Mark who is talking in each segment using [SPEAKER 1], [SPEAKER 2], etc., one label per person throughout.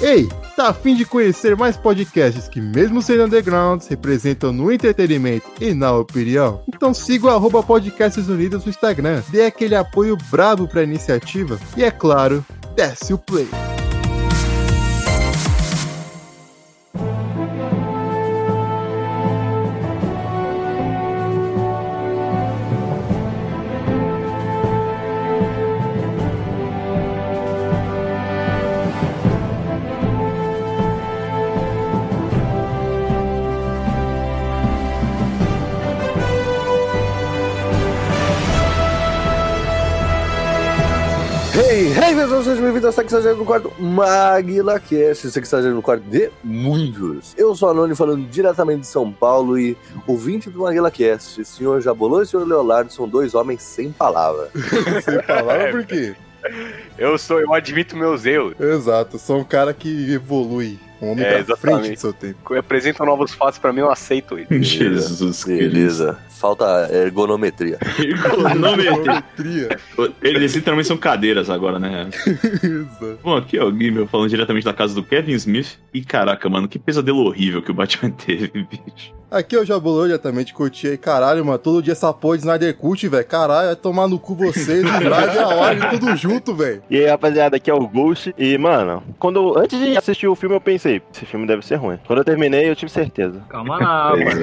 [SPEAKER 1] Ei, tá afim de conhecer mais podcasts que, mesmo sendo undergrounds, representam no entretenimento e na opinião? Então siga o arroba Podcasts Unidos no Instagram, dê aquele apoio brabo pra iniciativa e, é claro, desce o play.
[SPEAKER 2] Hey, hey, pessoas, sejam bem-vindos ao 64 MaguilaCast, 64 de muitos. Eu sou a Anônimo, falando diretamente de São Paulo e ouvinte do MaguilaCast, o senhor Jabolô e o senhor Leonardo são dois homens sem palavra.
[SPEAKER 1] Você falava por quê?
[SPEAKER 3] Eu sou, eu admito meus erros.
[SPEAKER 1] Exato, sou um cara que evolui, um homem
[SPEAKER 3] É,
[SPEAKER 1] pra
[SPEAKER 3] exatamente.
[SPEAKER 1] frente do seu tempo.
[SPEAKER 3] Apresentam novos fatos pra mim, eu aceito ele.
[SPEAKER 4] Jesus Cristo.
[SPEAKER 2] Beleza. Falta ergonometria.
[SPEAKER 4] Ergonometria.
[SPEAKER 1] Tria.
[SPEAKER 4] Eles literalmente são cadeiras agora, né?
[SPEAKER 1] Exato.
[SPEAKER 4] Bom, aqui é o Gui, meu, falando diretamente da casa do Kevin Smith. E caraca, mano, que pesadelo horrível que o Batman teve, bicho.
[SPEAKER 1] Aqui eu já bolou diretamente, curti aí, caralho, mano. Todo dia essa porra de Snyder Cult, velho. Caralho, vai tomar no cu vocês, o Brad e a Orne, tudo junto, velho.
[SPEAKER 5] E aí, rapaziada, aqui é o Ghost. E, mano, quando antes de assistir o filme, eu pensei, esse filme deve ser ruim. Quando eu terminei, eu tive certeza.
[SPEAKER 6] Calma lá, mano.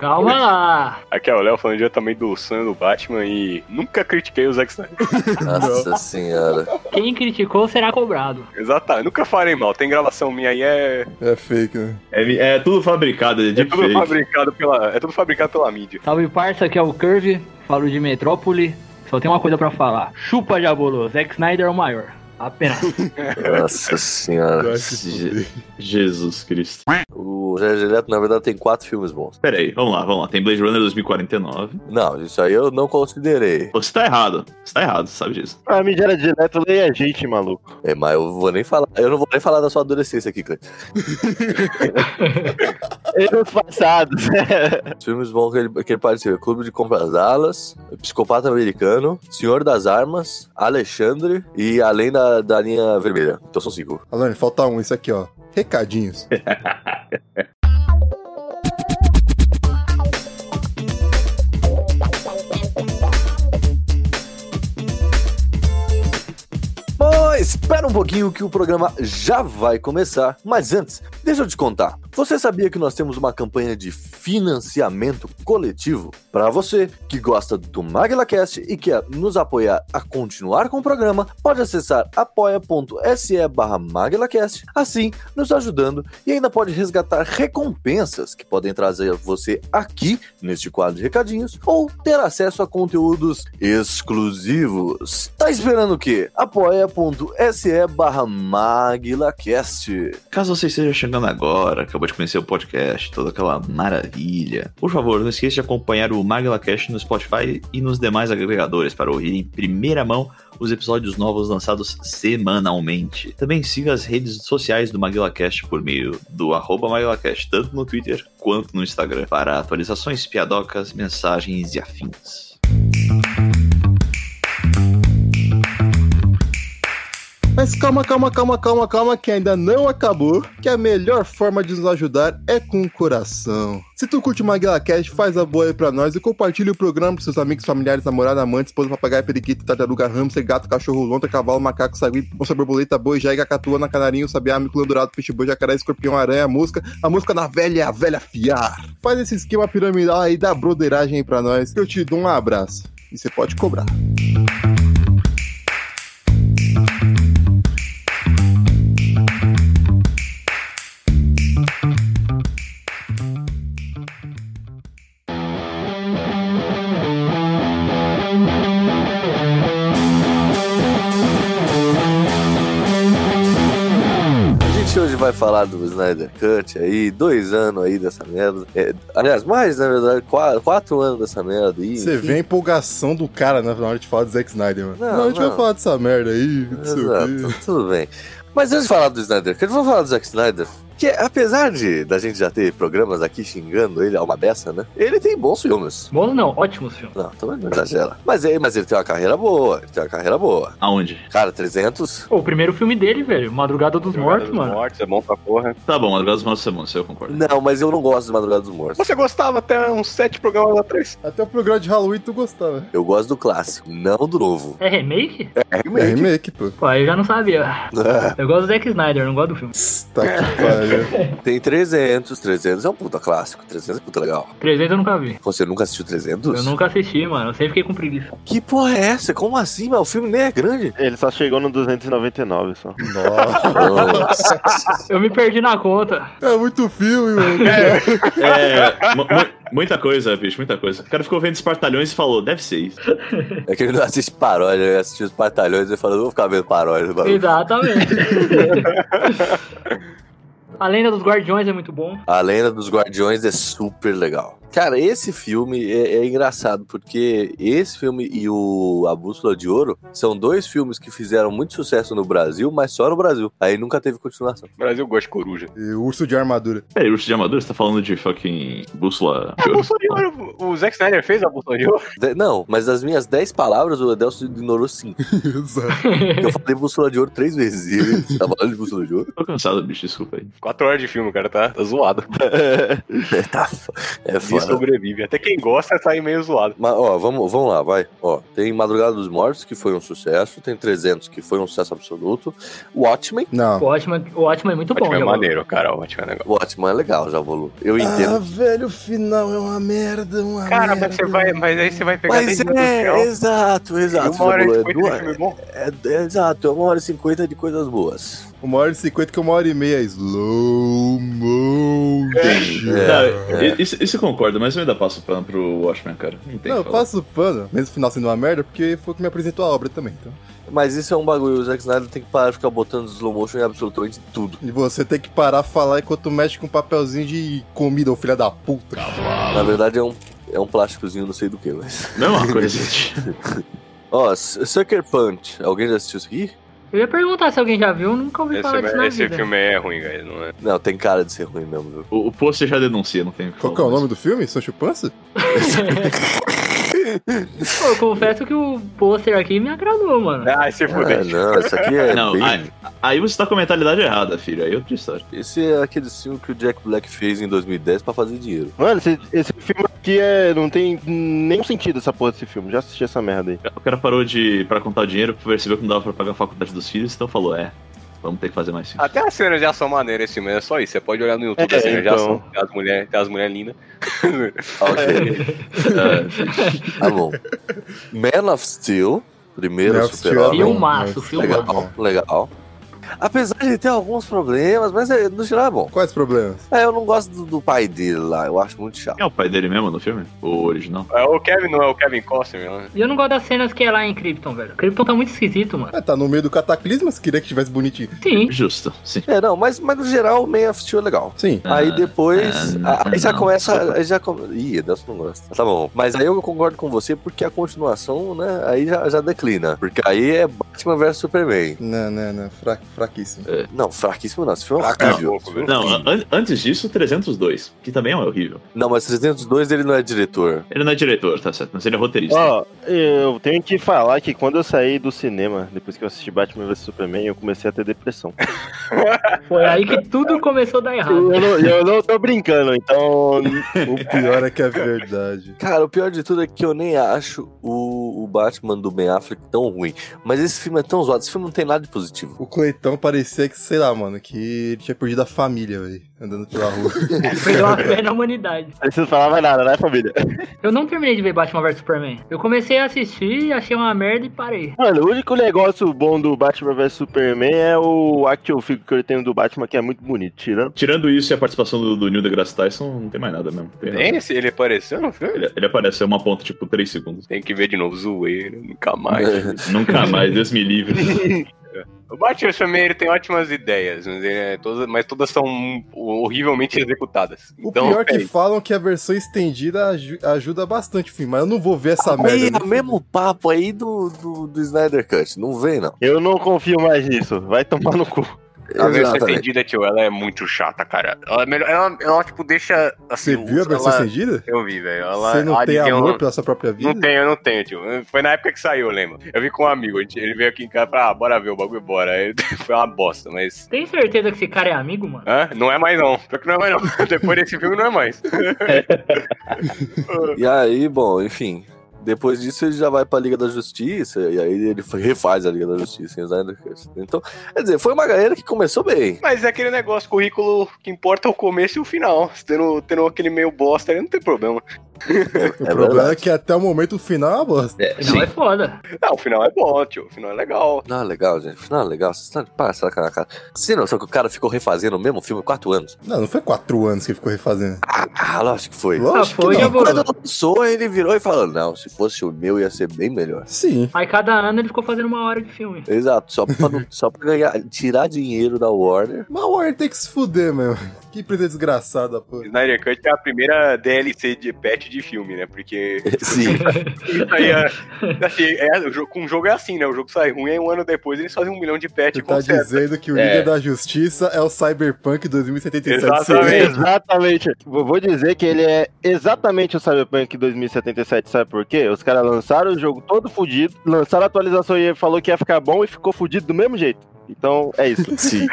[SPEAKER 6] Calma lá.
[SPEAKER 3] Aqui é o Léo falando diretamente do sonho do Batman e nunca critiquei o Zack Snyder.
[SPEAKER 2] Nossa senhora.
[SPEAKER 6] Quem criticou será cobrado.
[SPEAKER 3] Exatamente, nunca farei mal. Tem gravação minha aí, é,
[SPEAKER 1] É fake, né?
[SPEAKER 4] É, é tudo fabricado, é
[SPEAKER 3] é
[SPEAKER 4] deep
[SPEAKER 3] tudo
[SPEAKER 4] fake.
[SPEAKER 3] fabricado pela. É tudo fabricado pela mídia.
[SPEAKER 6] Salve, parça, aqui é o Curve. Falo de Metrópole. Só tem uma coisa pra falar. Chupa, Jabolo. Zack Snyder é o maior. Apenas.
[SPEAKER 2] Nossa senhora.
[SPEAKER 1] Vai se fuder.
[SPEAKER 4] Jesus Cristo.
[SPEAKER 2] O Jared Leto, na verdade, tem quatro filmes bons.
[SPEAKER 4] Pera aí, vamos lá, vamos lá. Tem Blade Runner 2049.
[SPEAKER 2] Não, isso aí eu não considerei.
[SPEAKER 4] Você tá errado. Você tá errado, sabe disso.
[SPEAKER 5] A mídia era direto, leia a gente, maluco.
[SPEAKER 2] É, mas eu vou nem falar. Eu não vou nem falar da sua adolescência aqui, Cleiton.
[SPEAKER 5] Anos passados.
[SPEAKER 2] Os filmes bons que ele, que ele participou: Clube de Compras Dallas, Psicopata Americano, Senhor das Armas, Alexandre e Além da, da Linha Vermelha. Então são cinco.
[SPEAKER 1] Alane, falta um, esse aqui, ó. Recadinhos.
[SPEAKER 2] Bom, espera um pouquinho que o programa já vai começar. Mas antes, deixa eu te contar. Você sabia que nós temos uma campanha de financiamento coletivo? Para você que gosta do MaguilaCast e quer nos apoiar a continuar com o programa, pode acessar apoia.se barra MaguilaCast, assim nos ajudando e ainda pode resgatar recompensas que podem trazer você aqui neste quadro de recadinhos ou ter acesso a conteúdos exclusivos. Tá esperando o quê? apoia.se barra MaguilaCast.
[SPEAKER 4] Caso você esteja chegando agora, acabou de conhecer o podcast, toda aquela maravilha, por favor, não esqueça de acompanhar o MaglaCast no Spotify e nos demais agregadores para ouvir em primeira mão os episódios novos lançados semanalmente. Também siga as redes sociais do MaglaCast por meio do arroba MaglaCast, tanto no Twitter quanto no Instagram, para atualizações, piadocas, mensagens e afins.
[SPEAKER 1] Mas calma, calma, calma, calma, calma, que ainda não acabou. Que a melhor forma de nos ajudar é com o coração. Se tu curte o Maguila Cash, faz a boa aí pra nós e compartilha o programa com seus amigos, familiares, namorada, amante, esposa, papagaio, periquito, tartaruga, hamster, gato, cachorro, lontra, cavalo, macaco, sagui, moça, borboleta, boi, jaiga, catuana, canarinho, sabiá, mico, dourado, peixe-boi, jacaré, escorpião, aranha, mosca, a mosca na velha, e a velha fiar. Faz esse esquema piramidal aí da broderagem aí pra nós, que eu te dou um abraço. E você pode cobrar.
[SPEAKER 2] A gente hoje vai falar do Snyder Cut aí, dois anos aí dessa merda. É, aliás, mais na verdade, qua- quatro, anos dessa merda aí.
[SPEAKER 1] Você
[SPEAKER 2] enfim.
[SPEAKER 1] vê a empolgação do cara né, na hora de falar do Zack Snyder, mano.
[SPEAKER 2] Não,
[SPEAKER 1] Não, a gente
[SPEAKER 2] não.
[SPEAKER 1] vai falar dessa merda aí, não sei o quê.
[SPEAKER 2] Exato, tudo bem. Mas antes de falar do Snyder Cut, vamos falar do Zack Snyder. Que apesar de da gente já ter programas aqui xingando ele a uma beça, né? Ele tem bons filmes.
[SPEAKER 6] Bom não, ótimos filmes.
[SPEAKER 2] Não, também não exagera. Mas, é, mas ele tem uma carreira boa, ele tem uma carreira boa.
[SPEAKER 4] Aonde?
[SPEAKER 2] Cara, 300,
[SPEAKER 6] Pô, o primeiro filme dele, velho, Madrugada dos Mortos, mano.
[SPEAKER 3] Mortos, é bom pra porra.
[SPEAKER 4] Tá bom, Madrugada dos Mortos é bom, isso eu concordo.
[SPEAKER 2] Não, mas eu não gosto de Madrugada dos Mortos.
[SPEAKER 3] Você gostava até uns sete programas atrás.
[SPEAKER 1] Até o programa de Halloween tu gostava.
[SPEAKER 2] Eu gosto do clássico, não do novo.
[SPEAKER 6] É remake?
[SPEAKER 2] É
[SPEAKER 1] É
[SPEAKER 2] remake.
[SPEAKER 1] remake, pô.
[SPEAKER 6] Pô, aí eu já não sabia. Eu gosto do Zack Snyder, não gosto do filme.
[SPEAKER 1] Tá que pariu.
[SPEAKER 2] Tem 300, 300 é um puta clássico, 300 é puta legal.
[SPEAKER 6] 300 eu nunca vi.
[SPEAKER 2] Você nunca assistiu 300?
[SPEAKER 6] Eu nunca assisti, mano. Eu sempre fiquei com preguiça.
[SPEAKER 2] Que porra é essa? Como assim? Mas o filme nem é grande.
[SPEAKER 5] Ele só chegou no 299 só.
[SPEAKER 1] Nossa.
[SPEAKER 2] Nossa.
[SPEAKER 6] Eu me perdi na conta.
[SPEAKER 1] É muito filme, mano.
[SPEAKER 4] É, mu- mu- muita coisa, bicho, muita coisa. O cara ficou vendo Espartalhões e falou, deve ser isso.
[SPEAKER 2] É que ele não assiste paródia, ele assiste os batalhões e fala, eu vou ficar vendo paródia. Barulho.
[SPEAKER 6] Exatamente. A Lenda dos Guardiões é muito bom.
[SPEAKER 2] A Lenda dos Guardiões é super legal. Cara, esse filme é, é engraçado, porque esse filme e o A Bússola de Ouro são dois filmes que fizeram muito sucesso no Brasil, mas só no Brasil. Aí nunca teve continuação.
[SPEAKER 3] Brasil gosta de coruja.
[SPEAKER 1] E o urso de armadura.
[SPEAKER 4] Peraí, Urso de Amador, você tá falando de fucking bússola?
[SPEAKER 1] Ah,
[SPEAKER 3] A Bolsa de Ouro, o Zack Snyder fez a Bolsa de Ouro.
[SPEAKER 2] De- não, mas das minhas 10 palavras, o Adelso ignorou cinco.
[SPEAKER 1] Exato.
[SPEAKER 2] Eu falei Bússola de Ouro três vezes. E ele tava falando de Bússola de Ouro.
[SPEAKER 4] Tô cansado, bicho, desculpa aí.
[SPEAKER 3] Quatro horas de filme, cara, tá, tá zoado.
[SPEAKER 2] É, tá, fo- é
[SPEAKER 3] E
[SPEAKER 2] foda.
[SPEAKER 3] sobrevive. Até quem gosta sai meio zoado.
[SPEAKER 2] Mas, ó, vamos, vamos lá, vai. Ó, tem Madrugada dos Mortos, que foi um sucesso. Tem 300, que foi um sucesso absoluto. Watchmen.
[SPEAKER 1] Não.
[SPEAKER 6] O Watchman, o Watchman é muito
[SPEAKER 3] Ótimo,
[SPEAKER 6] bom,
[SPEAKER 3] é
[SPEAKER 6] já.
[SPEAKER 3] maneiro, cara. Ótimo é negócio.
[SPEAKER 2] Watchmen é legal, já vou. Eu
[SPEAKER 1] Ah,
[SPEAKER 2] entendo.
[SPEAKER 1] velho, o final é uma merda, uma
[SPEAKER 3] Cara, mas você vai. Mas aí você vai pegar
[SPEAKER 2] Mas é, exato, exato.
[SPEAKER 3] Uma hora e
[SPEAKER 2] Jabulu, é
[SPEAKER 3] cinquenta de
[SPEAKER 2] duas-
[SPEAKER 3] filme bom.
[SPEAKER 2] é- é- exato, é uma hora e cinquenta de coisas boas.
[SPEAKER 1] Uma hora e cinquenta que é uma hora e meia. Slow motion.
[SPEAKER 2] É,
[SPEAKER 4] Não,
[SPEAKER 2] é.
[SPEAKER 4] Isso, isso eu concordo, mas eu ainda passo o pano pro Watchmen, cara. Não tem
[SPEAKER 1] Não,
[SPEAKER 4] o
[SPEAKER 1] eu
[SPEAKER 4] que falar.
[SPEAKER 1] passo o pano, mesmo o final sendo uma merda, porque foi o que me apresentou a obra também, então.
[SPEAKER 2] Mas isso é um bagulho. O Zack Snyder tem que parar de ficar botando slow motion em absolutamente tudo.
[SPEAKER 1] E você tem que parar de falar enquanto mexe com um papelzinho de comida, ô filha da puta.
[SPEAKER 2] Na verdade, é um, é um plásticozinho, não sei do que, mas.
[SPEAKER 4] Mesma é coisa, assim. gente.
[SPEAKER 2] Ó, S- Sucker Punch. Alguém já assistiu isso aqui?
[SPEAKER 6] Eu ia perguntar se alguém já viu, eu nunca ouvi falar disso
[SPEAKER 3] Esse,
[SPEAKER 6] na
[SPEAKER 3] esse
[SPEAKER 6] vida.
[SPEAKER 3] filme é ruim, velho. Não é?
[SPEAKER 2] Não, tem cara de ser ruim mesmo, viu?
[SPEAKER 4] O, o pôster já denuncia, não tem o que
[SPEAKER 1] Qual que é
[SPEAKER 4] falar
[SPEAKER 1] o nome
[SPEAKER 4] mais.
[SPEAKER 1] do filme? São Chupança?
[SPEAKER 6] Pô, eu confesso que o pôster aqui me agradou, mano.
[SPEAKER 3] Ah, se
[SPEAKER 2] Ah,
[SPEAKER 3] fuder.
[SPEAKER 2] não, isso aqui é.
[SPEAKER 4] Não,
[SPEAKER 2] bem-
[SPEAKER 4] aí, aí você tá com a mentalidade errada, filho. Aí é outra história.
[SPEAKER 2] Esse é aquele filme que o Jack Black fez em 2010 pra fazer dinheiro.
[SPEAKER 5] Mano, esse, esse filme aqui é, não tem nenhum sentido essa porra desse filme. Já assisti essa merda aí.
[SPEAKER 4] O cara parou de pra contar o dinheiro, percebeu que não dava pra pagar a faculdade dos filhos, então falou, é, vamos ter que fazer mais sim.
[SPEAKER 3] Até as cenas de ação maneira esse filme, é só isso. Você pode olhar no YouTube
[SPEAKER 5] É,
[SPEAKER 3] as cenas
[SPEAKER 5] então.
[SPEAKER 3] de ação. Tem as mulheres as mulher lindas.
[SPEAKER 2] Ah, ok.
[SPEAKER 4] É,
[SPEAKER 2] tá bom. Man of Steel, primeiro
[SPEAKER 1] Man of Steel é
[SPEAKER 2] super-homem.
[SPEAKER 1] bom.
[SPEAKER 6] Filmaço,
[SPEAKER 2] Legal,
[SPEAKER 6] filmaço.
[SPEAKER 2] legal. Apesar de ter alguns problemas, mas é, no geral é bom.
[SPEAKER 1] Quais problemas?
[SPEAKER 2] É, eu não gosto do, do pai dele lá, eu acho muito chato.
[SPEAKER 4] é o pai dele mesmo no filme? O original?
[SPEAKER 3] É, o Kevin não é o Kevin Costner, né?
[SPEAKER 6] E eu não gosto das cenas que é lá em Krypton, velho. Krypton tá muito esquisito, mano.
[SPEAKER 1] Ah, tá no meio do cataclisma, se queria que tivesse bonitinho.
[SPEAKER 6] Sim.
[SPEAKER 4] Justo, sim.
[SPEAKER 2] É, não, mas, mas no geral o Man of Steel é legal.
[SPEAKER 1] Sim.
[SPEAKER 2] Aí depois.
[SPEAKER 4] Ah, é,
[SPEAKER 2] a- aí já
[SPEAKER 4] não,
[SPEAKER 2] começa.
[SPEAKER 4] desculpa.
[SPEAKER 2] Aí já come... Ih, Deus não gosta. Tá bom. Mas aí eu concordo com você porque a continuação, né? Aí já, já declina. Porque aí é Batman vs Superman.
[SPEAKER 1] Não, não, não. Fra fraquíssimo.
[SPEAKER 4] É.
[SPEAKER 2] Não, fraquíssimo não. Esse filme é
[SPEAKER 3] Fraco é
[SPEAKER 2] horrível.
[SPEAKER 3] pouco, velho.
[SPEAKER 4] Não, an- antes disso, 302, que também é horrível.
[SPEAKER 2] Não, mas 302 ele não é diretor.
[SPEAKER 4] Ele não é diretor, tá certo, mas ele é roteirista.
[SPEAKER 5] Ó, eu tenho que falar que quando eu saí do cinema, depois que eu assisti Batman vs Superman, eu comecei a ter depressão.
[SPEAKER 6] Foi aí que tudo começou a dar errado.
[SPEAKER 5] Eu não, eu não tô brincando, então.
[SPEAKER 1] O pior é que é verdade.
[SPEAKER 2] Cara, o pior de tudo é que eu nem acho o, o Batman do Ben Affleck tão ruim. Mas esse filme é tão zoado. Esse filme não tem nada de positivo.
[SPEAKER 1] O Cleitão parecia que, sei lá, mano, que ele tinha perdido a família, velho, andando pela rua.
[SPEAKER 6] Perdeu a fé na humanidade.
[SPEAKER 5] Não preciso falar mais nada, né, família?
[SPEAKER 6] Eu não terminei de ver Batman vs Superman. Eu comecei a assistir, achei uma merda e parei.
[SPEAKER 5] Mano, o único negócio bom do Batman vs Superman é o action figure que eu tenho do Batman, que é muito bonito. Tirando.
[SPEAKER 4] Tirando isso e a participação do, do Neil deGrasse Tyson, não tem mais nada mesmo. não
[SPEAKER 1] É.
[SPEAKER 4] tem nada.
[SPEAKER 3] Tem esse, ele apareceu no filme?
[SPEAKER 4] Ele, ele aparece uma ponta, tipo, 3 segundos.
[SPEAKER 3] Tem que ver de novo, zoei, né? nunca mais.
[SPEAKER 1] É.
[SPEAKER 4] Nunca mais, Deus me livre.
[SPEAKER 3] O Batman também ele tem ótimas ideias, mas, ele é todas, mas todas são horrivelmente executadas.
[SPEAKER 1] O
[SPEAKER 3] Então,
[SPEAKER 1] pior é que
[SPEAKER 3] peraí.
[SPEAKER 1] falam que a versão estendida aju- ajuda bastante o filme, mas eu não vou ver essa
[SPEAKER 2] Aí
[SPEAKER 1] merda. né?
[SPEAKER 2] é o mesmo papo aí do, do, do Snyder Cut. Não vem, não.
[SPEAKER 5] Eu não confio mais nisso. Vai tomar no cu.
[SPEAKER 3] A versão
[SPEAKER 2] Exatamente.
[SPEAKER 3] estendida, tio, ela é muito chata, cara. Ela, é melhor- ela, ela, tipo, deixa.
[SPEAKER 1] Você
[SPEAKER 3] Assim,
[SPEAKER 1] viu a
[SPEAKER 3] ela-
[SPEAKER 1] versão estendida?
[SPEAKER 3] Eu vi, velho. Ela-
[SPEAKER 1] Você não
[SPEAKER 3] ela
[SPEAKER 1] tem
[SPEAKER 3] tem um-
[SPEAKER 1] amor pela sua própria vida?
[SPEAKER 3] Não tenho, eu não tenho, tio. Foi na época que saiu, eu lembro. Eu vi com um amigo, a gente- ele veio aqui em casa e falou, ah, bora ver o bagulho, bora. Aí, foi uma bosta, mas...
[SPEAKER 6] Tem certeza que esse cara é amigo, mano?
[SPEAKER 3] Hã? Não é mais não. Pior que não é mais não. Depois desse filme, não é mais.
[SPEAKER 2] E aí, bom, enfim. Depois disso ele já vai pra Liga da Justiça, e aí ele refaz a Liga da Justiça em Snyder Cut. Então, quer dizer, foi uma galera que começou bem.
[SPEAKER 3] Mas é aquele negócio, currículo que importa é o começo e o final. Se Tendo, tendo aquele meio bosta ali, não tem problema.
[SPEAKER 1] O
[SPEAKER 2] É
[SPEAKER 1] problema
[SPEAKER 2] verdade.
[SPEAKER 1] é que até o momento final é uma bosta.
[SPEAKER 7] É,
[SPEAKER 6] Não é foda.
[SPEAKER 3] Não, o final é bom, tio. O final é legal.
[SPEAKER 2] Não, legal, gente. Não, legal. Vocês estão de passar na cara. Você não só que o cara ficou refazendo o mesmo filme quatro anos.
[SPEAKER 1] Não, não foi quatro anos que ele ficou refazendo.
[SPEAKER 2] Ah, lógico que foi.
[SPEAKER 1] Lógico
[SPEAKER 6] foi,
[SPEAKER 1] que
[SPEAKER 6] já
[SPEAKER 1] não.
[SPEAKER 6] vou-
[SPEAKER 2] Quando lançou, ele virou e falou: Não, se fosse o meu ia ser bem melhor.
[SPEAKER 1] Sim.
[SPEAKER 6] Aí cada ano ele ficou fazendo uma hora de filme.
[SPEAKER 2] Exato, só pra, não- só pra ganhar, tirar dinheiro da Warner.
[SPEAKER 1] Mas o Warner tem que se fuder, meu. Que empresa desgraçada, pô.
[SPEAKER 3] Snyder Cut é a primeira DLC de patch de filme, né? Porque
[SPEAKER 2] Sim.
[SPEAKER 3] isso aí é, assim, é- o jogo- com o jogo é assim, né? O jogo sai ruim, aí um ano depois eles fazem um milhão de patch
[SPEAKER 1] Você
[SPEAKER 3] e
[SPEAKER 1] tá
[SPEAKER 3] consertam.
[SPEAKER 1] dizendo que o
[SPEAKER 7] É.
[SPEAKER 1] líder da justiça é o Cyberpunk 2077.
[SPEAKER 3] Exatamente.
[SPEAKER 5] Exatamente. Vou vou dizer que ele é exatamente o Cyberpunk 2077, sabe por quê? Os caras lançaram o jogo todo fudido, lançaram a atualização e ele falou que ia ficar bom e ficou fudido do mesmo jeito. Então, é isso.
[SPEAKER 2] Sim.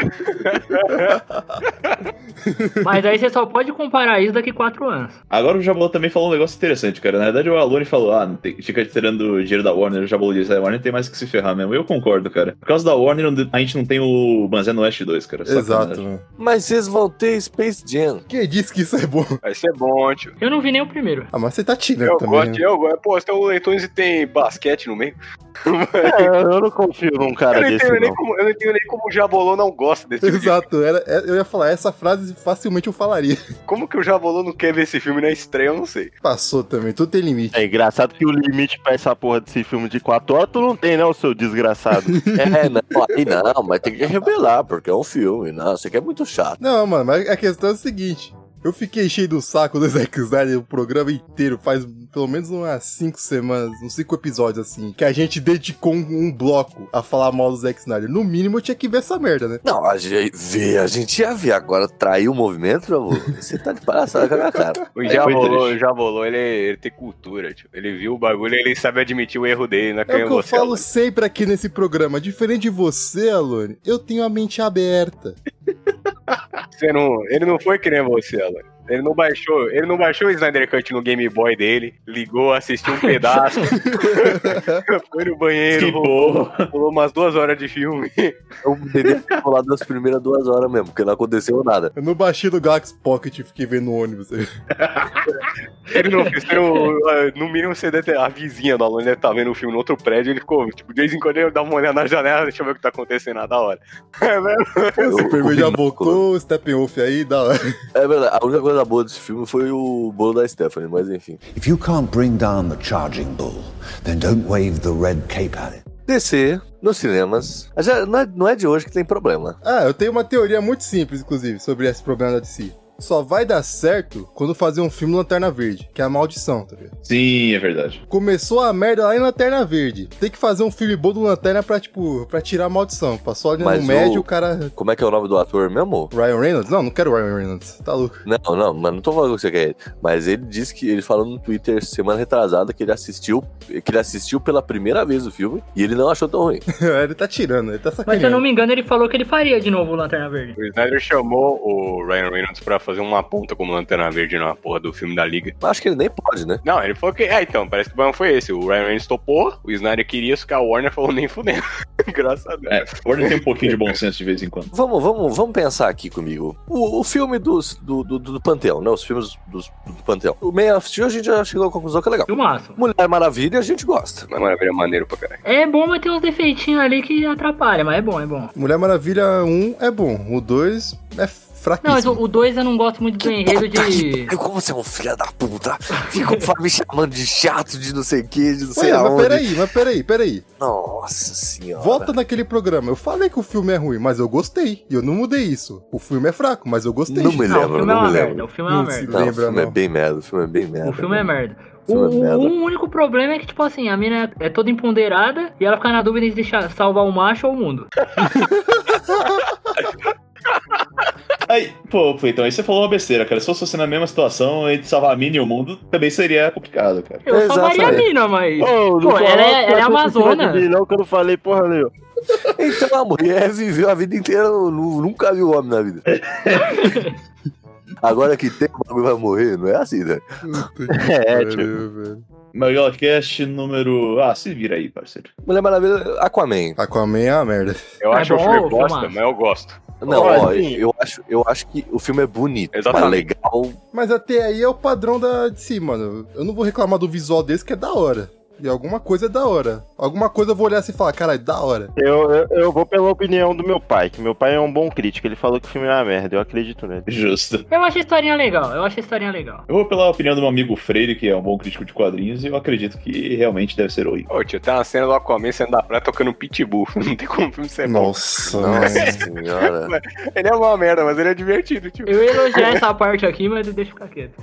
[SPEAKER 6] Mas aí você só pode comparar isso daqui quatro anos.
[SPEAKER 7] Agora o Jabulu também falou um negócio interessante, cara. Na verdade, o Alone falou, ah, não tem- fica tirando dinheiro da Warner. O Jabulu disse, a Warner tem mais que se ferrar mesmo. Eu concordo, cara. Por causa da Warner, a gente não tem o Banzé no Oeste 2, cara.
[SPEAKER 1] Exato,
[SPEAKER 7] Sacanagem.
[SPEAKER 1] mano.
[SPEAKER 2] Mas vocês vão ter Space Jam.
[SPEAKER 1] Quem disse que isso é bom?
[SPEAKER 3] Aí isso é bom, tio.
[SPEAKER 6] Eu não vi nem o primeiro.
[SPEAKER 1] Ah, mas você tá tirando
[SPEAKER 3] Eu
[SPEAKER 1] também.
[SPEAKER 3] gosto,
[SPEAKER 1] né?
[SPEAKER 3] eu gosto. Pô, se tem o Leitões e tem basquete no meio.
[SPEAKER 5] É, eu não confio num cara
[SPEAKER 3] Eu não,
[SPEAKER 5] desse,
[SPEAKER 3] entendo nem
[SPEAKER 5] não.
[SPEAKER 3] como, eu não entendo nem como o Jabolô não gosta desse filme.
[SPEAKER 1] Exato, era, é- eu ia falar essa frase facilmente eu falaria.
[SPEAKER 3] Como que o Jabolô não quer ver esse filme na estreia, eu não sei.
[SPEAKER 1] Passou também, tudo tem limite.
[SPEAKER 5] É engraçado que o limite pra essa porra desse filme de quatro horas tu não tem, né, o seu desgraçado?
[SPEAKER 2] É, não, aí não, mas tem que revelar, porque é um filme. Não, isso aqui é muito chato.
[SPEAKER 1] Não, mano, mas a questão é o seguinte. Eu fiquei cheio do saco do Zack Snyder o programa inteiro, faz pelo menos umas 5 semanas, uns 5 episódios assim, que a gente dedicou um, um bloco a falar mal do Zack Snyder. No mínimo eu tinha que ver essa merda, né?
[SPEAKER 2] Não, a gente vê, a gente ia ver agora traiu o movimento, meu amor. Você tá de palhaçada com a minha cara.
[SPEAKER 3] O
[SPEAKER 1] É,
[SPEAKER 7] Aí
[SPEAKER 3] Jabolô,
[SPEAKER 7] foi
[SPEAKER 3] o
[SPEAKER 7] triste.
[SPEAKER 3] Jabolô ele, ele tem cultura, tio. Ele viu o bagulho, ele sabe admitir o erro dele, né?
[SPEAKER 1] É o que eu
[SPEAKER 3] você,
[SPEAKER 1] falo sempre aqui nesse programa. Diferente de você, Alone, eu tenho a mente aberta.
[SPEAKER 3] Você não, ele não foi que nem você, Alan. Ele não baixou, ele não baixou o Snyder Cut no Game Boy dele, ligou, assistiu um pedaço, foi no banheiro, rolou, rolou umas duas horas de filme.
[SPEAKER 2] Eu deveria ter falado das primeiras duas horas mesmo, porque não aconteceu nada.
[SPEAKER 1] Eu não baixei do Galaxy Pocket e fiquei vendo no ônibus.
[SPEAKER 3] Ele não fez, ele não- ah, no mínimo você deve ter, a vizinha do Alan deve estar vendo um filme no outro prédio, ele ficou, tipo, de vez em quando ele dá uma olhada na janela, deixa eu ver o que tá acontecendo, ah, da hora. É mesmo?
[SPEAKER 1] O Superman já
[SPEAKER 2] combino-
[SPEAKER 1] voltou, o Steppenwolf aí, da hora.
[SPEAKER 2] É verdade, a única coisa boa desse filme foi o bolo da Stephanie, mas enfim.
[SPEAKER 8] If you can't bring down the charging bull, then don't wave the red cape at it.
[SPEAKER 2] DC, nos cinemas. Já não é, não é de hoje que tem problema.
[SPEAKER 1] Ah, eu tenho uma teoria muito simples, inclusive, sobre esse problema da DC. Só vai dar certo quando fazer um filme Lanterna Verde, que é a maldição, tá ligado?
[SPEAKER 7] Sim, é verdade.
[SPEAKER 1] Começou a merda lá em Lanterna Verde. Tem que fazer um filme bom do Lanterna pra, tipo, pra tirar a maldição. Passou ali
[SPEAKER 2] Mas
[SPEAKER 1] no médio,
[SPEAKER 2] o-
[SPEAKER 1] o cara...
[SPEAKER 2] Como é que é o nome do ator mesmo?
[SPEAKER 1] Ryan Reynolds? Não, não quero Ryan Reynolds. Tá louco.
[SPEAKER 2] Não, não, mas não tô falando que você quer ele. Mas ele disse que ele falou no Twitter semana retrasada que ele assistiu, que ele assistiu pela primeira vez o filme e ele não achou tão ruim.
[SPEAKER 1] ele tá tirando, ele tá
[SPEAKER 6] Mas se eu não
[SPEAKER 1] sacaneando.
[SPEAKER 6] me engano, ele falou que ele faria de novo o Lanterna Verde.
[SPEAKER 3] O Snyder chamou o Ryan Reynolds pra fazer uma ponta como Lanterna Verde na porra do filme da Liga.
[SPEAKER 2] Acho que ele nem pode, né?
[SPEAKER 3] Não, ele falou que. É, então, parece que o problema foi esse. O Ryan Reynolds topou, o Snyder queria, só que a Warner falou nem fudendo. Graças a Deus.
[SPEAKER 7] É, Warner tem um pouquinho de bom senso de vez em quando.
[SPEAKER 2] Vamos, vamos, vamos pensar aqui comigo. O, o filme dos, do, do, do Panteão, né? Os filmes dos, do Panteão. O Man of Steel a gente já chegou à conclusão que é legal.
[SPEAKER 6] Filmaço.
[SPEAKER 2] Mulher Maravilha a gente gosta.
[SPEAKER 3] Mas maravilha, é maneiro pra caralho.
[SPEAKER 6] É bom, mas tem uns defeitinhos ali que atrapalha, mas é bom, é bom.
[SPEAKER 1] Mulher Maravilha 1 é bom, o 2 é
[SPEAKER 6] Não, mas
[SPEAKER 1] fraquíssimo.
[SPEAKER 6] o 2 eu não gosto muito do enredo de.
[SPEAKER 2] Ai, como você é um filho da puta. Ficou me chamando de chato, de não sei o que, de não sei
[SPEAKER 1] Ué, mas
[SPEAKER 2] aonde.
[SPEAKER 1] peraí, mas peraí, peraí.
[SPEAKER 2] Nossa senhora.
[SPEAKER 1] Volta naquele programa. Eu falei que o filme é ruim, mas eu gostei. E eu não mudei isso. O filme é fraco, mas eu gostei.
[SPEAKER 2] Não me
[SPEAKER 6] Não, o
[SPEAKER 2] lembro,
[SPEAKER 6] filme é
[SPEAKER 2] não
[SPEAKER 6] uma
[SPEAKER 2] me
[SPEAKER 6] merda.
[SPEAKER 2] lembro.
[SPEAKER 6] O filme é uma
[SPEAKER 1] Não se
[SPEAKER 6] merda.
[SPEAKER 2] Não,
[SPEAKER 1] Lembra,
[SPEAKER 2] o filme
[SPEAKER 1] não.
[SPEAKER 2] é bem merda, o filme é bem merda.
[SPEAKER 6] O filme é merda.
[SPEAKER 2] O filme é
[SPEAKER 6] O,
[SPEAKER 2] merda.
[SPEAKER 6] o único problema é que, tipo assim, a mina é toda empoderada e ela fica na dúvida de deixar salvar o macho ou o mundo.
[SPEAKER 4] Pô, então aí você falou uma besteira, cara. Se eu fosse na mesma situação, entre salvar a mina e o mundo, também seria complicado, cara.
[SPEAKER 6] Eu salvaria a
[SPEAKER 2] Exatamente.
[SPEAKER 6] mina, mas.
[SPEAKER 5] Ô,
[SPEAKER 6] Pô,
[SPEAKER 5] fala
[SPEAKER 6] ela é-
[SPEAKER 5] que
[SPEAKER 6] ela é
[SPEAKER 5] eu sou
[SPEAKER 6] amazona.
[SPEAKER 5] suspeito de mim, Não, que eu não falei porra nenhuma.
[SPEAKER 2] Então a mulher viveu a vida inteira, nu- nunca viu homem na vida. Agora que tem, o bagulho vai morrer, não é assim, né?
[SPEAKER 5] É,
[SPEAKER 1] Pariu,
[SPEAKER 5] tio.
[SPEAKER 1] Tipo, velho.
[SPEAKER 4] Magalcast número. Ah, se vira aí, parceiro.
[SPEAKER 2] Mulher Maravilha, Aquaman.
[SPEAKER 1] Aquaman é uma merda.
[SPEAKER 3] Eu
[SPEAKER 6] É
[SPEAKER 3] acho o
[SPEAKER 6] bom
[SPEAKER 3] filme
[SPEAKER 6] ou
[SPEAKER 3] bosta,
[SPEAKER 6] filmaço?
[SPEAKER 3] mas eu gosto.
[SPEAKER 2] Não,
[SPEAKER 5] Olha,
[SPEAKER 2] ó,
[SPEAKER 5] assim-
[SPEAKER 2] eu acho, eu acho que o filme é bonito,
[SPEAKER 3] Exatamente.
[SPEAKER 2] mas legal.
[SPEAKER 1] Mas até aí é o padrão da DC, mano. Eu não vou reclamar do visual desse que é da hora. E alguma coisa é da hora. Alguma coisa eu vou olhar assim e falar, caralho, da hora.
[SPEAKER 5] Eu, eu, eu vou pela opinião do meu pai, que meu pai é um bom crítico. Ele falou que o filme é uma merda, eu acredito nele.
[SPEAKER 4] Justo.
[SPEAKER 6] Eu acho a historinha legal, eu acho a historinha legal.
[SPEAKER 4] Eu vou pela opinião do meu amigo Freire, que é um bom crítico de quadrinhos, e eu acredito que realmente deve ser horrível.
[SPEAKER 3] Ô, tio, tem uma cena do Aquaman saindo da praia tocando pitbull. Não tem como o filme ser bom.
[SPEAKER 1] Nossa,
[SPEAKER 2] Nossa senhora.
[SPEAKER 3] Ele é uma merda, mas ele é divertido, tio.
[SPEAKER 6] Eu ia elogiar essa parte aqui, mas deixa eu ficar quieto.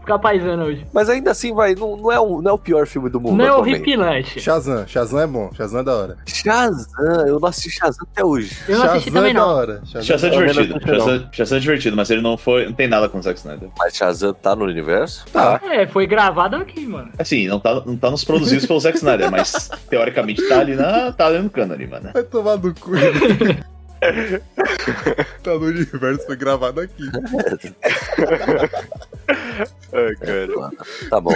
[SPEAKER 6] ficar paisando hoje.
[SPEAKER 2] Mas ainda assim, vai, não, não é, o, não é o pior filme do mundo.
[SPEAKER 6] Não é
[SPEAKER 2] Aquaman.
[SPEAKER 6] horripilante.
[SPEAKER 1] Shazam, Shazam é bom, Shazam é da hora.
[SPEAKER 2] Shazam, eu não assisti Shazam até hoje.
[SPEAKER 6] Eu não assisti
[SPEAKER 1] Shazam
[SPEAKER 6] também
[SPEAKER 1] é da
[SPEAKER 6] não.
[SPEAKER 1] hora. Shazam.
[SPEAKER 4] Chassan é
[SPEAKER 5] Eu também não
[SPEAKER 4] divertido.
[SPEAKER 5] assisti, não.
[SPEAKER 4] Shazam- Shazam é divertido, mas ele não foi. Não tem nada com o Zack Snyder.
[SPEAKER 2] Mas Shazam tá no universo?
[SPEAKER 1] Tá.
[SPEAKER 6] É, foi gravado aqui, mano.
[SPEAKER 4] Assim, não tá, não tá nos produzidos pelo Zack Snyder, mas teoricamente tá ali na. tá ali no cânone, mano.
[SPEAKER 1] Vai tomar no cu. né? tá no universo, foi gravado aqui.
[SPEAKER 3] Ai, cara.
[SPEAKER 2] Tá bom.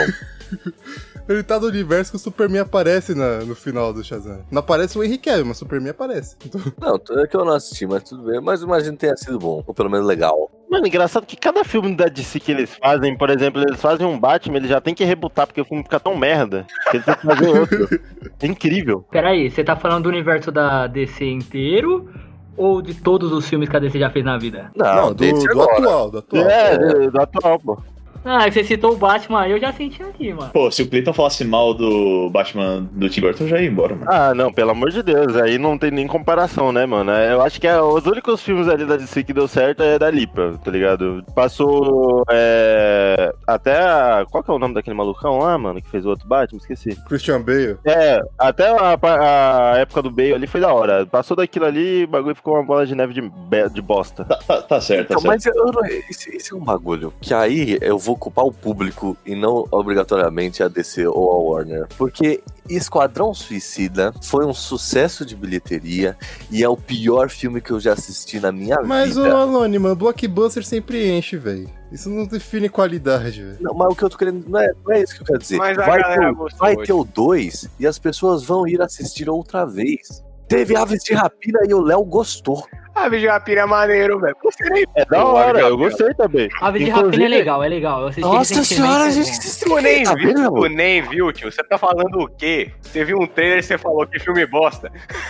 [SPEAKER 1] Ele tá no universo que o Superman aparece na- no final do Shazam. Não aparece o Henry Cavill, mas o Superman aparece. Então,
[SPEAKER 2] Não, é que eu não assisti, mas tudo bem. Mas eu imagino que tenha sido bom, ou pelo menos legal.
[SPEAKER 5] Mano, engraçado que cada filme da DC que eles fazem, por exemplo, eles fazem um Batman, eles já tem que rebutar porque o filme fica tão merda que eles têm que fazer outro. É incrível.
[SPEAKER 6] Peraí, você tá falando do universo da DC inteiro ou de todos os filmes que a DC já fez na vida?
[SPEAKER 2] Não,
[SPEAKER 1] não, do,
[SPEAKER 2] desse
[SPEAKER 1] do
[SPEAKER 2] Ah, agora.
[SPEAKER 1] atual, do atual.
[SPEAKER 5] É, do- do atual, pô.
[SPEAKER 6] Ah, que você citou o Batman aí, eu já senti aqui, mano.
[SPEAKER 4] Pô, se o Clayton falasse mal do Batman do Tim Burton, eu já ia embora, mano.
[SPEAKER 5] Ah, não, pelo amor de Deus, aí não tem nem comparação, né, mano? Eu acho que é- os únicos filmes ali da DC que deu certo é da Lipa, tá ligado? Passou é, até a, Qual que é o nome daquele malucão lá, mano, que fez o outro Batman? Esqueci.
[SPEAKER 1] Christian Bale.
[SPEAKER 5] É, até a, pa- a época do Bale ali foi da hora. Passou daquilo ali, o bagulho ficou uma bola de neve de, be- de bosta.
[SPEAKER 4] Tá, tá- tá certo, tá
[SPEAKER 2] Então, mas
[SPEAKER 4] certo.
[SPEAKER 2] eu não- esse, esse é um bagulho que aí eu vou culpar o público e não obrigatoriamente a DC ou a Warner. Porque Esquadrão Suicida foi um sucesso de bilheteria e é o pior filme que eu já assisti na minha
[SPEAKER 1] Mas o
[SPEAKER 2] vida.
[SPEAKER 1] Alone, mano, blockbuster sempre enche, velho. Isso não define qualidade, velho.
[SPEAKER 2] Não, mas o que eu tô querendo. Não é, não é isso que eu quero dizer.
[SPEAKER 3] Mas a
[SPEAKER 2] vai
[SPEAKER 3] galera
[SPEAKER 2] ter, o-
[SPEAKER 3] gostou
[SPEAKER 2] vai
[SPEAKER 3] hoje.
[SPEAKER 2] ter o 2 e as pessoas vão ir assistir outra vez. Teve Aves de Rapina e o Léo gostou.
[SPEAKER 3] Ah, Vigilapira é maneiro, velho. Você nem
[SPEAKER 5] É da hora, eu gostei também.
[SPEAKER 6] A de
[SPEAKER 5] Inclusive-
[SPEAKER 6] Rapina é legal, é legal. Eu assisti
[SPEAKER 2] Nossa
[SPEAKER 6] recentemente,
[SPEAKER 2] senhora,
[SPEAKER 6] é
[SPEAKER 2] a gente
[SPEAKER 6] bom.
[SPEAKER 2] se
[SPEAKER 3] Tu nem
[SPEAKER 2] tá
[SPEAKER 3] viu,
[SPEAKER 2] vendo, amor?
[SPEAKER 3] tu nem viu, tio. Você tá falando o quê? Você viu um trailer e você falou que filme bosta.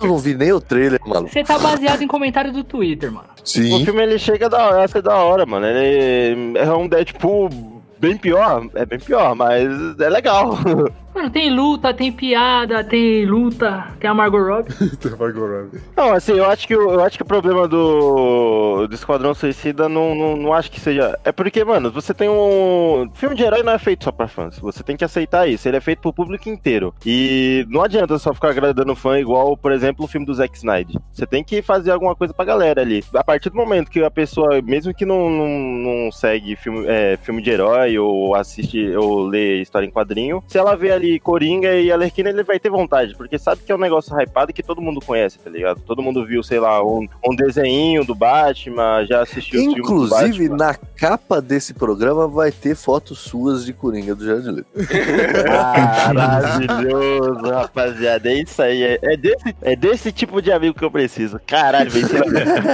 [SPEAKER 2] Eu não vi nem o trailer, maluco.
[SPEAKER 6] Você tá baseado em comentário do Twitter, mano.
[SPEAKER 5] O filme ele chega da hora, essa é da hora, mano. Ele é um Deadpool bem pior, é bem pior, mas é legal.
[SPEAKER 6] Mano, tem luta, tem piada, tem luta, tem a Margot Robbie.
[SPEAKER 1] Então vai agora, velho.
[SPEAKER 5] Não, assim, eu acho que o- eu acho que o problema do, do Esquadrão Suicida não, não, não acho que seja. É porque, mano, você tem um. Filme de herói não é feito só pra fãs. Você tem que aceitar isso. Ele é feito pro público inteiro. E não adianta só ficar agradando fã igual, por exemplo, o filme do Zack Snyder. Você tem que fazer alguma coisa pra galera ali. A partir do momento que a pessoa, mesmo que não, não, não segue filme, é, filme de herói ou assiste ou lê história em quadrinho, se ela vê ali Coringa e Alerquina, ele vai ter vontade, porque sabe que é um negócio hypado que todo mundo conhece, tá ligado? Todo mundo viu, sei lá, um, um desenho do Batman, já assistiu os filmes do
[SPEAKER 2] Inclusive,
[SPEAKER 5] Batman.
[SPEAKER 2] na capa desse programa vai ter fotos suas de Coringa do Jared Leto.
[SPEAKER 5] Maravilhoso, rapaziada. É isso aí. É, é desse, é desse tipo de amigo que eu preciso. Caralho, velho. é você-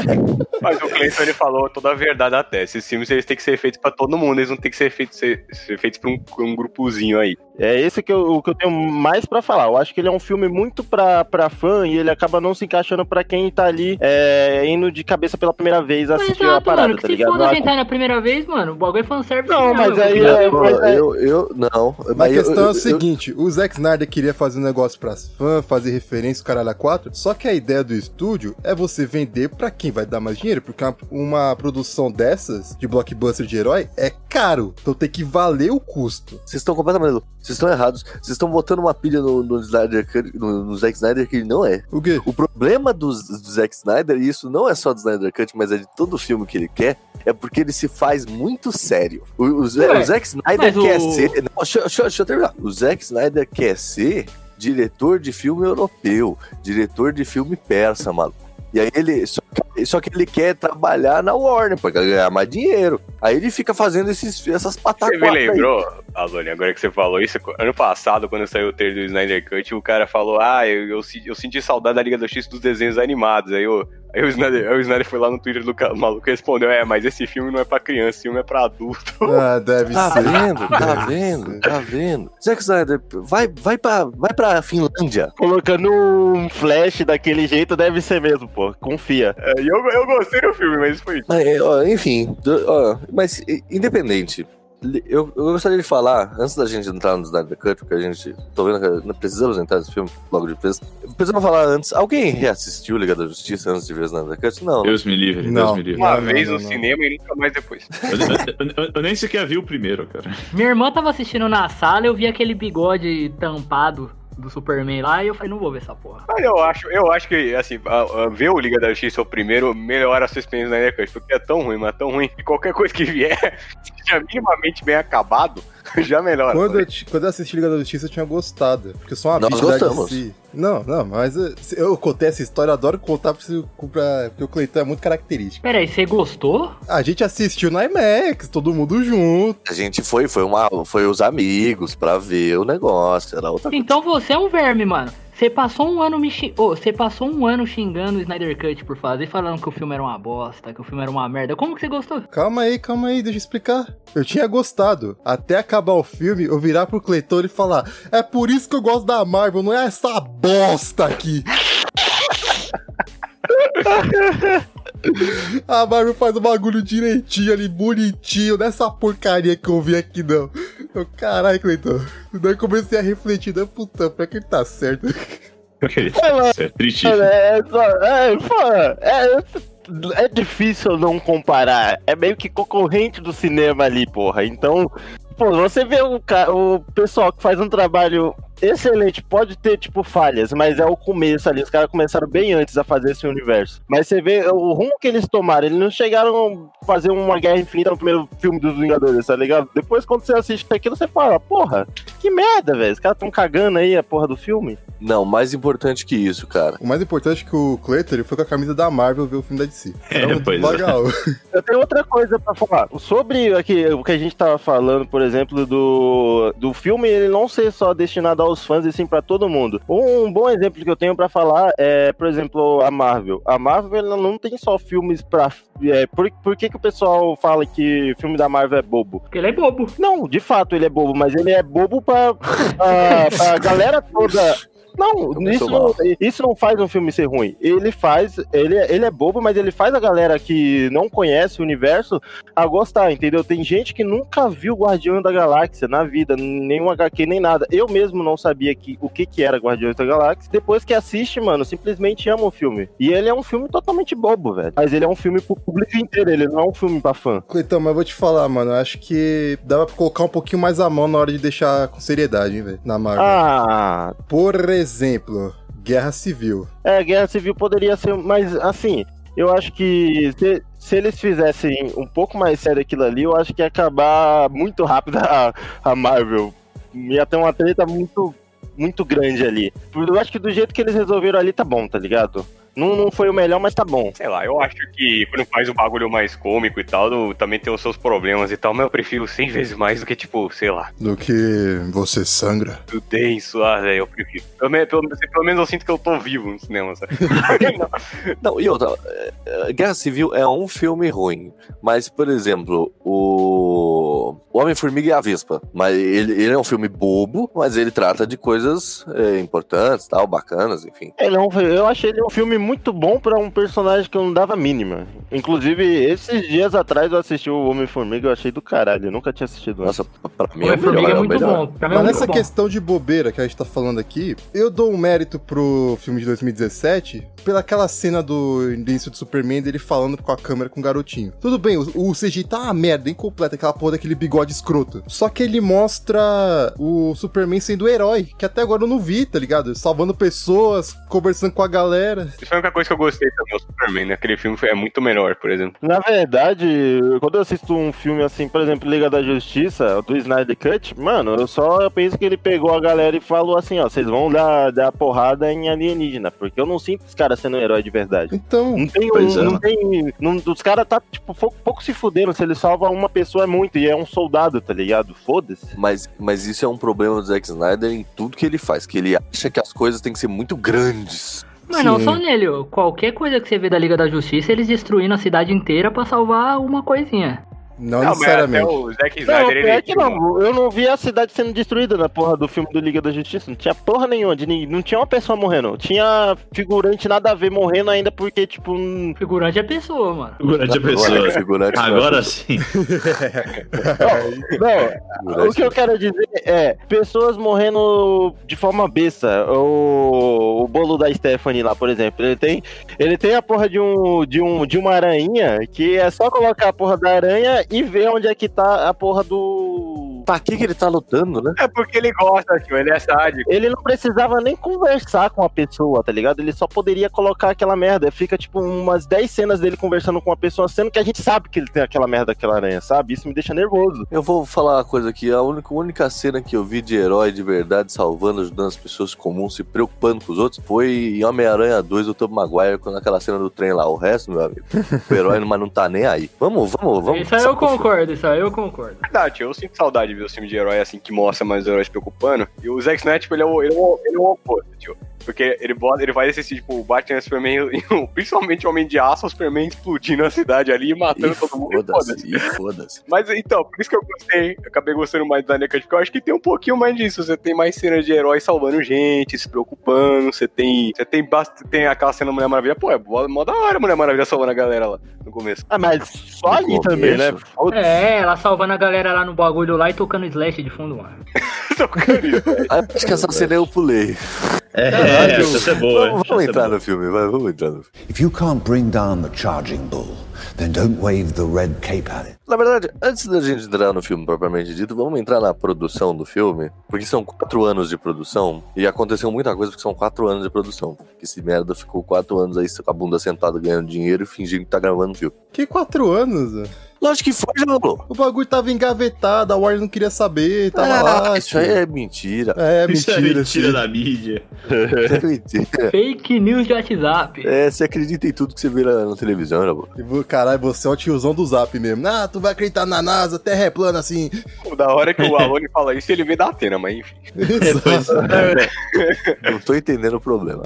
[SPEAKER 3] Mas o Cleiton ele falou toda a verdade até. Esses filmes eles têm que ser feitos pra todo mundo, eles não têm que ser feitos, ser, ser feitos pra um, um grupozinho aí.
[SPEAKER 5] É esse que eu, o que eu tenho mais pra falar. Eu acho que ele é um filme muito pra, pra fã e ele acaba não se encaixando pra quem tá ali é, indo de cabeça pela primeira vez assistir a
[SPEAKER 6] é Exato,
[SPEAKER 5] parada,
[SPEAKER 6] mano. Que
[SPEAKER 5] tá
[SPEAKER 6] se
[SPEAKER 5] ligado?
[SPEAKER 6] foda
[SPEAKER 5] Eu
[SPEAKER 6] quem tá aí na primeira vez, mano. O bagulho é fanservice.
[SPEAKER 5] Não,
[SPEAKER 6] mesmo,
[SPEAKER 5] mas
[SPEAKER 6] eu
[SPEAKER 5] aí-
[SPEAKER 6] queria-
[SPEAKER 5] é,
[SPEAKER 2] Pô,
[SPEAKER 5] mas é-
[SPEAKER 2] eu, eu, não.
[SPEAKER 1] Mas a
[SPEAKER 2] mas eu-
[SPEAKER 1] questão é
[SPEAKER 2] eu-
[SPEAKER 1] o seguinte: o Zack Snyder queria fazer um negócio pras fãs, fazer referência, os caralho a quatro. Só que a ideia do estúdio é você vender pra quem vai dar mais dinheiro, porque uma, uma produção dessas, de blockbuster de herói, é caro. Então Então tem que valer o custo.
[SPEAKER 2] Vocês estão completamente loucos. Vocês estão errados. Vocês estão botando uma pilha no, no, Snyder Cut- no- no Zack Snyder que ele não é.
[SPEAKER 1] O quê?
[SPEAKER 2] O problema do, Z- do Zack Snyder, e isso não é só do Snyder Cut, mas é de todo filme que ele quer, é porque ele se faz muito sério. O, o Z-
[SPEAKER 3] É,
[SPEAKER 6] Ué,
[SPEAKER 2] o Zack Snyder
[SPEAKER 6] mas o-
[SPEAKER 2] quer ser. Não, deixa, deixa- deixa eu terminar. O Zack Snyder quer ser diretor de filme europeu, diretor de filme persa, maluco. E aí ele. Só que, só que ele quer trabalhar na Warner pra ganhar mais dinheiro. Aí ele fica fazendo esses, essas
[SPEAKER 3] Você
[SPEAKER 2] pataquadas.
[SPEAKER 3] me
[SPEAKER 2] Tá aí.
[SPEAKER 3] lembrou, Alone, agora que você falou isso, ano passado, quando saiu o trailer do Snyder Cut, o cara falou, ah, eu, eu, se- eu senti saudade da Liga da Justiça dos desenhos animados. Aí, o- aí o, Snyder, aí o Snyder foi lá no Twitter do ca- maluco e respondeu, é, mas esse filme não é pra criança, esse filme é pra adulto.
[SPEAKER 1] Ah, deve
[SPEAKER 2] Tá
[SPEAKER 1] ser.
[SPEAKER 2] vendo, tá vendo, tá vendo. Zack Snyder, vai, vai, pra, vai pra Finlândia.
[SPEAKER 5] Colocando um flash daquele jeito deve ser mesmo, pô. Confia.
[SPEAKER 3] É, E eu, eu gostei do filme, mas foi isso.
[SPEAKER 2] Mas, é, ó, enfim, do- ó, mas i- independente, li- eu, eu gostaria de falar, antes da gente entrar no Snyder Cut, porque a gente, tô vendo que não precisamos entrar nesse filme logo de vez, precisamos falar antes, alguém reassistiu Liga da Justiça antes de ver Snyder Cut? Não.
[SPEAKER 4] Deus me livre,
[SPEAKER 1] Não.
[SPEAKER 4] Deus me livre.
[SPEAKER 2] Ah.
[SPEAKER 3] uma
[SPEAKER 1] não,
[SPEAKER 3] vez
[SPEAKER 1] não,
[SPEAKER 3] no
[SPEAKER 1] não.
[SPEAKER 3] cinema e nunca mais depois.
[SPEAKER 4] Eu, eu- eu- eu nem sequer vi o primeiro, cara.
[SPEAKER 6] Minha irmã tava assistindo na sala, eu vi aquele bigode tampado do Superman lá e eu falei, não vou ver essa porra.
[SPEAKER 3] Mas eu acho, eu acho que, assim, a- a- ver o Liga da Justiça o primeiro melhora a sua experiência na Snyder Cut, porque é tão ruim, mas é tão ruim, que qualquer coisa que vier, seja minimamente bem acabado, já melhora.
[SPEAKER 1] Quando eu, ti- quando eu assisti Liga da Justiça, eu tinha gostado. Porque eu sou uma
[SPEAKER 2] Nós
[SPEAKER 1] bicha da
[SPEAKER 2] gostamos.
[SPEAKER 1] DC. Não, não, mas eu, se- eu contei essa história, eu adoro contar pra, você- pra, porque o Cleiton é muito característico.
[SPEAKER 6] Pera aí, você gostou?
[SPEAKER 1] A gente assistiu na IMAX, todo mundo junto.
[SPEAKER 2] A gente foi, foi, uma, foi os amigos pra ver o negócio, era outra
[SPEAKER 6] Então você é um verme, mano. Você passou um ano me xing... Ô, você passou um ano xingando o Snyder Cut por fazer, falando que o filme era uma bosta, que o filme era uma merda. Como que você gostou?
[SPEAKER 1] Calma aí, calma aí, deixa eu explicar. Eu tinha gostado. Até acabar o filme, eu virar pro Cleiton e falar: É por isso que eu gosto da Marvel, não é essa bosta aqui. A Marvel faz o bagulho direitinho ali, bonitinho, nessa porcaria que eu vi aqui não. Eu, caralho, Cleiton. Daí eu comecei a refletir, né? Puta, pra que ele tá certo?
[SPEAKER 4] Isso é triste.
[SPEAKER 5] É, é só- é, pô, é- é difícil não comparar. É meio que concorrente do cinema ali, porra. Então, pô, você vê o, ca- o pessoal que faz um trabalho excelente, pode ter, tipo, falhas, mas é o começo ali. Os caras começaram bem antes a fazer esse universo. Mas você vê o rumo que eles tomaram. Eles não chegaram a fazer uma guerra infinita no primeiro filme dos Vingadores, tá ligado? Depois, quando você assiste aquilo, você fala, porra, que merda, velho. Os caras tão cagando aí a porra do filme.
[SPEAKER 2] Não, mais importante que isso, cara.
[SPEAKER 1] O mais importante é que o Cleiton ele foi com a camisa da Marvel ver o filme da Então, DC.
[SPEAKER 4] É, pois é.
[SPEAKER 1] legal.
[SPEAKER 5] Eu tenho outra coisa pra falar. Sobre aqui, o que a gente tava falando, por exemplo, do, do filme ele não ser só destinado aos fãs e sim pra todo mundo. Um bom exemplo que eu tenho pra falar é, por exemplo, a Marvel. A Marvel ela não tem só filmes pra. é, por por que, que o pessoal fala que filme da Marvel é bobo?
[SPEAKER 6] Porque ele é bobo.
[SPEAKER 5] Não, de fato ele é bobo, mas ele é bobo pra, pra, pra galera toda. Não,
[SPEAKER 2] Começou
[SPEAKER 5] isso não,
[SPEAKER 2] mal.
[SPEAKER 5] isso não faz um filme ser ruim. Ele faz. Ele, ele é bobo, mas ele faz a galera que não conhece o universo a gostar, entendeu? Tem gente que nunca viu Guardiões da Galáxia na vida, nenhum HQ, nem nada. Eu mesmo não sabia que, o que, que era Guardiões da Galáxia. Depois que assiste, mano, simplesmente ama o filme. E ele é um filme totalmente bobo, velho. Mas ele é um filme pro público inteiro, ele não é um filme pra fã.
[SPEAKER 1] Cleitão, mas eu vou te falar, mano. eu Acho que dava pra colocar um pouquinho mais a mão na hora de deixar com seriedade, hein, velho? Na Marvel.
[SPEAKER 5] Ah,
[SPEAKER 1] Por exemplo, Guerra Civil.
[SPEAKER 5] É, Guerra Civil poderia ser, mas assim, eu acho que se, se eles fizessem um pouco mais sério aquilo ali, eu acho que ia acabar muito rápido a, a Marvel. Ia ter uma treta muito, muito grande ali. Eu acho que do jeito que eles resolveram ali tá bom, tá ligado? Não, não foi o melhor, mas tá bom.
[SPEAKER 3] Sei lá, eu acho que quando faz um bagulho mais cômico e tal, do- também tem os seus problemas e tal, mas eu prefiro 100 vezes mais do que, tipo, sei lá,
[SPEAKER 1] Do que você sangra.
[SPEAKER 3] do denso, ah, velho, eu prefiro. Pelo, me- pelo- pelo menos eu sinto que eu tô vivo no cinema, sabe?
[SPEAKER 2] Não, e outra, é, é, Guerra Civil é um filme ruim, mas, por exemplo, o, o Homem-Formiga e a Vespa, mas ele, ele é um filme bobo, mas ele trata de coisas é, importantes, tal, bacanas, enfim.
[SPEAKER 5] Ele é um- eu achei ele um filme muito bom pra um personagem que eu não dava a mínima. Inclusive, esses dias atrás eu assisti o Homem-Formiga e eu achei do caralho. Eu nunca tinha assistido antes.
[SPEAKER 2] Nossa, pra mim é o melhor,
[SPEAKER 6] Homem-Formiga
[SPEAKER 2] é
[SPEAKER 6] é
[SPEAKER 2] o
[SPEAKER 6] muito
[SPEAKER 2] melhor.
[SPEAKER 6] bom. Pra mim é
[SPEAKER 1] Mas
[SPEAKER 6] muito
[SPEAKER 1] nessa
[SPEAKER 6] bom.
[SPEAKER 1] questão de bobeira que a gente tá falando aqui, eu dou um mérito pro filme de 2017 pela aquela cena do início do Superman dele falando com a câmera com o garotinho. Tudo bem, o, o CG tá uma merda, incompleta, aquela porra daquele bigode bigode escroto. Só que ele mostra o Superman sendo herói, que até agora eu não vi, tá ligado? Salvando pessoas, conversando com a galera.
[SPEAKER 3] Isso foi a única coisa que eu gostei também, o Superman, né? Aquele filme foi- é muito melhor, por exemplo.
[SPEAKER 5] Na verdade, quando eu assisto um filme assim, por exemplo, Liga da Justiça, do Snyder Cut, mano, eu só penso que ele pegou a galera e falou assim, ó, vocês vão dar, dar porrada em alienígena, porque eu não sinto os caras sendo um herói de verdade.
[SPEAKER 1] Então,
[SPEAKER 5] Não tem, um,
[SPEAKER 7] Pois é,
[SPEAKER 5] não
[SPEAKER 7] mano.
[SPEAKER 5] tem, não- os caras tá, tipo, pouco, pouco se fuderam, se ele salva uma pessoa é muito, e é um soldado, tá ligado? Foda-se.
[SPEAKER 2] Mas, mas isso é um problema do Zack Snyder em tudo que ele faz, que ele acha que as coisas têm que ser muito grandes.
[SPEAKER 6] Mas não
[SPEAKER 1] Sim.
[SPEAKER 6] só nele, ó. qualquer coisa que você vê da Liga da Justiça, eles destruindo a cidade inteira pra salvar uma coisinha.
[SPEAKER 1] não,
[SPEAKER 3] mas até
[SPEAKER 1] necessariamente.
[SPEAKER 3] o Zack
[SPEAKER 5] Não,
[SPEAKER 3] Snyder,
[SPEAKER 5] pior
[SPEAKER 3] ele. é tipo
[SPEAKER 5] que não, eu não vi a cidade sendo destruída na porra do filme do Liga da Justiça. Não tinha porra nenhuma, de, nin- não tinha uma pessoa morrendo. Tinha figurante nada a ver morrendo ainda porque, tipo, hum,
[SPEAKER 6] Figurante é pessoa, mano.
[SPEAKER 7] Figurante a
[SPEAKER 2] Agora,
[SPEAKER 7] pessoa.
[SPEAKER 2] figurante, não é
[SPEAKER 7] Agora sim.
[SPEAKER 5] Não,
[SPEAKER 2] figurante.
[SPEAKER 5] o que eu quero dizer é pessoas morrendo de forma besta. O, o bolo da Stephanie lá, por exemplo, ele tem, ele tem a porra de um, de um, de uma aranha que é só colocar a porra da aranha e ver onde é que tá a porra do.
[SPEAKER 2] Pra que, que ele tá lutando, né?
[SPEAKER 3] É porque ele gosta, tio, ele é sádico.
[SPEAKER 5] Ele não precisava nem conversar com a pessoa, tá ligado? Ele só poderia colocar aquela merda. Fica tipo umas 10 cenas dele conversando com a pessoa, sendo que a gente sabe que ele tem aquela merda daquela aranha, sabe? Isso me deixa nervoso.
[SPEAKER 2] Eu vou falar uma coisa aqui. A única, única cena que eu vi de herói de verdade salvando, ajudando as pessoas comuns, se preocupando com os outros, foi em Homem-Aranha 2 do Tobey Maguire, quando aquela cena do trem lá. O resto, meu amigo, o herói mas não tá nem aí. Vamos, vamos, vamos.
[SPEAKER 6] isso aí eu concordo, isso aí eu concordo.
[SPEAKER 3] Verdade, tio, eu sinto saudade de ver os filmes de herói assim que mostra mais os heróis se preocupando. E o Zack Snyder, tipo, ele é o, ele é o, ele é o oposto, tio. Porque ele, bota- ele faz esse tipo, o Batman e o Superman, e o- principalmente o Homem de Aço, o Superman explodindo a cidade ali e matando
[SPEAKER 2] E
[SPEAKER 3] todo mundo. e foda-se.
[SPEAKER 2] foda-se, e foda-se.
[SPEAKER 3] Mas então, por isso que eu gostei, eu acabei gostando mais da Neca, porque eu acho que tem um pouquinho mais disso. Você tem mais cenas de herói salvando gente, se preocupando, você tem. Você tem, bast- tem aquela cena da Mulher Maravilha, pô, é mó mó da hora a Mulher Maravilha salvando a galera lá no começo.
[SPEAKER 5] Ah, mas só ali
[SPEAKER 2] começo.
[SPEAKER 5] também, né? Foda-se.
[SPEAKER 6] É, ela salvando a galera lá no bagulho lá e tocando slash de fundo, mano.
[SPEAKER 2] Acho que essa cena eu pulei.
[SPEAKER 7] É, essa essa é boa.
[SPEAKER 2] Vamos,
[SPEAKER 7] essa
[SPEAKER 2] vamos
[SPEAKER 7] é
[SPEAKER 2] entrar
[SPEAKER 7] boa.
[SPEAKER 2] no filme, vai, vamos entrar no filme.
[SPEAKER 8] If you can't bring down the charging bull, then don't wave the red cape at it.
[SPEAKER 2] Na verdade, antes da gente entrar no filme propriamente dito, vamos entrar na produção do filme, porque são quatro anos de produção e aconteceu muita coisa porque são quatro anos de produção. Esse merda ficou quatro anos aí com a bunda sentada ganhando dinheiro e fingindo que tá gravando filme.
[SPEAKER 1] Que quatro anos, né?
[SPEAKER 2] Lógico que foi, Jambo.
[SPEAKER 1] O bagulho tava engavetado, a Warner não queria saber, tava lá. tipo,
[SPEAKER 2] Ah, isso aí é mentira.
[SPEAKER 1] É,
[SPEAKER 7] Isso é
[SPEAKER 1] mentira,
[SPEAKER 7] mentira
[SPEAKER 1] sim.
[SPEAKER 7] da mídia.
[SPEAKER 2] Isso é mentira.
[SPEAKER 6] Fake news de WhatsApp.
[SPEAKER 2] É, você acredita em tudo que você vê na, na televisão, né, Jambo.
[SPEAKER 1] E vo- Caralho, você é o tiozão do zap mesmo. Ah, tu vai acreditar na NASA, terra é plana assim.
[SPEAKER 3] Pô, da hora que o Alone fala isso, ele vê da Atena, mas enfim.
[SPEAKER 7] Pois
[SPEAKER 1] Exato.
[SPEAKER 7] é.
[SPEAKER 2] Não tô entendendo o problema.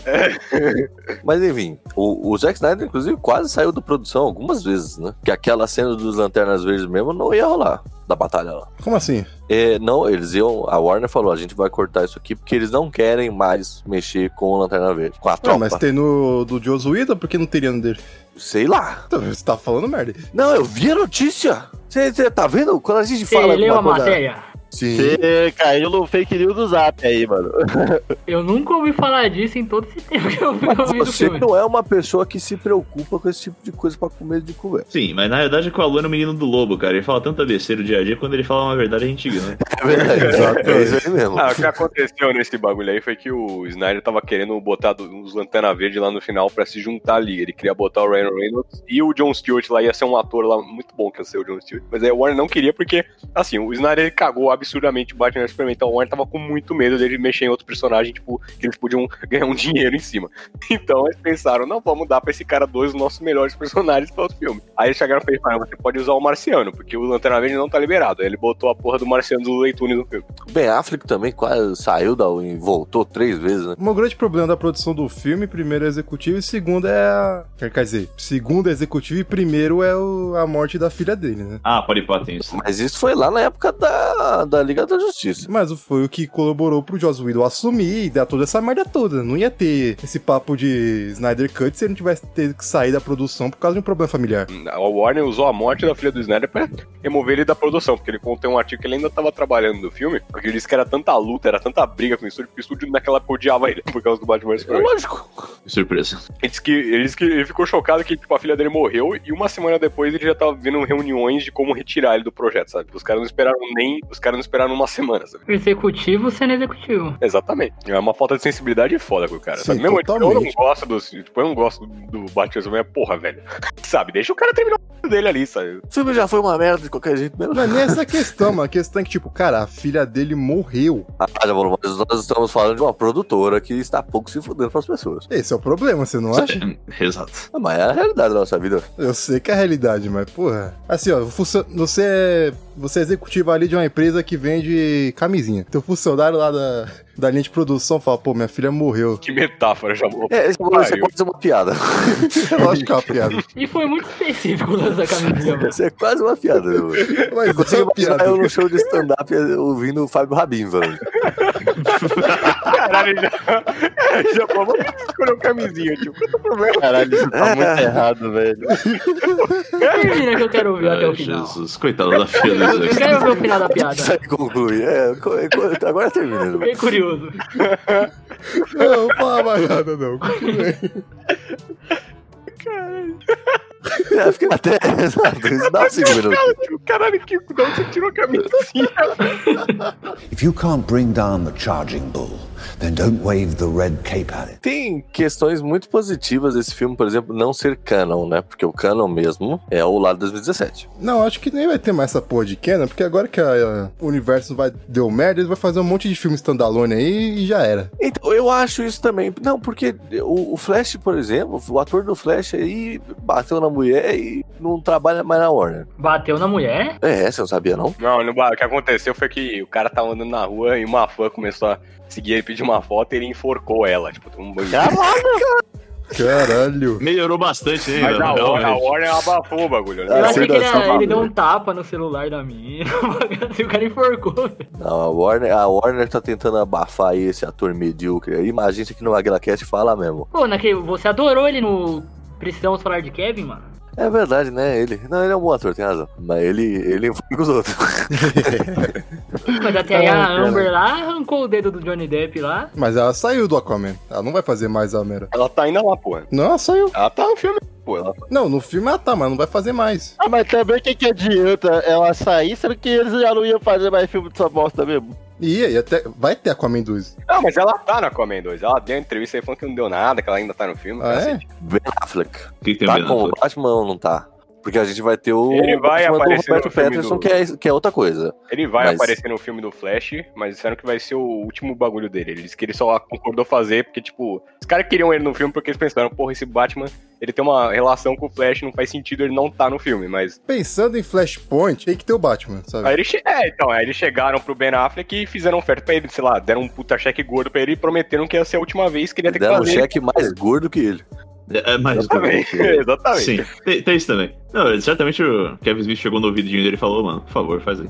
[SPEAKER 2] Mas enfim, o, o Zack Snyder, inclusive, quase saiu da produção algumas vezes, né? Que aquela cena dos Lanternas Verdes mesmo não ia rolar da batalha lá.
[SPEAKER 1] Como assim?
[SPEAKER 2] É, não, eles iam. A Warner falou: a gente vai cortar isso aqui porque eles não querem mais mexer com o Lanterna Verde. Com a
[SPEAKER 1] Não,
[SPEAKER 2] tropa.
[SPEAKER 1] Ah, mas tem no do Josuída, por que não teria no dele?
[SPEAKER 2] Sei lá.
[SPEAKER 1] Então, Você tá falando merda.
[SPEAKER 2] Não, eu vi a notícia. Você tá vendo? Quando a gente fala.
[SPEAKER 6] Você leu a
[SPEAKER 2] alguma coisa-
[SPEAKER 6] matéria?
[SPEAKER 2] Sim.
[SPEAKER 5] Você caiu no fake news do zap aí, mano.
[SPEAKER 6] Eu nunca ouvi falar disso em todo esse tempo que eu ouvi do
[SPEAKER 2] Você
[SPEAKER 6] filme.
[SPEAKER 2] não é uma pessoa que se preocupa com esse tipo de coisa pra comer de comer.
[SPEAKER 7] Sim, mas na verdade é que o aluno é o menino do lobo, cara. Ele fala tanta besteira o dia a dia, quando ele fala uma verdade a gente né? ganha.
[SPEAKER 2] É verdade. é isso aí mesmo.
[SPEAKER 3] Ah, o que aconteceu nesse bagulho aí foi que o Snyder tava querendo botar do- uns Lanterna Verde lá no final pra se juntar ali. Ele queria botar o Ryan Reynolds e o John Stewart lá, ia ser um ator lá muito bom que ia ser o John Stewart. Mas aí o Warner não queria porque, assim, o Snyder ele cagou absurdamente o Batman vs Superman. Então o Warner tava com muito medo dele mexer em outro personagem, tipo, que eles podiam ganhar um dinheiro em cima. Então eles pensaram, não, vamos dar pra esse cara dois dos nossos melhores personagens pra outro filme. Aí eles chegaram pra ele e falaram, você pode usar o Marciano, porque o Lanterna Verde não tá liberado. Aí ele botou a porra do Marciano do Leitune no filme.
[SPEAKER 2] O Ben Affleck também quase saiu da e voltou três vezes, né?
[SPEAKER 1] O meu grande problema da produção do filme, primeiro é executivo e segundo é a. Quer quer dizer, segundo é executivo e primeiro é o- a morte da filha dele, né?
[SPEAKER 7] Ah, pode pá, tem isso.
[SPEAKER 2] Mas isso foi lá na época da, da Liga da Justiça.
[SPEAKER 1] Mas foi o que colaborou pro Joss Whedon assumir e dar toda essa merda toda. Não ia ter esse papo de Snyder Cut se ele não tivesse tido que sair da produção por causa de um problema familiar.
[SPEAKER 3] A Warner usou a morte da filha do Snyder pra remover ele da produção, porque ele contém um artigo que ele ainda tava trabalhando do filme, porque ele disse que era tanta luta, era tanta briga com o estúdio, porque o estúdio naquela época odiava ele por causa do Batman vs. Superman.
[SPEAKER 2] Lógico.
[SPEAKER 7] Surpresa.
[SPEAKER 3] Ele disse que, ele disse que ele ficou chocado que tipo, a filha dele morreu e uma semana depois ele já tava vendo reuniões de como retirar ele do projeto, sabe? Os caras não esperaram nem. Os caras não esperaram uma semana, sabe?
[SPEAKER 6] Executivo sendo executivo.
[SPEAKER 3] Exatamente. É uma falta de sensibilidade foda com o cara.
[SPEAKER 1] Sim,
[SPEAKER 3] sabe? Mesmo tipo, eu não
[SPEAKER 1] totalmente.
[SPEAKER 3] gosto do. Tipo, eu não gosto do Batman Superman, é porra, velho. sabe, deixa o cara terminar o dele ali, sabe?
[SPEAKER 2] O filme já foi uma merda de qualquer jeito mesmo.
[SPEAKER 1] Não é nem essa a questão, mano. A questão é que, tipo, cara, a filha dele morreu.
[SPEAKER 2] Ah, já falou, mas nós estamos falando de uma produtora que está pouco se fudendo pras pessoas.
[SPEAKER 1] Esse é o problema, você não acha?
[SPEAKER 7] Exato.
[SPEAKER 2] Ah, mas é a realidade da nossa vida.
[SPEAKER 1] Eu sei que é a realidade, mas, porra. Assim, ó, funcio- você é. Você é executivo ali de uma empresa que vende camisinha. Teu funcionário lá da, da linha de produção fala, pô, minha filha morreu.
[SPEAKER 3] Que metáfora, já vou.
[SPEAKER 2] É, esse bagulho, você
[SPEAKER 3] Pariu.
[SPEAKER 2] pode ser uma piada.
[SPEAKER 1] É Lógico que é uma piada.
[SPEAKER 6] E foi muito específico o lance da camisinha, mano.
[SPEAKER 2] Isso é quase uma piada, meu. Eu
[SPEAKER 1] Mas é
[SPEAKER 2] consigo
[SPEAKER 1] uma
[SPEAKER 2] imaginar
[SPEAKER 1] piada.
[SPEAKER 2] eu no show de stand-up ouvindo o Fábio Rabin, velho.
[SPEAKER 3] Caralho, já. já falou que escolheu camisinha, tipo, qual é o problema?
[SPEAKER 5] Caralho, isso tá muito errado, velho.
[SPEAKER 6] Termina que eu quero ouvir até o
[SPEAKER 7] Ai,
[SPEAKER 6] final.
[SPEAKER 7] Ah, Jesus, coitado da filha do
[SPEAKER 6] Eu
[SPEAKER 7] Zack.
[SPEAKER 6] quero ouvir o final da piada.
[SPEAKER 2] Sai e conclui. É, co- é, co- agora termina. né? velho.
[SPEAKER 6] Fiquei curioso.
[SPEAKER 1] Não, não fala mais nada, não.
[SPEAKER 2] É, fica até. Exato, isso dá uns cinco minutos.
[SPEAKER 3] Tipo, caralho, que de onde você tirou a camisinha?
[SPEAKER 8] If you can't bring down the charging bull, then don't wave the red cape at it.
[SPEAKER 2] Tem questões muito positivas desse filme, por exemplo, não ser canon, né? Porque o canon mesmo é o lado de 2017.
[SPEAKER 1] Não, acho que nem vai ter mais essa porra de Canon, porque agora que a- o universo vai deu merda, ele vai fazer um monte de filme standalone aí e já era.
[SPEAKER 2] Então, eu acho isso também. Não, porque o, o Flash, por exemplo, o ator do Flash aí bateu na mulher e não trabalha mais na Warner.
[SPEAKER 6] Bateu na mulher?
[SPEAKER 2] É, você não sabia, não?
[SPEAKER 3] Não, no bar, o que aconteceu foi que o cara tava andando na rua e uma fã começou a seguir ele, pedir uma foto e ele enforcou ela. Tipo, tomou um banho.
[SPEAKER 1] Caralho.
[SPEAKER 7] Melhorou bastante, hein?
[SPEAKER 3] Mas a
[SPEAKER 7] Léo?
[SPEAKER 3] Warner, a
[SPEAKER 7] Realmente.
[SPEAKER 3] Warner abafou o bagulho,
[SPEAKER 6] Eu
[SPEAKER 2] Ah,
[SPEAKER 3] né?
[SPEAKER 6] achei
[SPEAKER 2] sei
[SPEAKER 6] que
[SPEAKER 2] das
[SPEAKER 6] ele,
[SPEAKER 2] cavalas.
[SPEAKER 6] ele deu um tapa no celular da mina. assim, o cara enforcou. velho.
[SPEAKER 2] Não, a Warner, a Warner tá tentando abafar aí esse ator medíocre aí, mas a gente aqui no AguilaCast fala mesmo.
[SPEAKER 6] Pô, naquele, você adorou ele no Precisamos Falar de Kevin, mano?
[SPEAKER 2] É verdade, né? Ele. Não, ele é um bom ator, tem razão. Mas ele, ele envolve com os outros.
[SPEAKER 6] Mas
[SPEAKER 4] Tá
[SPEAKER 6] até aí a Amber lá arrancou o dedo do Johnny Depp lá.
[SPEAKER 1] Mas ela saiu do Aquaman. Ela não vai fazer mais a mera.
[SPEAKER 3] Ela tá ainda lá, porra.
[SPEAKER 1] Não, ela saiu.
[SPEAKER 3] Ela tá no filme, pô. Ela...
[SPEAKER 1] Não, no filme ela tá, mas não vai fazer mais.
[SPEAKER 5] Ah, mas também o que, que adianta ela sair, sendo que eles já não iam fazer mais filme dessa bosta mesmo?
[SPEAKER 1] E aí, até vai ter Aquaman 2.
[SPEAKER 3] Não, mas ela tá na Aquaman 2. Ela deu uma entrevista aí falando que não deu nada, que ela ainda tá no filme.
[SPEAKER 1] Ah, é?
[SPEAKER 3] cacete.
[SPEAKER 2] Ben Affleck.
[SPEAKER 7] O que, que tem
[SPEAKER 2] Tá
[SPEAKER 7] a ver, né?
[SPEAKER 2] com o
[SPEAKER 7] Nathan?
[SPEAKER 2] Batman ou não tá? Porque a gente vai ter o
[SPEAKER 3] Ele vai
[SPEAKER 2] Batman
[SPEAKER 3] aparecer
[SPEAKER 2] do Roberto
[SPEAKER 3] no filme
[SPEAKER 2] Patterson,
[SPEAKER 3] do-
[SPEAKER 2] que, é, que é outra coisa.
[SPEAKER 3] Ele vai
[SPEAKER 2] Mas-
[SPEAKER 3] aparecer no filme do Flash, mas disseram que vai ser o último bagulho dele. Ele disse que ele só concordou fazer porque, tipo, os caras queriam ele no filme porque eles pensaram, porra, esse Batman, ele tem uma relação com o Flash, não faz sentido ele não tá no filme, mas
[SPEAKER 1] Pensando em Flashpoint, tem que ter o Batman, sabe?
[SPEAKER 3] Aí eles, che- é, então, aí eles chegaram pro Ben Affleck e fizeram um oferta pra ele, sei lá, deram um puta cheque gordo pra ele e prometeram que ia ser a última vez que ele ia ter que
[SPEAKER 2] Deram um
[SPEAKER 3] fazer.
[SPEAKER 2] cheque mais gordo que ele.
[SPEAKER 7] É, é mais
[SPEAKER 3] Exatamente. Exatamente.
[SPEAKER 7] Sim, tem, tem isso também. Não, certamente o Kevin Smith chegou no ouvidinho dele e falou, mano, por favor, faz aí.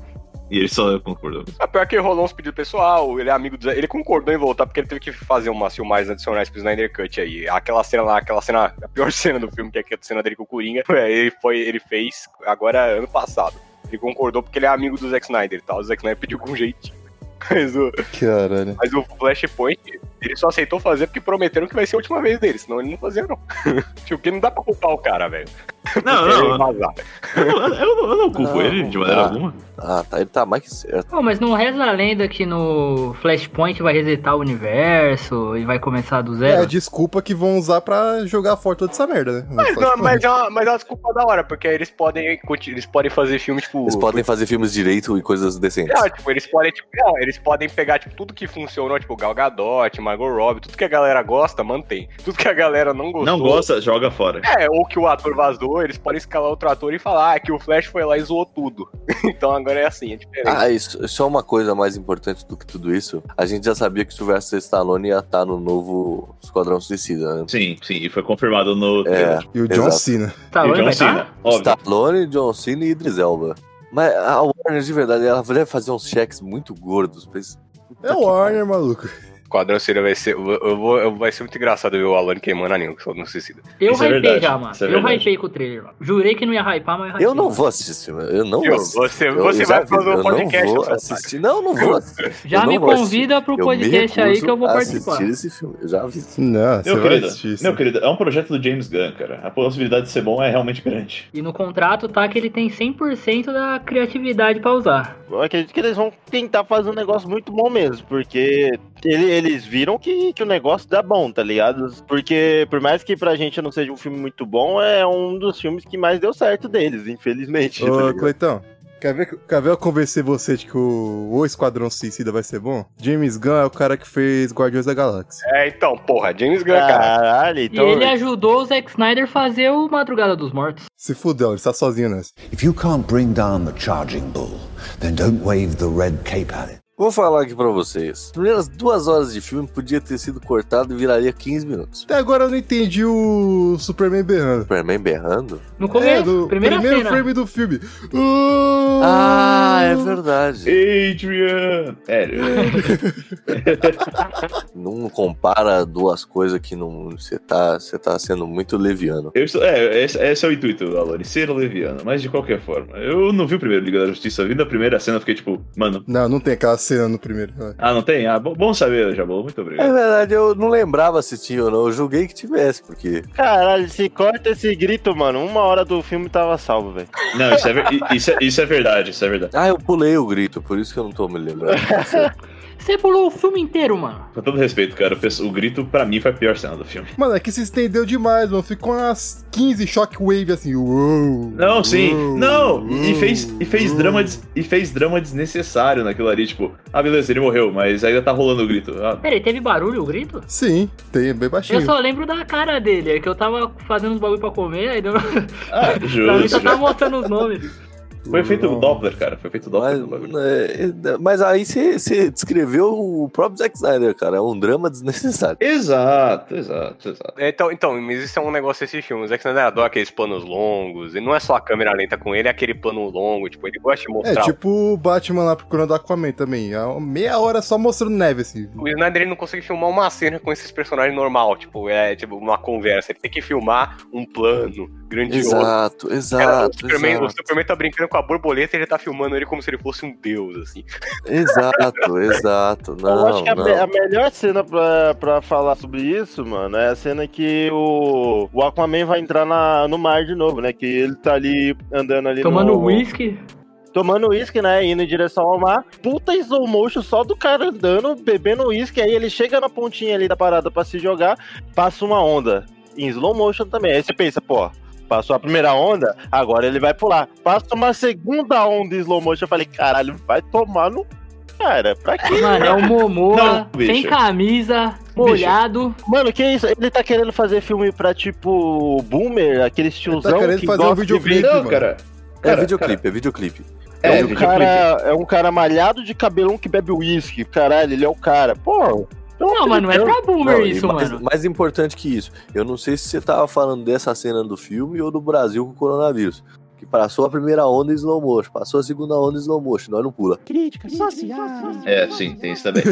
[SPEAKER 7] E ele só concordou.
[SPEAKER 3] Ah, pior que rolou uns pedidos pessoal, ele é amigo dos. Ele concordou em voltar porque ele teve que fazer umas filmagens adicionais pro Snyder Cut aí. Aquela cena lá, aquela cena, a pior cena do filme, que é a cena dele com o Coringa, é, ele, foi, ele fez agora é ano passado. Ele concordou porque ele é amigo do Zack Snyder e tal. O Zack Snyder pediu com jeito. Mas o,
[SPEAKER 1] Caralho.
[SPEAKER 3] mas o Flashpoint, ele só aceitou fazer porque prometeram que vai ser a última vez dele, senão ele não fazia, não. tipo, porque não dá pra culpar o cara, velho.
[SPEAKER 7] Não,
[SPEAKER 3] Ele
[SPEAKER 7] não, não,
[SPEAKER 3] vazar.
[SPEAKER 7] eu, não- eu, não culpo
[SPEAKER 2] Não,
[SPEAKER 7] ele de maneira
[SPEAKER 2] tá.
[SPEAKER 7] alguma.
[SPEAKER 2] Ah, tá. Ele tá mais que certo.
[SPEAKER 6] Pô, mas não reza a lenda que no Flashpoint vai resetar o universo e vai começar do
[SPEAKER 1] É a
[SPEAKER 6] zero?
[SPEAKER 1] desculpa que vão usar pra jogar fora toda essa merda, né?
[SPEAKER 3] Mas, não, mas, é uma, mas é uma desculpa da hora, porque aí eles podem, conti- eles podem fazer filme, tipo.
[SPEAKER 2] Eles podem fazer filmes direito e coisas decentes.
[SPEAKER 3] Não, tipo, eles podem, tipo, não, eles podem pegar, tipo, tudo que funcionou, tipo, Gal Gadot, Margot Robbie, tudo que a galera gosta, mantém. Tudo que a galera não gostou.
[SPEAKER 7] Não gosta, joga fora.
[SPEAKER 3] É, ou que o ator vazou, eles podem escalar outro ator e falar ah, que o Flash foi lá e zoou tudo. então agora é assim, é diferente.
[SPEAKER 2] Ah, isso. Só uma coisa mais importante do que tudo isso. A gente já sabia que o Sylvester Stallone ia estar no novo Esquadrão Suicida, né?
[SPEAKER 7] Sim, sim, e foi confirmado no
[SPEAKER 2] É.
[SPEAKER 7] trailer.
[SPEAKER 1] E o John
[SPEAKER 2] Exato.
[SPEAKER 1] Cena.
[SPEAKER 4] é
[SPEAKER 6] Tá,
[SPEAKER 7] E o
[SPEAKER 6] vai
[SPEAKER 7] John
[SPEAKER 6] estar?
[SPEAKER 7] Cena, óbvio.
[SPEAKER 2] Stallone, John Cena e Idris Elba. Mas a Warner, de verdade, ela deve fazer uns cheques muito gordos. pra isso.
[SPEAKER 1] É o Warner, maluco.
[SPEAKER 3] Quadrão Suicida vai ser. Eu, eu vou, eu- vai ser muito engraçado ver o Alan queimando a Nilma, que só não suicida.
[SPEAKER 6] Eu
[SPEAKER 4] Isso é
[SPEAKER 6] hypei
[SPEAKER 4] verdade,
[SPEAKER 6] já, mano.
[SPEAKER 4] isso é
[SPEAKER 6] eu
[SPEAKER 4] verdade.
[SPEAKER 6] hypei com o trailer, mano. Jurei que não ia hypar, mas eu hypei.
[SPEAKER 2] Eu não vou assistir esse filme. Eu não
[SPEAKER 3] Viu?
[SPEAKER 2] vou assistir.
[SPEAKER 3] Você,
[SPEAKER 2] Eu-
[SPEAKER 3] você
[SPEAKER 2] eu
[SPEAKER 3] vai
[SPEAKER 2] já
[SPEAKER 3] fazer
[SPEAKER 2] avisei,
[SPEAKER 3] um
[SPEAKER 2] Eu não
[SPEAKER 3] podcast.
[SPEAKER 2] vou assim. assistir. Não, não vou assistir.
[SPEAKER 6] Já
[SPEAKER 2] eu
[SPEAKER 6] me
[SPEAKER 2] não vou assistir.
[SPEAKER 6] convida pro
[SPEAKER 2] Eu me
[SPEAKER 6] um podcast aí
[SPEAKER 2] recuso
[SPEAKER 6] que eu vou
[SPEAKER 2] a
[SPEAKER 6] participar.
[SPEAKER 2] assistir esse filme. Eu já avisei.
[SPEAKER 1] Não, você
[SPEAKER 4] Meu
[SPEAKER 1] vai
[SPEAKER 4] querido,
[SPEAKER 1] assistir isso.
[SPEAKER 4] meu querido, é um projeto do James Gunn, cara. A possibilidade de ser bom é realmente grande.
[SPEAKER 6] E no contrato tá que ele tem 100% da criatividade pra usar.
[SPEAKER 5] Eu acredito que eles vão tentar fazer um negócio muito bom mesmo, porque ele- eles viram que, que o negócio dá bom, tá ligado? Porque, por mais que pra gente não seja um filme muito bom, é um dos filmes que mais deu certo deles, infelizmente. tá
[SPEAKER 1] Ô,
[SPEAKER 5] ligado?
[SPEAKER 1] Cleitão, quer ver, quer ver eu convencer você de que o, o Esquadrão Suicida vai ser bom? James Gunn é o cara que fez Guardiões da Galáxia.
[SPEAKER 3] É, então, porra, James Gunn,
[SPEAKER 2] Ah.
[SPEAKER 3] cara.
[SPEAKER 5] Caralho,
[SPEAKER 6] E
[SPEAKER 5] então.
[SPEAKER 6] ele
[SPEAKER 4] é.
[SPEAKER 6] ajudou o Zack Snyder fazer o Madrugada dos Mortos.
[SPEAKER 1] Se fudeu, ele tá sozinho nessa.
[SPEAKER 8] If you can't bring down the charging bull, then don't wave the red cape at it.
[SPEAKER 2] Vou falar aqui pra vocês. As primeiras duas horas de filme podia ter sido cortado e viraria 15 minutos.
[SPEAKER 1] Até agora eu não entendi o Superman berrando.
[SPEAKER 2] Superman berrando?
[SPEAKER 6] No começo,
[SPEAKER 1] é, do
[SPEAKER 6] primeira
[SPEAKER 1] primeiro
[SPEAKER 6] cena.
[SPEAKER 1] frame do filme. Uh!
[SPEAKER 2] Ah, é verdade.
[SPEAKER 4] Adrian! É, eu-
[SPEAKER 2] Não compara duas coisas que não. Você tá, você tá sendo muito leviano.
[SPEAKER 4] eu estou- é, esse, esse é o intuito, Alone, ser leviano. Mas de qualquer forma, eu não vi o primeiro Liga da Justiça. Vindo a primeira cena, eu fiquei tipo, mano.
[SPEAKER 1] Não, não tem aquela cena no primeiro.
[SPEAKER 4] Ah, não tem? Ah, bom, bom saber, Jabô. Muito
[SPEAKER 2] É
[SPEAKER 4] obrigado.
[SPEAKER 2] verdade, eu não lembrava se tinha ou não. Eu julguei que tivesse, porque.
[SPEAKER 5] Caralho, se corta esse grito, mano, uma hora do filme tava salvo, velho.
[SPEAKER 4] Não, isso é, ver- i- isso, é, isso é verdade, isso é verdade.
[SPEAKER 2] Ah, eu pulei o grito, por isso que eu não tô me lembrando.
[SPEAKER 6] Você pulou o filme inteiro, mano.
[SPEAKER 4] Com todo respeito, cara, o pes- o grito pra mim foi a pior cena do filme.
[SPEAKER 1] Mano, é que se estendeu demais, mano. Ficou umas 15 shockwave assim. Uou,
[SPEAKER 4] Não, sim,
[SPEAKER 1] uou,
[SPEAKER 4] não! E e
[SPEAKER 1] hum,
[SPEAKER 4] fez, e fez,
[SPEAKER 1] uou.
[SPEAKER 4] drama, des- e fez drama desnecessário naquilo ali, tipo, ah, beleza, ele morreu, mas ainda tá rolando o grito. Ah,
[SPEAKER 6] Peraí, teve barulho o grito?
[SPEAKER 1] Sim, tem, é bem baixinho.
[SPEAKER 6] Eu só lembro da cara dele, é que eu tava fazendo uns bagulho pra comer, aí deu...
[SPEAKER 4] ah,
[SPEAKER 6] pra mim
[SPEAKER 4] justo.
[SPEAKER 6] só tá tava mostrando os nomes.
[SPEAKER 4] Foi feito o
[SPEAKER 1] Não.
[SPEAKER 4] Doppler, cara, foi feito o Doppler
[SPEAKER 2] Mas,
[SPEAKER 4] no bagulho.
[SPEAKER 2] é, mas aí você você descreveu o próprio Zack Snyder, cara. É um drama desnecessário.
[SPEAKER 4] Exato, exato, exato.
[SPEAKER 3] Então, então, mas isso é um negócio desse filme. O Zack Snyder adora aqueles planos longos. E não é só a câmera lenta com ele, é aquele plano longo. Tipo, ele gosta de
[SPEAKER 1] É
[SPEAKER 3] mostrar.
[SPEAKER 1] tipo o Batman lá procurando Aquaman também. É uma meia hora só mostrando neve assim.
[SPEAKER 3] O Snyder ele não consegue filmar uma cena com esses personagens normal. Tipo, é tipo uma conversa. Ele tem que filmar um plano grandioso.
[SPEAKER 2] Exato,
[SPEAKER 3] Cara, o,
[SPEAKER 2] exato,
[SPEAKER 3] Superman, o
[SPEAKER 2] exato,
[SPEAKER 3] Superman tá brincando com a borboleta e ele tá filmando ele como se ele fosse um deus, assim.
[SPEAKER 2] exato, exato.
[SPEAKER 5] eu acho
[SPEAKER 2] Não,
[SPEAKER 5] que a, me- a
[SPEAKER 2] não.
[SPEAKER 5] melhor cena pra, pra falar sobre isso, mano, é a cena que o, o Aquaman vai entrar na, no mar de novo, né? Que ele tá ali andando ali
[SPEAKER 6] Tomando
[SPEAKER 5] no,
[SPEAKER 6] uísque.
[SPEAKER 5] tomando uísque, né? Indo em direção ao mar. Puta slow motion só do cara andando, bebendo uísque. Aí ele chega na pontinha ali da parada pra se jogar, passa uma onda. Em slow motion também. Aí você pensa, pô. Passou a primeira onda, agora ele vai pular. Passa uma segunda onda em slow motion. Eu falei, caralho, vai tomar no. Cara, pra quê?
[SPEAKER 6] Mano, é o Momoa,
[SPEAKER 4] Não, bicho.
[SPEAKER 6] sem camisa, molhado.
[SPEAKER 5] Mano, que isso? Ele tá querendo fazer filme pra tipo. Boomer, aquele tiozão.
[SPEAKER 1] querendo
[SPEAKER 5] que
[SPEAKER 1] fazer um
[SPEAKER 5] gosta de
[SPEAKER 1] videoclipe.
[SPEAKER 5] ver-
[SPEAKER 1] Não,
[SPEAKER 4] Não,
[SPEAKER 1] cara.
[SPEAKER 4] cara.
[SPEAKER 2] É videoclipe, é videoclipe.
[SPEAKER 4] É,
[SPEAKER 5] É, um
[SPEAKER 4] videoclipe.
[SPEAKER 5] cara, é um cara malhado de cabelão que bebe uísque. Caralho, ele é o cara. Pô. pelo
[SPEAKER 6] Não,
[SPEAKER 5] amor
[SPEAKER 6] mas
[SPEAKER 5] de
[SPEAKER 6] não é
[SPEAKER 5] Deus.
[SPEAKER 6] pra boomer
[SPEAKER 2] Não, e
[SPEAKER 6] isso,
[SPEAKER 2] mais,
[SPEAKER 6] mano.
[SPEAKER 2] mais importante que isso, eu não sei se você tava falando dessa cena do filme ou do Brasil com o coronavírus. Que passou a primeira onda em slow motion, passou a segunda onda em slow motion, nós não pula.
[SPEAKER 4] É, sim, tem isso também.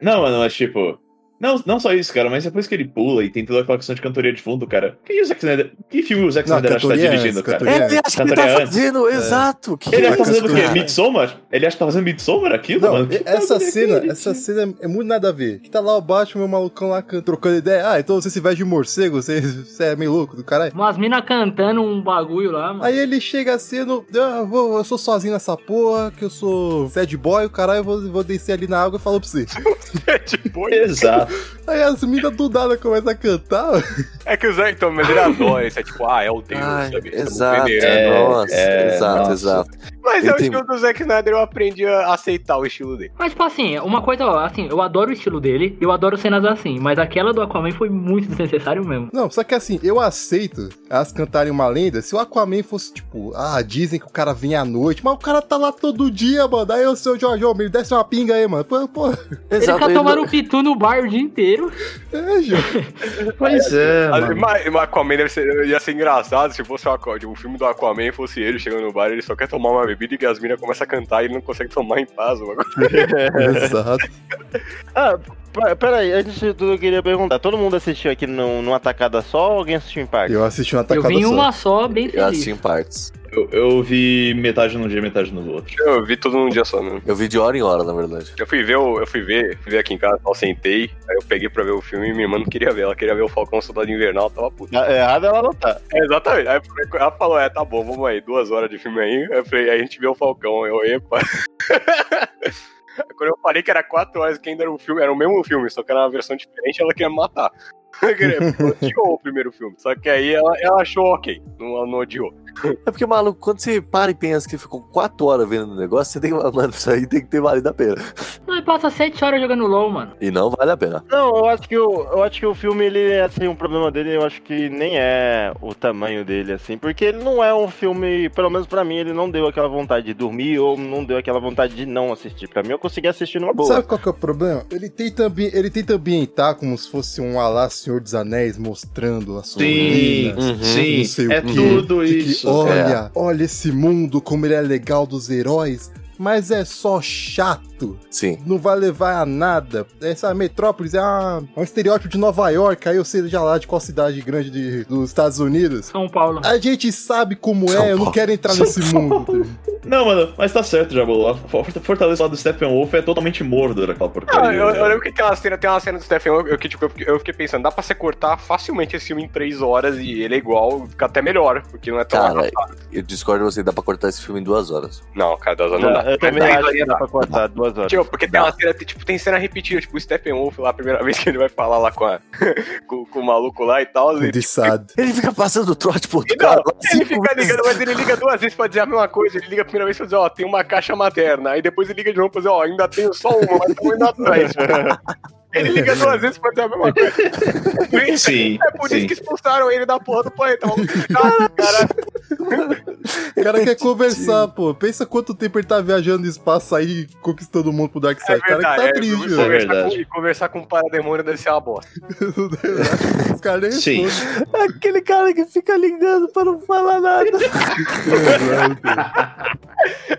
[SPEAKER 4] não, mano, mas tipo. Não, não só isso, cara, mas depois que ele pula e tem toda aquela questão de cantoria de fundo, cara. Que, o Zack Snyder, que filme o Zack
[SPEAKER 1] Não,
[SPEAKER 4] Snyder acha que tá
[SPEAKER 1] cantoria é
[SPEAKER 4] dirigindo,
[SPEAKER 1] essa,
[SPEAKER 4] cara?
[SPEAKER 1] cantoria. É, ele
[SPEAKER 2] acha
[SPEAKER 4] que ele tá Cantoria antes.
[SPEAKER 2] fazendo, exato.
[SPEAKER 4] Ele acha que tá
[SPEAKER 1] Mas,
[SPEAKER 4] fazendo o quê?
[SPEAKER 1] cara-
[SPEAKER 4] Midsommar? Ele acha que tá fazendo Midsommar aquilo,
[SPEAKER 1] Não,
[SPEAKER 4] mano? Que
[SPEAKER 1] essa
[SPEAKER 4] bagulho é
[SPEAKER 1] cena,
[SPEAKER 4] aquele?
[SPEAKER 1] essa cena é muito nada a ver. Que tá lá o Batman e o malucão lá can- trocando ideia. Ah, então você se veste de morcego, você, você é meio louco do caralho.
[SPEAKER 6] Umas mina cantando um bagulho lá, mano.
[SPEAKER 1] Aí ele chega assim, no- ah, eu, vou- eu sou sozinho nessa porra, que eu sou sad boy, o caralho, eu vou, vou descer ali na água e falo pra você.
[SPEAKER 3] É tipo,
[SPEAKER 4] Exato.
[SPEAKER 1] Aí as minas do nada começam a cantar.
[SPEAKER 3] é que o Zack, então, mas ele adora isso. É tipo, ah, é o deus,
[SPEAKER 2] Ai,
[SPEAKER 3] sabe? Estamos
[SPEAKER 2] exato,
[SPEAKER 3] venerando.
[SPEAKER 4] É,
[SPEAKER 2] nossa,
[SPEAKER 4] é,
[SPEAKER 2] exato,
[SPEAKER 4] nossa.
[SPEAKER 2] exato.
[SPEAKER 3] Mas é
[SPEAKER 2] Eu
[SPEAKER 3] o
[SPEAKER 2] tenho-
[SPEAKER 3] estilo do Zack Snyder, eu aprendi a aceitar o estilo dele.
[SPEAKER 6] Mas, tipo assim, uma coisa, ó, assim, eu adoro o estilo dele, eu adoro cenas assim, mas aquela do Aquaman foi muito desnecessário mesmo.
[SPEAKER 1] Não, só que assim, eu aceito elas cantarem uma lenda se o Aquaman fosse tipo, ah, dizem que o cara vem à noite, mas o cara tá lá todo dia, mano. Aí o seu Jorge, ô, me desce uma pinga aí, mano. Pô, pô,
[SPEAKER 6] Ele
[SPEAKER 2] exato.
[SPEAKER 6] fica tomando
[SPEAKER 2] não-
[SPEAKER 6] pitu no bar o dia inteiro.
[SPEAKER 1] é, Jorge.
[SPEAKER 4] Pois é,
[SPEAKER 3] Mas,
[SPEAKER 4] mano.
[SPEAKER 3] mas um o Aquaman deve ser, ia ser engraçado se fosse o Aqua- o filme do Aquaman fosse ele chegando no bar ele só quer tomar uma bebida e que as minas começam a cantar e ele não consegue tomar em paz. Mano.
[SPEAKER 1] Exato.
[SPEAKER 5] Ah, p- peraí, antes de tudo eu queria perguntar. Todo mundo assistiu aqui num- numa tacada só ou alguém assistiu em parte?
[SPEAKER 1] Eu assisti uma
[SPEAKER 6] Eu
[SPEAKER 1] tacada
[SPEAKER 6] vim
[SPEAKER 1] só.
[SPEAKER 6] uma só, bem
[SPEAKER 2] Eu
[SPEAKER 6] feliz.
[SPEAKER 2] assisti Assim, em partes.
[SPEAKER 4] Eu, eu vi metade num dia, metade no outro.
[SPEAKER 3] Eu vi tudo num dia só, né? mano.
[SPEAKER 2] Eu vi de hora em hora, na verdade.
[SPEAKER 3] Eu fui ver, o- eu fui ver, fui ver aqui em casa, tal, sentei, aí eu peguei pra ver o filme e minha irmã não queria ver. Ela queria ver o Falcão Soldado Invernal, ela tava puta.
[SPEAKER 5] Ah, Errado ela não tá.
[SPEAKER 3] É, exatamente. Aí eu falei com- ela falou, é, tá bom, vamos aí, duas horas de filme aí. Aí eu falei, aí a gente vê o Falcão, eu, epa. Quando eu falei que era quatro horas, que ainda era um filme, era o mesmo filme, só que era uma versão diferente, ela queria me matar. Ela queria- odiou o primeiro filme. Só que aí ela, ela achou ok, não, ela não odiou.
[SPEAKER 2] É porque, maluco, quando você para e pensa que ficou quatro horas vendo o negócio, você tem que. Mano, isso aí tem que ter valido a pena.
[SPEAKER 6] Não, ele passa sete horas jogando LOL, mano.
[SPEAKER 2] E não vale a pena.
[SPEAKER 5] Não, eu acho que o, eu acho que o filme, ele, assim, o problema dele, eu acho que nem é o tamanho dele, assim, porque ele não é um filme, pelo menos pra mim, ele não deu aquela vontade de dormir ou não deu aquela vontade de não assistir. Pra mim, eu consegui assistir numa boa.
[SPEAKER 1] Sabe qual que é o problema? Ele tenta, ambi- ele tenta ambientar como se fosse um alá Senhor dos Anéis mostrando a sua
[SPEAKER 4] Sim,
[SPEAKER 1] ruína,
[SPEAKER 3] uhum.
[SPEAKER 4] sim,
[SPEAKER 1] não sei o
[SPEAKER 4] é
[SPEAKER 1] quê,
[SPEAKER 4] tudo
[SPEAKER 1] de que,
[SPEAKER 4] isso. é."
[SPEAKER 1] olha, olha esse mundo, como ele é legal dos heróis, mas é só chato.
[SPEAKER 2] Sim.
[SPEAKER 1] Não vai levar a nada. Essa metrópolis é uma- um estereótipo de Nova York, aí eu sei já lá de qual cidade grande de- dos Estados Unidos.
[SPEAKER 6] São Paulo.
[SPEAKER 1] A gente sabe como
[SPEAKER 2] São
[SPEAKER 1] é, eu não
[SPEAKER 2] Paulo.
[SPEAKER 1] quero entrar
[SPEAKER 4] São
[SPEAKER 1] nesse
[SPEAKER 4] Paulo.
[SPEAKER 1] mundo.
[SPEAKER 4] Não, mano, mas tá certo, Jabulu. A for- fortaleza lá do Steppenwolf é totalmente Mordor, aquela
[SPEAKER 3] Ah,
[SPEAKER 4] porcaria. né?
[SPEAKER 3] eu, eu lembro que tem uma cena, tem uma cena do Stephen Wolf, eu, que, tipo, eu fiquei- eu fiquei pensando, dá pra você cortar facilmente esse filme em três horas e ele é igual, fica até melhor, porque não é tão
[SPEAKER 2] Cara, eu discordo de você, dá pra cortar esse filme em duas horas.
[SPEAKER 3] Não, cara, das horas não dá.
[SPEAKER 5] Eu, eu também
[SPEAKER 3] Mas
[SPEAKER 5] acho que
[SPEAKER 3] dá.
[SPEAKER 5] dá pra cortar duas horas.
[SPEAKER 3] Tipo, porque tem uma cena, tipo, tem cena repetida, tipo, o Steppenwolf lá, a primeira vez que ele vai falar lá com, a- com, com o maluco lá e tal. E,
[SPEAKER 1] De sad.
[SPEAKER 2] Ele fica passando trote por
[SPEAKER 3] não,
[SPEAKER 2] cara.
[SPEAKER 3] ele fica ligando, mas ele liga duas vezes pra dizer a mesma coisa. Ele liga a primeira vez pra dizer, ó, tem uma caixa materna. Aí depois ele liga de novo pra dizer, ó, ainda tenho só uma, mas tô indo atrás. Ele liga duas vezes pra dizer a mesma coisa.
[SPEAKER 4] Sim,
[SPEAKER 3] É por isso
[SPEAKER 4] sim.
[SPEAKER 3] que expulsaram ele da porra do planeta. Vamos ficar, cara.
[SPEAKER 1] O cara quer conversar, pô. Pensa quanto tempo ele tá viajando no espaço aí, conquistando o mundo pro Darkseid. O cara que tá
[SPEAKER 3] é,
[SPEAKER 1] triste,
[SPEAKER 3] conversar
[SPEAKER 1] velho.
[SPEAKER 4] É verdade.
[SPEAKER 3] com- e conversar com um parademônio deve ser uma bosta.
[SPEAKER 1] Os caras nem
[SPEAKER 4] Sim.
[SPEAKER 1] respondem.
[SPEAKER 2] Aquele cara que fica ligando pra não falar nada.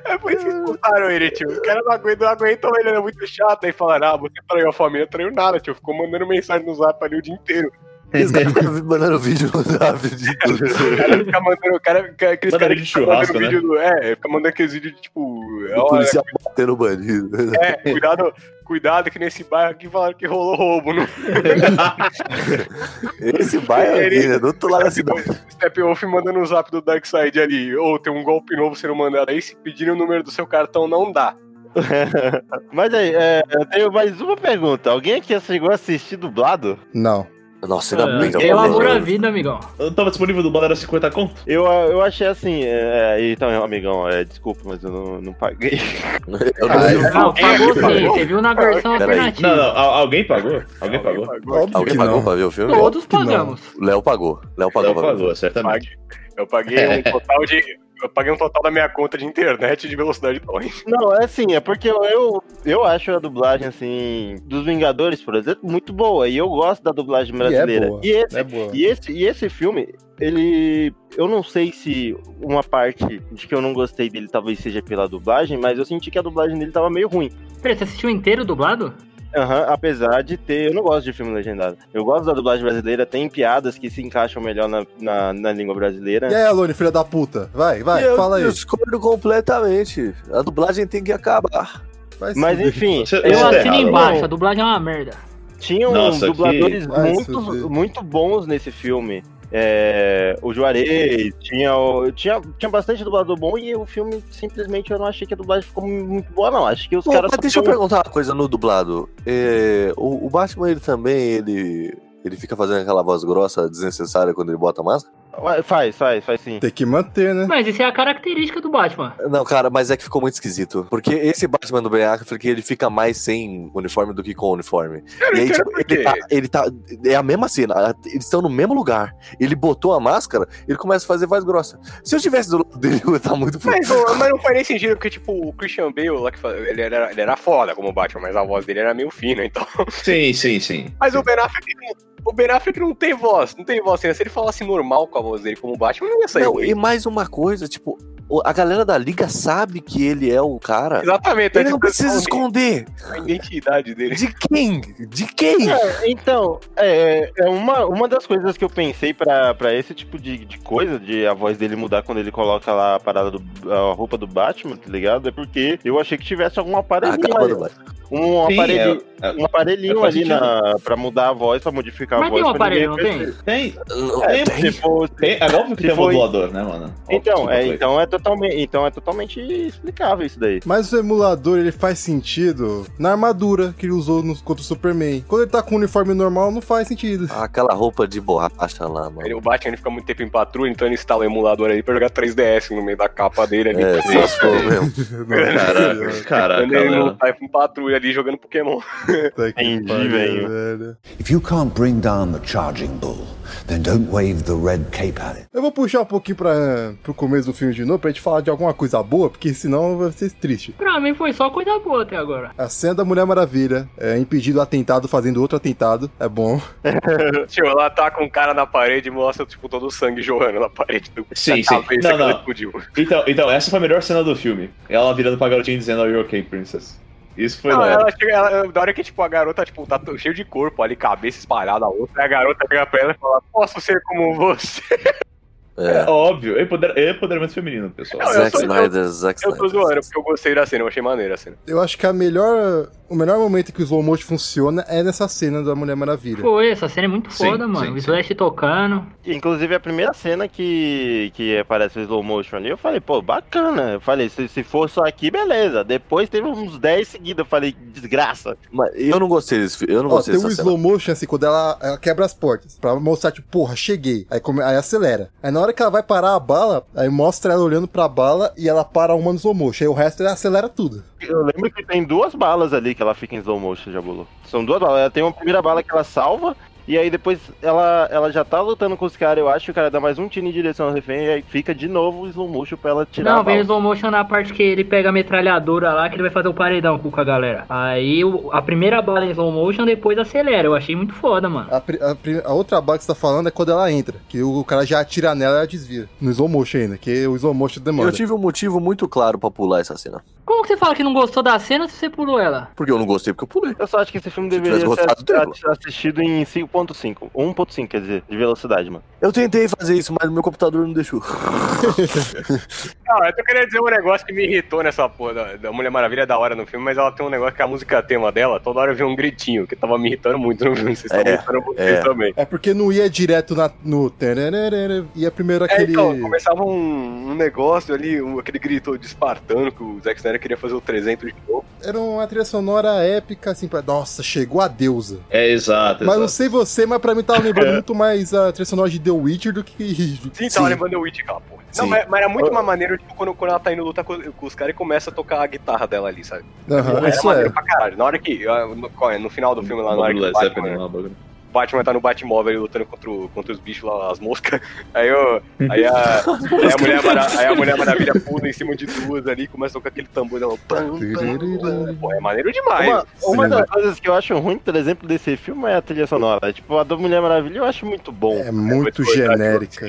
[SPEAKER 3] É por isso que expulsaram ele, tio. O cara não aguenta, não aguentam ele, ele é muito chato. Aí falaram, ah, você traiu a família, traiu nada, tio. Ficou mandando mensagem no zap ali o dia inteiro.
[SPEAKER 2] Esse cara fica mandando vídeo no zap de tudo.
[SPEAKER 3] O cara fica mandando, o cara, fica- aqueles
[SPEAKER 4] Manda
[SPEAKER 3] caras
[SPEAKER 4] vídeo de
[SPEAKER 3] ficam mandando
[SPEAKER 4] churrasco, né?
[SPEAKER 3] vídeo do- é, fica mandando aqueles vídeos de tipo.
[SPEAKER 2] O
[SPEAKER 3] ó,
[SPEAKER 2] policial batendo o bandido. né?
[SPEAKER 3] É, cuidado, cuidado que nesse bairro aqui falaram que rolou roubo. Não
[SPEAKER 2] Esse bairro
[SPEAKER 3] Ele-
[SPEAKER 2] aqui, né? Do outro lado da cidade.
[SPEAKER 3] Steppenwolf mandando um zap do Darkseid ali. Ou tem um golpe novo sendo mandado aí, se pedirem o número do seu cartão, não dá.
[SPEAKER 5] Mas aí, é, eu tenho mais uma pergunta. Alguém aqui chegou a assistir dublado?
[SPEAKER 1] Não.
[SPEAKER 2] Nossa, ainda tá bem que eu
[SPEAKER 6] É o amor
[SPEAKER 2] falei. né?
[SPEAKER 6] à vida, amigão.
[SPEAKER 4] Eu tava disponível do era 50 conto?
[SPEAKER 5] Eu, eu achei assim, é, então, amigão, é, desculpa, mas eu não, não paguei.
[SPEAKER 2] Eu não
[SPEAKER 1] Ah,
[SPEAKER 2] vi.
[SPEAKER 1] é.
[SPEAKER 6] Não, pagou sim.
[SPEAKER 3] pagou?
[SPEAKER 6] Você viu na versão
[SPEAKER 2] Peraí.
[SPEAKER 6] alternativa.
[SPEAKER 4] Não, não, al- alguém pagou? Alguém pagou?
[SPEAKER 3] Alguém
[SPEAKER 1] Óbvio
[SPEAKER 2] Alguém
[SPEAKER 1] que
[SPEAKER 2] pagou
[SPEAKER 1] não.
[SPEAKER 2] pra ver o filme?
[SPEAKER 6] Todos
[SPEAKER 1] que não.
[SPEAKER 6] pagamos.
[SPEAKER 2] O Léo pagou. Léo pagou
[SPEAKER 4] Não
[SPEAKER 2] pra ver.
[SPEAKER 4] pagou, certamente.
[SPEAKER 3] Pague. Eu paguei um total de. Eu paguei um total da minha conta de internet de velocidade de torrent.
[SPEAKER 5] Não, é assim, é porque eu, eu, eu acho a dublagem, assim, dos Vingadores, por exemplo, muito boa. E eu gosto da dublagem brasileira.
[SPEAKER 1] boa.
[SPEAKER 5] E esse,
[SPEAKER 1] É boa.
[SPEAKER 5] e esse, e esse filme, ele. Eu não sei se uma parte de que eu não gostei dele talvez seja pela dublagem, mas eu senti que a dublagem dele tava meio ruim.
[SPEAKER 6] Peraí, você assistiu inteiro dublado?
[SPEAKER 5] Aham, apesar de ter. Eu não gosto de filme legendado. Eu gosto da dublagem brasileira, tem piadas que se encaixam melhor na, na, na língua brasileira.
[SPEAKER 2] é
[SPEAKER 1] E aí, Alone, filha da puta? Vai, vai,
[SPEAKER 2] eu
[SPEAKER 1] fala aí.
[SPEAKER 2] discordo completamente. A dublagem tem que acabar.
[SPEAKER 1] Vai se
[SPEAKER 5] Mas
[SPEAKER 1] fuder.
[SPEAKER 5] enfim,
[SPEAKER 4] Você-
[SPEAKER 6] Eu
[SPEAKER 4] Isso tá
[SPEAKER 6] assino
[SPEAKER 4] errado.
[SPEAKER 6] embaixo, a dublagem é uma merda.
[SPEAKER 5] tinham
[SPEAKER 4] Nossa,
[SPEAKER 5] um dubladores
[SPEAKER 1] que- Vai se fuder.
[SPEAKER 5] muito, muito bons nesse filme. É, o Juarez, tinha, o- tinha, tinha bastante dublador bom e o filme simplesmente eu não achei que a dublagem ficou muito boa, não. Acho que os
[SPEAKER 2] Pô,
[SPEAKER 5] caras.
[SPEAKER 2] mas
[SPEAKER 5] só
[SPEAKER 2] deixa eu
[SPEAKER 5] tinham-
[SPEAKER 2] perguntar uma coisa no dublado. É, o, o Batman, ele também, ele... Ele fica fazendo aquela voz grossa desnecessária quando ele bota a máscara?
[SPEAKER 5] Ué, Faz, faz, faz sim.
[SPEAKER 1] Tem que manter, né?
[SPEAKER 6] Mas isso é a característica do Batman.
[SPEAKER 2] Não, cara, mas é que ficou muito esquisito. Porque esse Batman do Ben Affleck, ele fica mais sem uniforme do que com uniforme. E aí, tipo, ele tá, ele tá. É a mesma cena. Eles estão no mesmo lugar. Ele botou a máscara, ele começa a fazer voz grossa. Se eu tivesse do lado dele, eu ia estar muito puto.
[SPEAKER 3] Mas, ô, mas não faz nem sentido, porque, tipo, o Christian Bale, lá que fa- ele, era, ele era foda como Batman, mas a voz dele era meio fina, então.
[SPEAKER 4] Sim, sim, sim.
[SPEAKER 3] Mas o Ben Affleck, não- o Ben Affleck não assim, tem voz, não tem voz. né? Se ele falasse normal com a voz dele como Batman, não ia sair.
[SPEAKER 2] Não,
[SPEAKER 3] ruim.
[SPEAKER 2] e mais uma coisa, tipo, o- a galera da liga sabe que ele é o cara.
[SPEAKER 3] Exatamente.
[SPEAKER 2] Ele não precisa esconder.
[SPEAKER 3] a identidade dele.
[SPEAKER 2] De quem? De quem?
[SPEAKER 5] É, então, é, é uma, uma das coisas que eu pensei pra pra esse tipo de, de coisa, de a voz dele mudar quando ele coloca lá a parada do a roupa do Batman, tá ligado? É porque eu achei que tivesse algum
[SPEAKER 2] Ah,
[SPEAKER 5] aparelhinho,
[SPEAKER 2] acabou,
[SPEAKER 5] ali,
[SPEAKER 2] vai.
[SPEAKER 5] um,
[SPEAKER 4] Sim,
[SPEAKER 5] aparelhinho
[SPEAKER 4] é- é-
[SPEAKER 5] um aparelhinho
[SPEAKER 4] faz
[SPEAKER 5] ali
[SPEAKER 4] sentido.
[SPEAKER 5] na, pra mudar a voz, pra modificar a
[SPEAKER 6] Mas
[SPEAKER 5] voz.
[SPEAKER 6] tem um
[SPEAKER 5] pra ninguém
[SPEAKER 6] aparelho, não tem?
[SPEAKER 4] Tem,
[SPEAKER 3] É,
[SPEAKER 2] Não,
[SPEAKER 4] tem,
[SPEAKER 5] perceber. Se fosse-
[SPEAKER 4] tem. É óbvio que
[SPEAKER 5] Se
[SPEAKER 4] tem
[SPEAKER 5] foi-
[SPEAKER 4] modulador, né, mano? Óbvio que
[SPEAKER 5] Então,
[SPEAKER 4] tem
[SPEAKER 5] é,
[SPEAKER 4] modulador.
[SPEAKER 5] então, é totalmente, então é totalmente explicável isso daí.
[SPEAKER 1] Mas o emulador ele faz sentido na armadura que ele usou no, contra o Superman. Quando ele tá com um uniforme normal, não faz sentido.
[SPEAKER 2] Ah, Aquela roupa de borracha lá, mano.
[SPEAKER 3] Ele- é o Batman ele fica muito tempo em patrulha, então ele instala o emulador ali pra jogar 3DS no meio da capa dele ali.
[SPEAKER 2] É, só se for mesmo.
[SPEAKER 1] Não,
[SPEAKER 4] Caraca,
[SPEAKER 3] Quando
[SPEAKER 4] caraca,
[SPEAKER 3] ele é não
[SPEAKER 4] mano.
[SPEAKER 3] tá em patrulha ali jogando Pokémon.
[SPEAKER 1] puta tá que
[SPEAKER 5] Entendi,
[SPEAKER 1] pariu,
[SPEAKER 5] velho.
[SPEAKER 1] velho.
[SPEAKER 8] If you can't bring down the charging bull, then don't wave the red cape at it.
[SPEAKER 1] Eu vou puxar um pouquinho pra, pro começo do filme de novo pra gente falar de alguma coisa boa, porque senão vai ser triste.
[SPEAKER 6] Pra mim foi só coisa boa até agora.
[SPEAKER 1] A cena da Mulher Maravilha, é, impedindo o atentado, fazendo outro atentado, é bom.
[SPEAKER 3] Tio, ela tá com um cara na parede e mostra, tipo, todo o sangue jorrando na parede do
[SPEAKER 4] Sim,
[SPEAKER 3] da
[SPEAKER 4] sim.
[SPEAKER 3] cabeça
[SPEAKER 4] Não,
[SPEAKER 3] que ela
[SPEAKER 4] não.
[SPEAKER 3] explodiu.
[SPEAKER 4] Então, então, essa foi a melhor cena do filme. Ela virando pra garotinha e dizendo, Are you okay, princess? Isso foi
[SPEAKER 3] Não,
[SPEAKER 4] da hora.
[SPEAKER 3] ela chega, ela- da hora que, tipo, a garota, tipo, tá t- cheio de corpo ali, cabeça espalhada, a outra, aí a garota pega pra ela e fala, posso ser como você?
[SPEAKER 2] É.
[SPEAKER 4] Óbvio, empoder- empoderamento feminino, pessoal.
[SPEAKER 3] Não, eu
[SPEAKER 2] Zack
[SPEAKER 3] sou-
[SPEAKER 2] Snyder, Zack
[SPEAKER 3] Eu
[SPEAKER 2] Snyder.
[SPEAKER 3] tô zoando, porque eu gostei da cena, eu achei maneira a cena.
[SPEAKER 1] Eu acho que a melhor, o melhor momento que o slow motion funciona é nessa cena da Mulher Maravilha.
[SPEAKER 6] Pô, essa cena é muito
[SPEAKER 4] Sim,
[SPEAKER 6] foda, mano.
[SPEAKER 4] sim,
[SPEAKER 6] o
[SPEAKER 4] sim.
[SPEAKER 6] Slash tocando.
[SPEAKER 5] Inclusive, a primeira cena que, que aparece o slow motion ali, eu falei, pô, bacana. Eu falei, se, se for só aqui, beleza. Depois teve uns 10 seguidos, eu falei, desgraça.
[SPEAKER 2] Mas eu não gostei desse filme. Eu não
[SPEAKER 1] Ó,
[SPEAKER 2] gostei
[SPEAKER 1] tem um
[SPEAKER 2] dessa cena.
[SPEAKER 1] slow motion assim, quando ela, ela quebra as portas, pra mostrar, tipo, porra, cheguei. Aí, come- aí acelera. Aí na hora que ela vai parar a bala, aí mostra ela olhando pra bala e ela para uma no slow motion. Aí o resto ela acelera tudo.
[SPEAKER 5] Eu lembro que tem duas balas ali que ela fica em slow motion, já bolou. São duas balas. Ela tem uma primeira bala que ela salva, e aí depois ela, ela já tá lutando com os caras, eu acho, o cara dá mais um tiro em direção ao refém, e aí fica de novo o slow motion pra ela tirar a
[SPEAKER 6] não, vem o
[SPEAKER 5] bala.
[SPEAKER 6] slow motion na parte que ele pega a metralhadora lá, que ele vai fazer o paredão com com a galera. Aí o- a primeira bala em slow motion, depois acelera. Eu achei muito foda, mano.
[SPEAKER 1] A, pri- a pri- a outra bala que você tá falando é quando ela entra, que o cara já atira nela e ela desvia. No slow motion ainda, que o slow motion demora.
[SPEAKER 2] Eu tive um motivo muito claro pra pular essa cena.
[SPEAKER 6] Como que você fala que não gostou da cena se você pulou ela?
[SPEAKER 2] Porque eu não gostei porque eu pulei.
[SPEAKER 5] Eu só acho que esse filme
[SPEAKER 2] Se
[SPEAKER 5] deveria
[SPEAKER 2] tivesse
[SPEAKER 5] ser
[SPEAKER 2] gostado, teria.
[SPEAKER 5] ass- assistido em 5.5. 1.5, quer dizer, de velocidade, mano.
[SPEAKER 2] Eu tentei fazer isso, mas meu computador não deixou.
[SPEAKER 3] Cara, eu tô querendo dizer um negócio que me irritou nessa porra da, da Mulher Maravilha é da hora no filme, mas ela tem um negócio que a música tema dela, toda hora eu vi um gritinho, que tava me irritando muito no filme, vocês
[SPEAKER 2] É,
[SPEAKER 3] estavam irritando vocês
[SPEAKER 2] é.
[SPEAKER 3] também.
[SPEAKER 1] É porque não ia direto na, no... tararara, Ia primeiro
[SPEAKER 3] É,
[SPEAKER 1] aquele...
[SPEAKER 3] então, começava um, um negócio ali, um- aquele grito de espartano que o Zack Snyder queria fazer o 300 de novo.
[SPEAKER 1] Era uma trilha sonora épica, assim, pra... Nossa, chegou a deusa.
[SPEAKER 4] É, exato,
[SPEAKER 1] Mas não
[SPEAKER 4] exato.
[SPEAKER 1] sei você, mas pra mim tava lembrando muito mais a trilha sonora de The Witcher do que...
[SPEAKER 3] Sim, tava lembrando o Witch aquela porra. Não,
[SPEAKER 2] Sim.
[SPEAKER 3] mas, mas era muito mais maneiro, tipo, quando, quando ela tá indo lutar com, com os caras e começa a tocar a guitarra dela ali, sabe?
[SPEAKER 1] Aham,
[SPEAKER 3] era
[SPEAKER 1] isso é.
[SPEAKER 3] maneiro pra caralho. Na hora que, ah, no, qual é? no final do filme lá, na hora que
[SPEAKER 4] Bagulho
[SPEAKER 3] o
[SPEAKER 4] Led
[SPEAKER 3] Batman,
[SPEAKER 4] Zeppelin, é não, bagulho.
[SPEAKER 3] o Batman tá no Batmóvel ali, lutando contra, o- contra os bichos lá, as moscas, aí, eu, aí, a, aí, a mulher, Mara- aí a Mulher Maravilha pula em cima de duas ali e começa a tocar aquele tambor dela. pam, pam, pam. Pô, é maneiro demais.
[SPEAKER 5] Uma, uma
[SPEAKER 1] sim.
[SPEAKER 5] das coisas que eu acho ruim, por exemplo, desse filme é a trilha sonora. Tipo, a da Mulher Maravilha eu acho muito bom.
[SPEAKER 1] É muito genérica.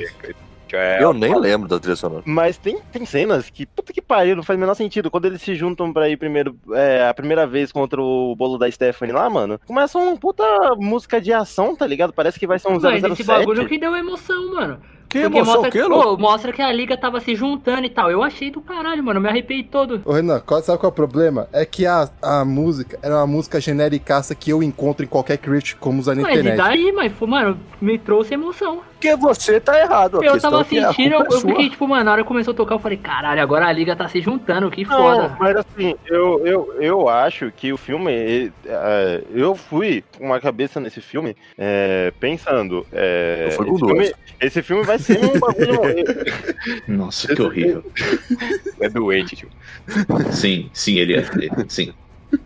[SPEAKER 3] É,
[SPEAKER 2] Eu nem lembro da trilha sonora.
[SPEAKER 5] Mas tem, tem cenas que, puta que pariu, não faz o menor sentido. Quando eles se juntam pra ir primeiro, é, a primeira vez contra o bolo da Stephanie lá, mano, começa uma puta música de ação, tá ligado? Parece que vai ser um
[SPEAKER 6] Mas esse é bagulho
[SPEAKER 5] 007.
[SPEAKER 6] que deu emoção, mano.
[SPEAKER 2] Que
[SPEAKER 6] Porque
[SPEAKER 2] emoção,
[SPEAKER 6] mostra,
[SPEAKER 2] que louco.
[SPEAKER 6] pô, mostra que a liga tava se juntando e tal. Eu achei do caralho, mano. Eu me arrepiei todo.
[SPEAKER 1] Ô Renan, qual- sabe qual é o problema? É que a, a música era uma música genericaça que eu encontro em qualquer crítico como usar na
[SPEAKER 6] Mas e
[SPEAKER 1] internet.
[SPEAKER 6] daí, mas, pô, mano, me trouxe emoção.
[SPEAKER 2] Porque você tá errado. A
[SPEAKER 6] Eu
[SPEAKER 2] questão
[SPEAKER 6] tava
[SPEAKER 2] é que a
[SPEAKER 6] sentindo, eu,
[SPEAKER 2] culpa é
[SPEAKER 6] eu
[SPEAKER 2] sua.
[SPEAKER 6] fiquei, tipo, mano, na hora que começou a tocar, eu falei, caralho, agora a liga tá se juntando, que
[SPEAKER 5] Não,
[SPEAKER 6] foda.
[SPEAKER 5] mas assim, eu, eu, eu acho que o filme. ele, é, eu fui com uma cabeça nesse filme é, pensando. é,
[SPEAKER 2] Eu fui com
[SPEAKER 5] esse,
[SPEAKER 2] duas.
[SPEAKER 5] filme, esse filme vai ser um bagulho.
[SPEAKER 4] Nossa, que horrível.
[SPEAKER 3] é doente, tio.
[SPEAKER 4] Sim, sim, ele é. ele- Sim.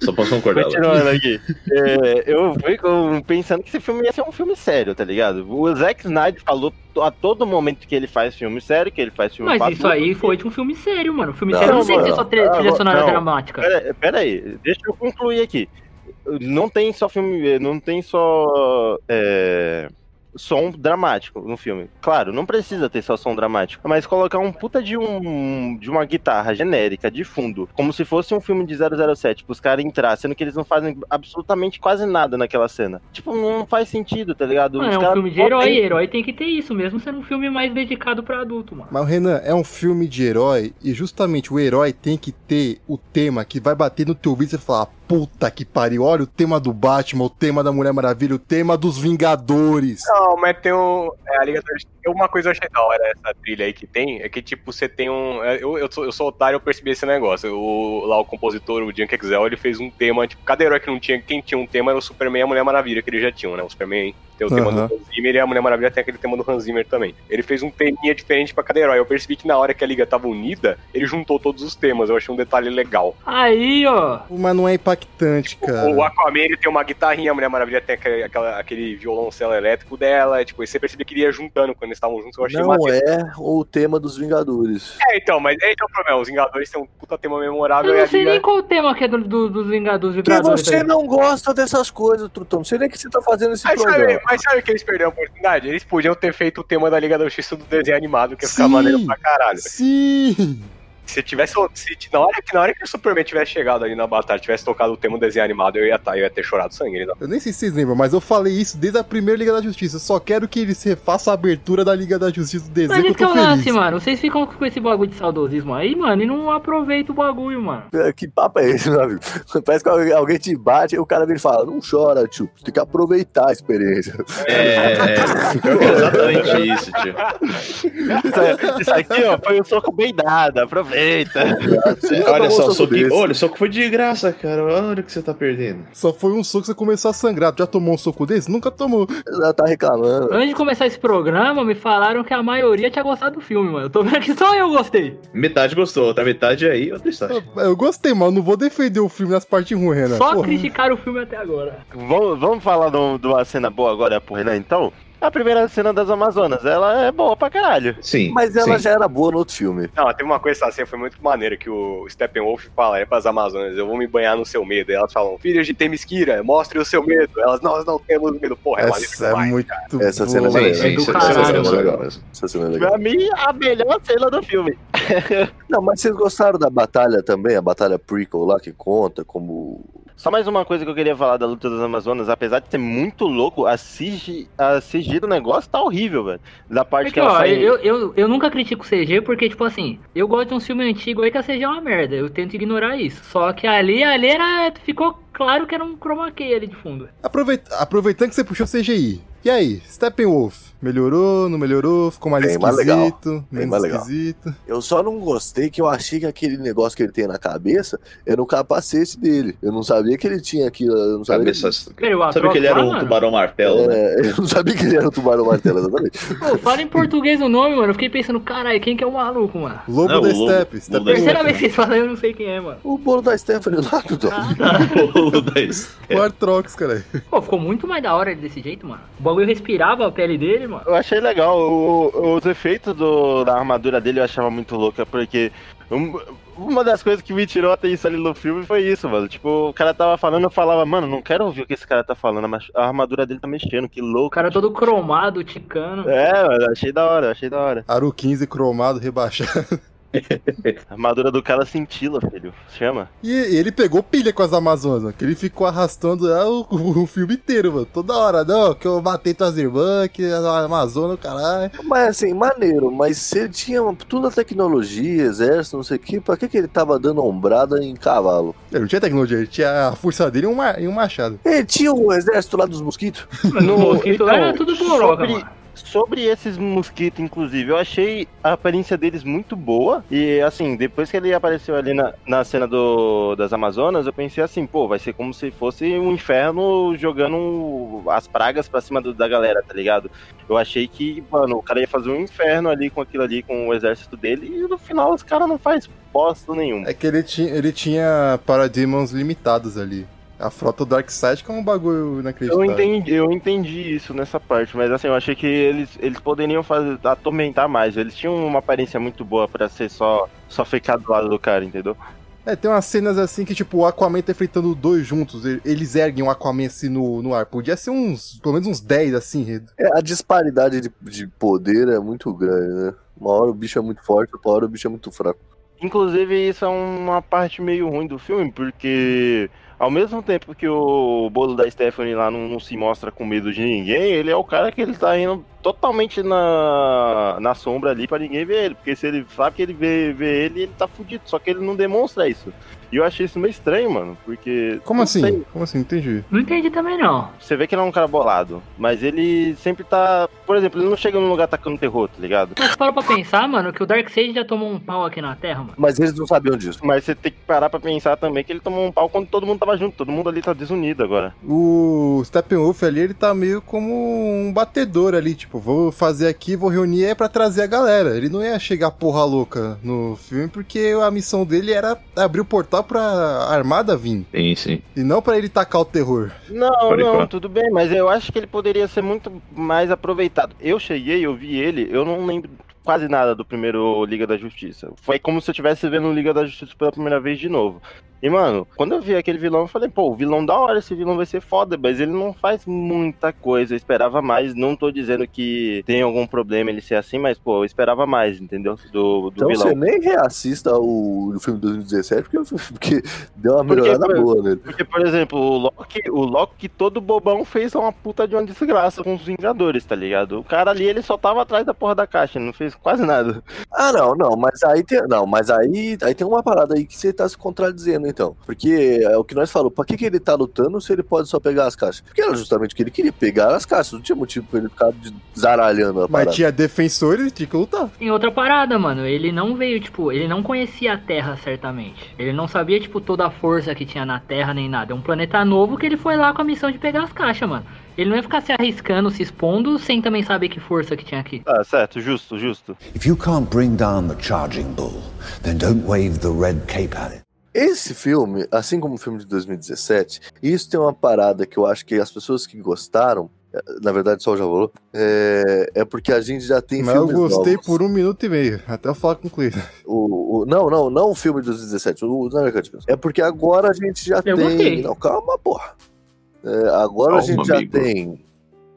[SPEAKER 4] Só posso concordar. Léo.
[SPEAKER 5] Continuando aqui. É, eu fui com- pensando que esse filme ia ser um filme sério, tá ligado? O Zack Snyder falou to- a todo momento que ele faz filme sério, que ele faz filme
[SPEAKER 6] Mas
[SPEAKER 5] pra
[SPEAKER 6] isso
[SPEAKER 5] adulto.
[SPEAKER 6] aí foi de um filme sério, mano. Filme
[SPEAKER 2] Não,
[SPEAKER 6] sério não tem que ser
[SPEAKER 2] mano.
[SPEAKER 6] só tri- trilha
[SPEAKER 5] Não,
[SPEAKER 6] sonora
[SPEAKER 5] não.
[SPEAKER 6] dramática.
[SPEAKER 5] Pera, pera aí, deixa eu eh, concluir aqui. Não tem só filme, não tem só é, som dramático no filme. Claro, não precisa ter só som dramático, mas colocar um puta de um de uma guitarra genérica de fundo, como se fosse um filme de 007 pros caras entrar, sendo que eles não fazem absolutamente quase nada naquela cena. Tipo, não faz sentido, tá ligado?
[SPEAKER 6] Mano,
[SPEAKER 5] Os
[SPEAKER 6] é um
[SPEAKER 5] caras
[SPEAKER 6] filme de
[SPEAKER 5] só
[SPEAKER 6] herói,
[SPEAKER 5] tem-
[SPEAKER 6] e herói tem que ter isso, mesmo sendo um filme mais dedicado pra adulto, mano.
[SPEAKER 1] Mas, Renan, é um filme de herói e justamente o herói tem que ter o tema que vai bater no teu ouvido e você falar, puta que pariu, olha o tema do Batman, o tema da Mulher Maravilha, o tema dos Vingadores.
[SPEAKER 3] Não, mas tem um. É, a Liga da Justiça- Uma coisa eu achei da hora essa trilha aí que tem, é que tipo, você tem um. é, Eu, eu, sou, eu sou otário, eu percebi esse negócio. O, lá o compositor, o Junk Excel, ele fez um tema, tipo, cada herói que não tinha, quem tinha um tema era o Superman e a Mulher Maravilha, que eles já tinham, né? O Superman tem o tema
[SPEAKER 1] Aham.
[SPEAKER 3] do Hans Zimmer e a Mulher Maravilha tem aquele tema do Hans Zimmer também. Ele fez um teminha diferente pra cada herói. Eu percebi que na hora que a Liga tava unida, ele juntou todos os temas. Eu achei um detalhe legal.
[SPEAKER 6] Aí, ó.
[SPEAKER 1] Mas não é impactante, cara.
[SPEAKER 3] Tipo, O Aquaman ele tem uma guitarrinha, a Mulher Maravilha tem aquele, aquela- aquele violoncelo elétrico dela, e, tipo, e você percebia que ele ia juntando quando eles estavam juntos, eu achei
[SPEAKER 2] Não
[SPEAKER 3] massa.
[SPEAKER 2] é o tema dos Vingadores.
[SPEAKER 3] É, então, mas esse é o problema, os Vingadores têm um puta tema memorável
[SPEAKER 6] Eu
[SPEAKER 3] e a
[SPEAKER 6] não sei nem
[SPEAKER 5] né?
[SPEAKER 3] Liga...
[SPEAKER 6] qual o tema que é do, do- dos Vingadores
[SPEAKER 2] Que
[SPEAKER 6] Vibradores.
[SPEAKER 2] você
[SPEAKER 6] aí.
[SPEAKER 2] não gosta dessas coisas, Trutão. Não sei nem que você tá fazendo esse
[SPEAKER 3] Mas sabe,
[SPEAKER 2] programa.
[SPEAKER 3] mas sabe que eles perderam a oportunidade? Eles podiam ter feito o tema da Liga da Justiça do desenho animado, que ia ficar
[SPEAKER 1] Sim.
[SPEAKER 3] maneiro pra caralho.
[SPEAKER 1] Sim!
[SPEAKER 3] Se tivesse. Se, na, hora, que- na hora que o Superman tivesse chegado ali na batalha, tivesse tocado o tema do desenho animado, eu ia, tá, eu ia ter chorado sangue. Ele não-
[SPEAKER 1] Eu nem sei se vocês lembram, mas eu falei isso desde a primeira Liga da Justiça. Eu só quero que eles refaçam a abertura da Liga da Justiça do desenho
[SPEAKER 6] Mas
[SPEAKER 1] que
[SPEAKER 6] isso
[SPEAKER 1] eu
[SPEAKER 6] que é
[SPEAKER 1] tô
[SPEAKER 6] o
[SPEAKER 1] feliz.
[SPEAKER 6] lance, mano. Vocês ficam com esse bagulho de saudosismo aí, mano, e não aproveita o bagulho, mano.
[SPEAKER 2] Que papo é esse, meu amigo? Parece que alguém- alguém te bate e o cara vem e fala: Não chora, tio. Tem que aproveitar a experiência.
[SPEAKER 4] É, é, é exatamente isso, tio.
[SPEAKER 5] Isso, isso aqui, ó, foi um soco bem dado, aproveita.
[SPEAKER 2] Nunca
[SPEAKER 4] Olha
[SPEAKER 2] tomou um
[SPEAKER 4] só,
[SPEAKER 2] soco
[SPEAKER 4] só que,
[SPEAKER 2] desse.
[SPEAKER 4] olha, só que foi de graça, cara. Olha o que você tá perdendo.
[SPEAKER 1] Só foi um soco que você começou a sangrar. Tu Já tomou um soco desse? Nunca tomou.
[SPEAKER 2] Ela tá reclamando.
[SPEAKER 6] Antes de começar esse programa, me falaram que a maioria tinha gostado do filme, mano. Eu tô vendo que só eu gostei.
[SPEAKER 4] Metade gostou, outra metade aí, outra
[SPEAKER 3] Tá
[SPEAKER 4] está.
[SPEAKER 1] Eu, eu gostei, mano. Não vou defender o filme nas partes ruins, Renan.
[SPEAKER 6] Só
[SPEAKER 1] É, né? Porra.
[SPEAKER 6] criticaram o filme até agora.
[SPEAKER 5] vamos, vamos falar de um- de uma cena boa agora pro Renan, então? A primeira cena das Amazonas, ela é boa pra caralho.
[SPEAKER 4] Sim.
[SPEAKER 2] Mas ela
[SPEAKER 4] sim.
[SPEAKER 2] já era boa no outro filme.
[SPEAKER 3] Não, teve uma coisa assim, foi muito maneira que o Steppenwolf fala, é pras Amazonas, eu vou me banhar no seu medo. E elas falam, filhas de Temisquira, mostre o seu medo. Elas, nós não temos medo. Porra, é maneiro
[SPEAKER 1] Essa é
[SPEAKER 3] demais.
[SPEAKER 1] muito
[SPEAKER 2] Essa
[SPEAKER 1] boa.
[SPEAKER 2] cena é
[SPEAKER 4] Sim,
[SPEAKER 2] maneira.
[SPEAKER 4] sim,
[SPEAKER 6] do
[SPEAKER 4] sim,
[SPEAKER 6] caralho,
[SPEAKER 4] sim, sim, sim,
[SPEAKER 2] mano.
[SPEAKER 4] legal mesmo.
[SPEAKER 2] Essa cena é legal.
[SPEAKER 5] Pra mim, a melhor cena do filme.
[SPEAKER 2] Não, mas vocês gostaram da batalha também, a batalha prequel lá que conta como.
[SPEAKER 5] Só mais uma coisa que eu queria falar da luta das Amazonas, apesar de ser muito louco, a CG, a CG do negócio tá horrível, velho. Da parte
[SPEAKER 6] Porque,
[SPEAKER 5] que ela
[SPEAKER 6] ó,
[SPEAKER 5] sai.
[SPEAKER 6] Então, eu, eu, eu nunca critico CG porque, tipo assim, eu gosto de um filme antigo aí que a CG é uma merda. Eu tento ignorar isso. Só que ali, ali era, ficou claro que era um chroma key ali de fundo.
[SPEAKER 1] Aproveita- Aproveitando que você puxou o CGI. E aí, Steppenwolf? Melhorou, não melhorou? Ficou mais
[SPEAKER 2] Bem mais
[SPEAKER 1] esquisito?
[SPEAKER 2] legal. Bem
[SPEAKER 1] Menos
[SPEAKER 2] mais legal.
[SPEAKER 1] esquisito?
[SPEAKER 2] Eu só não gostei que eu achei que aquele negócio que ele tem na cabeça era o capacete dele. Eu não sabia que ele tinha aquilo. Eu não sabia.
[SPEAKER 4] Cabeça-
[SPEAKER 6] Peraí, o
[SPEAKER 4] Sabe que ele era
[SPEAKER 6] Atrox
[SPEAKER 4] um
[SPEAKER 6] lá,
[SPEAKER 4] tubarão martelo, né?
[SPEAKER 2] É, eu não sabia que ele era o tubarão martelo, exatamente.
[SPEAKER 6] Pô, fala em português o nome, mano. Eu fiquei pensando, caralho, quem que é o maluco, mano?
[SPEAKER 1] Lobo
[SPEAKER 4] Não,
[SPEAKER 1] da
[SPEAKER 4] o lobo- é
[SPEAKER 1] Steppe.
[SPEAKER 4] lobo da
[SPEAKER 6] Terceira
[SPEAKER 1] Steppenwolf.
[SPEAKER 6] vez que vocês falam, eu não sei quem é, mano.
[SPEAKER 2] o bolo da Stephanie lá, Dudu.
[SPEAKER 4] Bolo da Esther.
[SPEAKER 1] é O Artrox, cara.
[SPEAKER 6] Pô, ficou muito mais da hora ele desse jeito, mano. O bagulho respirava a pele dele, mano.
[SPEAKER 5] Eu achei legal. o- os efeitos do- da armadura dele eu achava muito louca, porque um- uma das coisas que me tirou a atenção ali no filme foi isso, mano. Tipo, o cara tava falando, eu falava, mano, não quero ouvir o que esse cara tá falando, mas a armadura dele tá mexendo, que
[SPEAKER 6] O
[SPEAKER 5] louco.
[SPEAKER 6] cara todo cromado, ticano.
[SPEAKER 5] É, mano, achei da hora, achei da hora.
[SPEAKER 1] Aru 15 cromado, rebaixado.
[SPEAKER 5] A armadura do cara cintila, filho. Chama.
[SPEAKER 1] E ele pegou pilha com as Amazonas, mano, que ele ficou arrastando ah, o, o filme inteiro, mano. Toda hora, não, que eu matei tuas irmãs, que as Amazonas, caralho.
[SPEAKER 2] Mas assim, maneiro, mas se ele tinha uma- toda a tecnologia, exército, não sei o que, pra que, que ele tava dando ombrada em cavalo?
[SPEAKER 1] Ele não tinha tecnologia, ele tinha a força dele e um, ma- e um machado.
[SPEAKER 2] Ele tinha o exército lá dos mosquitos?
[SPEAKER 5] No-
[SPEAKER 6] No mosquito
[SPEAKER 5] então,
[SPEAKER 6] era tudo boroca,
[SPEAKER 5] sobre-
[SPEAKER 6] mano.
[SPEAKER 5] Sobre esses mosquitos, inclusive, eu achei a aparência deles muito boa. E assim, depois que ele apareceu ali na, na cena do, das Amazonas, eu pensei assim, pô, vai ser como se fosse um inferno jogando um, as pragas pra cima do- da galera, tá ligado? Eu achei que, mano, o cara ia fazer um inferno ali com aquilo ali, com o exército dele, e no final os caras não faz bosta nenhuma.
[SPEAKER 1] É que ele tinha, ele tinha Parademons limitados ali. A frota Darkseid que é um bagulho
[SPEAKER 5] Eu
[SPEAKER 1] inacreditável.
[SPEAKER 5] entendi, eu entendi isso nessa parte, mas assim, eu achei que eles, eles poderiam fazer, atormentar mais. Eles tinham uma aparência muito boa pra ser só, só ficar do lado do cara, entendeu?
[SPEAKER 1] É, tem umas cenas assim que, tipo, o Aquaman tá enfrentando dois juntos. e- Eles erguem o Aquaman assim no, no ar. Podia ser uns, pelo menos uns 10 assim, enredo.
[SPEAKER 2] É, a disparidade de, de poder é muito grande, né? Uma hora o bicho é muito forte, outra hora o bicho é muito fraco.
[SPEAKER 5] Inclusive, isso é uma parte meio ruim do filme, porque ao mesmo tempo que o bolo da Stephanie lá não, não se mostra com medo de ninguém, ele é o cara que ele tá indo totalmente na, na sombra ali pra ninguém ver ele. Porque se ele sabe que ele vê, vê ele, ele tá fudido. Só que ele não demonstra isso. E eu achei isso meio estranho, mano, porque.
[SPEAKER 1] Como
[SPEAKER 5] não
[SPEAKER 1] assim?
[SPEAKER 5] sei,
[SPEAKER 1] Como assim? Entendi.
[SPEAKER 6] Não entendi também não.
[SPEAKER 5] você vê que ele é um cara bolado, mas ele sempre tá. Por exemplo, ele não chega num lugar tacando terror, tá ligado?
[SPEAKER 6] Mas para pra pensar, mano, que o Darkseid já tomou um pau aqui na Terra, mano.
[SPEAKER 2] Mas eles não sabiam disso.
[SPEAKER 5] Mas você tem que parar pra pensar também que ele tomou um pau quando todo mundo tava junto. Todo mundo ali tá desunido agora.
[SPEAKER 1] O Steppenwolf ali, ele tá meio como um batedor ali, tipo, vou fazer aqui, vou reunir é pra trazer a galera. Ele não ia chegar porra louca no filme, porque a missão dele era abrir o portal pra armada vir.
[SPEAKER 7] Sim, sim.
[SPEAKER 1] E não pra ele tacar o terror.
[SPEAKER 5] Não,
[SPEAKER 4] Pode
[SPEAKER 5] não,
[SPEAKER 4] falar.
[SPEAKER 5] tudo bem, mas eu acho que ele poderia ser muito mais aproveitado. Eu cheguei, eu vi ele, eu não lembro quase nada do primeiro Liga da Justiça. Foi como se eu estivesse vendo Liga da Justiça pela primeira vez de novo. E, mano, quando eu vi aquele vilão, eu falei, pô, o vilão da hora, esse vilão vai ser foda, mas ele não faz muita coisa, eu esperava mais. Não tô dizendo que tem algum problema ele ser assim, mas, pô, eu esperava mais, entendeu? Do, do
[SPEAKER 2] Então
[SPEAKER 5] vilão.
[SPEAKER 2] você nem reassista o, o filme de 2017, porque, porque deu uma
[SPEAKER 5] Porque
[SPEAKER 2] melhorada
[SPEAKER 5] foi-
[SPEAKER 2] boa nele.
[SPEAKER 5] Porque, por exemplo, o Loki, o Loki todo bobão fez uma puta de uma desgraça com os Vingadores, tá ligado? O cara ali, ele só tava atrás da porra da caixa, ele não fez quase nada.
[SPEAKER 2] Ah, não, não, mas aí tem, não, mas aí, aí tem uma parada aí que você tá se contradizendo, então. Porque é o que nós falamos, pra que, que ele tá lutando se ele pode só pegar as caixas? Porque era justamente o que ele queria, pegar as caixas, não tinha motivo pra ele ficar de- zaralhando a parada.
[SPEAKER 1] Mas tinha defensores e tinha que lutar.
[SPEAKER 6] Tem outra parada, mano. Ele não veio, tipo, ele não conhecia a Terra certamente. Ele não sabia, tipo, toda a força que tinha na Terra nem nada. É um planeta novo que ele foi lá com a missão de pegar as caixas, mano. Ele não ia ficar se arriscando, se expondo, sem também saber que força que tinha aqui.
[SPEAKER 5] Tá, certo, justo, justo.
[SPEAKER 8] If you can't bring down the charging bull, then don't wave the red cape at it.
[SPEAKER 2] Esse filme, assim como o filme de 2017, isso tem uma parada que eu acho que as pessoas que gostaram, eh, na verdade só o Javolô, é, é porque a gente já tem
[SPEAKER 1] Mas eu
[SPEAKER 2] filmes
[SPEAKER 1] gostei
[SPEAKER 2] novos.
[SPEAKER 1] por um minuto e meio, até eu falar com o Cleiton.
[SPEAKER 2] O, o- não, não, não o filme de 2017, o Thundercat mesmo. É porque agora a gente já
[SPEAKER 6] Eu
[SPEAKER 2] tem.
[SPEAKER 6] gostei.
[SPEAKER 2] Não, calma, porra. É, agora a
[SPEAKER 7] Calma,
[SPEAKER 2] gente já
[SPEAKER 7] amigo.
[SPEAKER 2] tem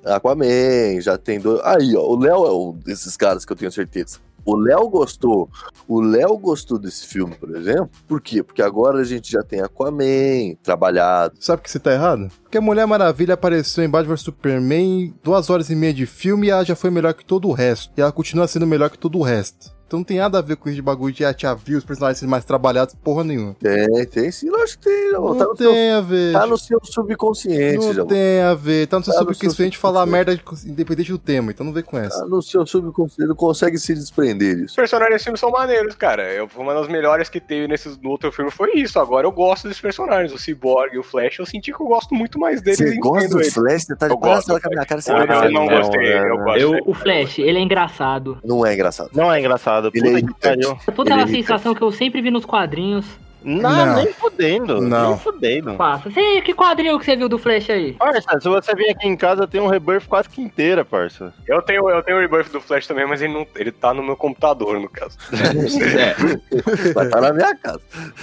[SPEAKER 2] Aquaman, já tem dois. Aí, ó, o Léo é um desses caras que eu tenho certeza. O Léo gostou. O Léo gostou desse filme, por exemplo. Por quê? Porque agora a gente já tem Aquaman trabalhado.
[SPEAKER 1] Sabe que você tá errado? Porque Mulher Maravilha apareceu em Batman vs Superman duas horas e meia de filme e ela já foi melhor que todo o resto. E ela continua sendo melhor que todo o resto. Então não tem nada a ver com esse bagulho de ah, te viu os personagens sendo mais trabalhados, porra nenhuma.
[SPEAKER 2] Tem, tem sim, lógico que tem. Não,
[SPEAKER 1] Não
[SPEAKER 2] tá, no seu,
[SPEAKER 1] tem a ver.
[SPEAKER 2] tá no seu subconsciente,
[SPEAKER 1] não
[SPEAKER 2] Jabu.
[SPEAKER 1] tem a ver. Tá no seu
[SPEAKER 2] Tá no
[SPEAKER 1] subconsciente
[SPEAKER 2] seu
[SPEAKER 1] falar merda
[SPEAKER 2] subconsciente.
[SPEAKER 1] de- independente do tema, então não vem com essa.
[SPEAKER 2] Tá no seu subconsciente, não consegue se desprender disso.
[SPEAKER 3] Os personagens desse filme são maneiros, cara. Eu, uma das melhores que teve nesse, no outro filme foi isso. Agora eu gosto desses personagens. O Cyborg e o Flash, eu senti que eu gosto muito mais deles.
[SPEAKER 2] Você
[SPEAKER 3] e
[SPEAKER 2] gosta
[SPEAKER 3] entendo
[SPEAKER 2] do
[SPEAKER 3] eles.
[SPEAKER 2] Flash? Você tá de
[SPEAKER 3] Eu gosto,
[SPEAKER 2] palhaçada com a minha cara. Você
[SPEAKER 3] Eu não,
[SPEAKER 2] gosta?
[SPEAKER 3] não
[SPEAKER 5] não,
[SPEAKER 3] gostei,
[SPEAKER 5] né?
[SPEAKER 3] eu gosto.
[SPEAKER 7] Eu-
[SPEAKER 6] O Flash, ele é engraçado.
[SPEAKER 2] Não é engraçado.
[SPEAKER 5] Não é engraçado,
[SPEAKER 2] Ele é
[SPEAKER 5] puta que
[SPEAKER 2] irritante.
[SPEAKER 5] pariu.
[SPEAKER 6] É toda aquela
[SPEAKER 2] Ele é
[SPEAKER 6] sensação que eu sempre vi nos quadrinhos.
[SPEAKER 5] Não,
[SPEAKER 1] Não.
[SPEAKER 5] nem fudendo,
[SPEAKER 1] Não.
[SPEAKER 5] nem fudendo.
[SPEAKER 6] Passa. Você, que quadrinho que você viu do Flash aí?
[SPEAKER 5] Parça, se você vir aqui em casa, tem um rebirth quase que inteira, parça.
[SPEAKER 3] Eu tenho, eu tenho o Rebirth do Flash também, mas ele, não, ele tá no meu computador, no caso.
[SPEAKER 7] É,
[SPEAKER 2] Vai estar na minha casa.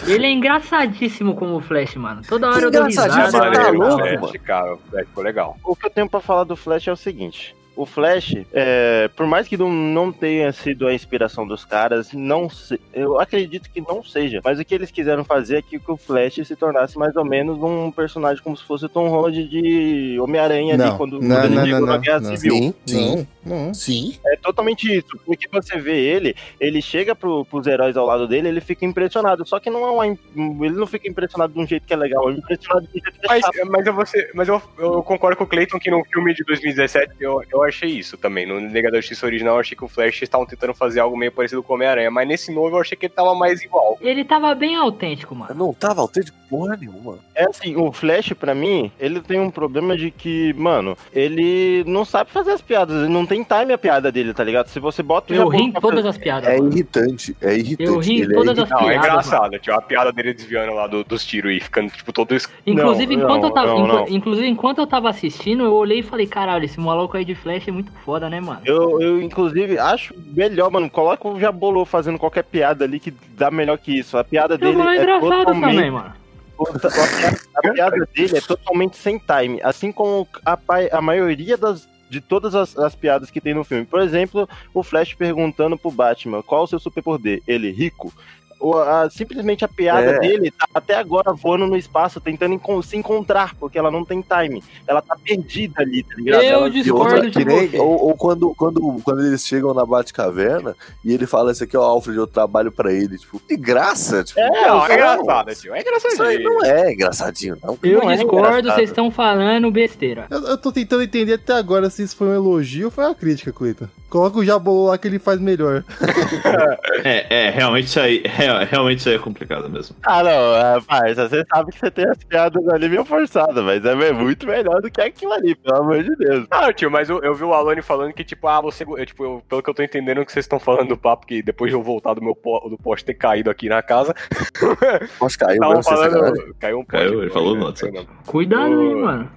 [SPEAKER 6] Ele é engraçadíssimo como o Flash, mano. Toda
[SPEAKER 2] Que
[SPEAKER 6] hora eu dou
[SPEAKER 2] engraçadíssimo,
[SPEAKER 6] risada.
[SPEAKER 2] você tá
[SPEAKER 3] Maneiro,
[SPEAKER 2] louco,
[SPEAKER 3] é um Flash,
[SPEAKER 2] mano?
[SPEAKER 3] cara. O Flash ficou legal.
[SPEAKER 5] O que eu tenho pra falar do Flash é o seguinte. O Flash, é, por mais que não, não tenha sido a inspiração dos caras, não se- eu acredito que não seja. Mas o que eles quiseram fazer é que, o Flash se tornasse mais ou menos um personagem como se fosse o Tom Holland de Homem-Aranha ali,
[SPEAKER 1] Não,
[SPEAKER 5] quando,
[SPEAKER 1] não,
[SPEAKER 5] quando
[SPEAKER 1] não,
[SPEAKER 5] ele
[SPEAKER 1] não,
[SPEAKER 5] na
[SPEAKER 1] não,
[SPEAKER 5] Guerra
[SPEAKER 1] não.
[SPEAKER 5] Civil.
[SPEAKER 1] Não, não.
[SPEAKER 2] Sim.
[SPEAKER 5] É totalmente isso. Porque você vê ele, ele chega pro, pros heróis ao lado dele, ele fica impressionado. Só que não é uma, im- ele não fica impressionado de um jeito que é legal, ele é impressionado de um jeito que é
[SPEAKER 3] Mas,
[SPEAKER 5] chato.
[SPEAKER 3] mas, eu, vou ser- mas eu, eu concordo com o Clayton que no filme de 2017 eu, eu achei isso também. No Liga da Justiça original eu achei que o Flash estavam tentando fazer algo meio parecido com o Homem-Aranha, mas nesse novo eu achei que ele tava mais igual.
[SPEAKER 6] Ele tava bem autêntico, mano.
[SPEAKER 2] Eu não tava autêntico porra nenhuma.
[SPEAKER 5] É assim, o Flash, pra mim, ele tem um problema de que, mano, ele não sabe fazer as piadas, ele não tem time a piada dele, tá ligado? Se você bota o
[SPEAKER 6] Eu
[SPEAKER 5] Jaburu
[SPEAKER 6] ri em
[SPEAKER 5] pra
[SPEAKER 6] todas
[SPEAKER 5] fazer-
[SPEAKER 6] as piadas.
[SPEAKER 2] É
[SPEAKER 6] mano.
[SPEAKER 2] irritante. É irritante.
[SPEAKER 6] Eu ri em
[SPEAKER 2] Ele é
[SPEAKER 6] todas as
[SPEAKER 2] irritante.
[SPEAKER 3] Não, é
[SPEAKER 6] Piada,
[SPEAKER 3] engraçado. Tinha uma piada dele desviando lá do- dos tiros e ficando, tipo, todo es-
[SPEAKER 6] Inclusive,
[SPEAKER 5] Não,
[SPEAKER 6] enquanto
[SPEAKER 5] não,
[SPEAKER 6] eu tava,
[SPEAKER 5] não,
[SPEAKER 6] inclu-
[SPEAKER 5] não.
[SPEAKER 6] inclusive, enquanto eu tava assistindo, eu olhei e falei, caralho, esse maluco aí de Flash Flash é muito foda, né, mano?
[SPEAKER 5] Eu, eu, inclusive, acho melhor, mano. Coloca o Jabolô fazendo qualquer piada ali que dá melhor que isso. A piada
[SPEAKER 6] Eu
[SPEAKER 5] dele
[SPEAKER 6] vou
[SPEAKER 5] é
[SPEAKER 6] engraçado
[SPEAKER 5] totalmente...
[SPEAKER 6] também, mano.
[SPEAKER 5] Puta, A piada- a piada dele é totalmente sem time, assim como a, pai- a maioria das, de todas as, as piadas que tem no filme. Por exemplo, o Flash perguntando pro Batman qual o seu superpoder. Ele, rico. O- a- simplesmente a piada
[SPEAKER 2] É.
[SPEAKER 5] dele tá até agora voando no espaço, tentando encon- se encontrar, porque ela não tem time. Ela tá perdida ali, tá ligado?
[SPEAKER 6] Eu
[SPEAKER 2] E
[SPEAKER 5] Ela-
[SPEAKER 2] outra,
[SPEAKER 6] discordo de
[SPEAKER 2] que nem-
[SPEAKER 6] você.
[SPEAKER 2] ou, ou quando, quando, quando eles chegam na Batcaverna e ele fala, esse aqui é o Alfred, eu trabalho pra ele. Tipo, de graça, tipo.
[SPEAKER 3] Não, é
[SPEAKER 2] não.
[SPEAKER 3] engraçado, tio. É
[SPEAKER 2] Isso aí
[SPEAKER 3] engraçadinho.
[SPEAKER 2] não é engraçadinho, não.
[SPEAKER 6] Eu
[SPEAKER 5] Não é
[SPEAKER 6] discordo,
[SPEAKER 5] engraçado.
[SPEAKER 6] vocês estão falando besteira.
[SPEAKER 1] Eu, eu tô tentando entender até agora se isso foi um elogio ou foi uma crítica, Cleiton. Coloca o Jabolo lá que ele faz melhor.
[SPEAKER 4] É, é, realmente isso aí, é, realmente isso aí é complicado mesmo.
[SPEAKER 5] Ah, não, rapaz, você sabe que você tem as piadas ali meio forçadas, mas é muito melhor do que aquilo ali, pelo amor de Deus.
[SPEAKER 3] Ah, tio, mas eu, eu vi o Alone falando que, tipo, ah, você. eu, tipo, eu- pelo que eu tô entendendo o que vocês estão falando do papo, que depois de eu voltar do meu po- do poste ter caído aqui na casa,
[SPEAKER 2] Poxa, caiu
[SPEAKER 3] estavam
[SPEAKER 2] mesmo, sacanagem.
[SPEAKER 3] falando. Caiu um poste.
[SPEAKER 4] Caiu,
[SPEAKER 3] foi,
[SPEAKER 4] ele falou
[SPEAKER 3] né?
[SPEAKER 4] no WhatsApp.
[SPEAKER 3] Caiu mesmo.
[SPEAKER 6] Cuidado aí,
[SPEAKER 3] Ô.
[SPEAKER 6] mano.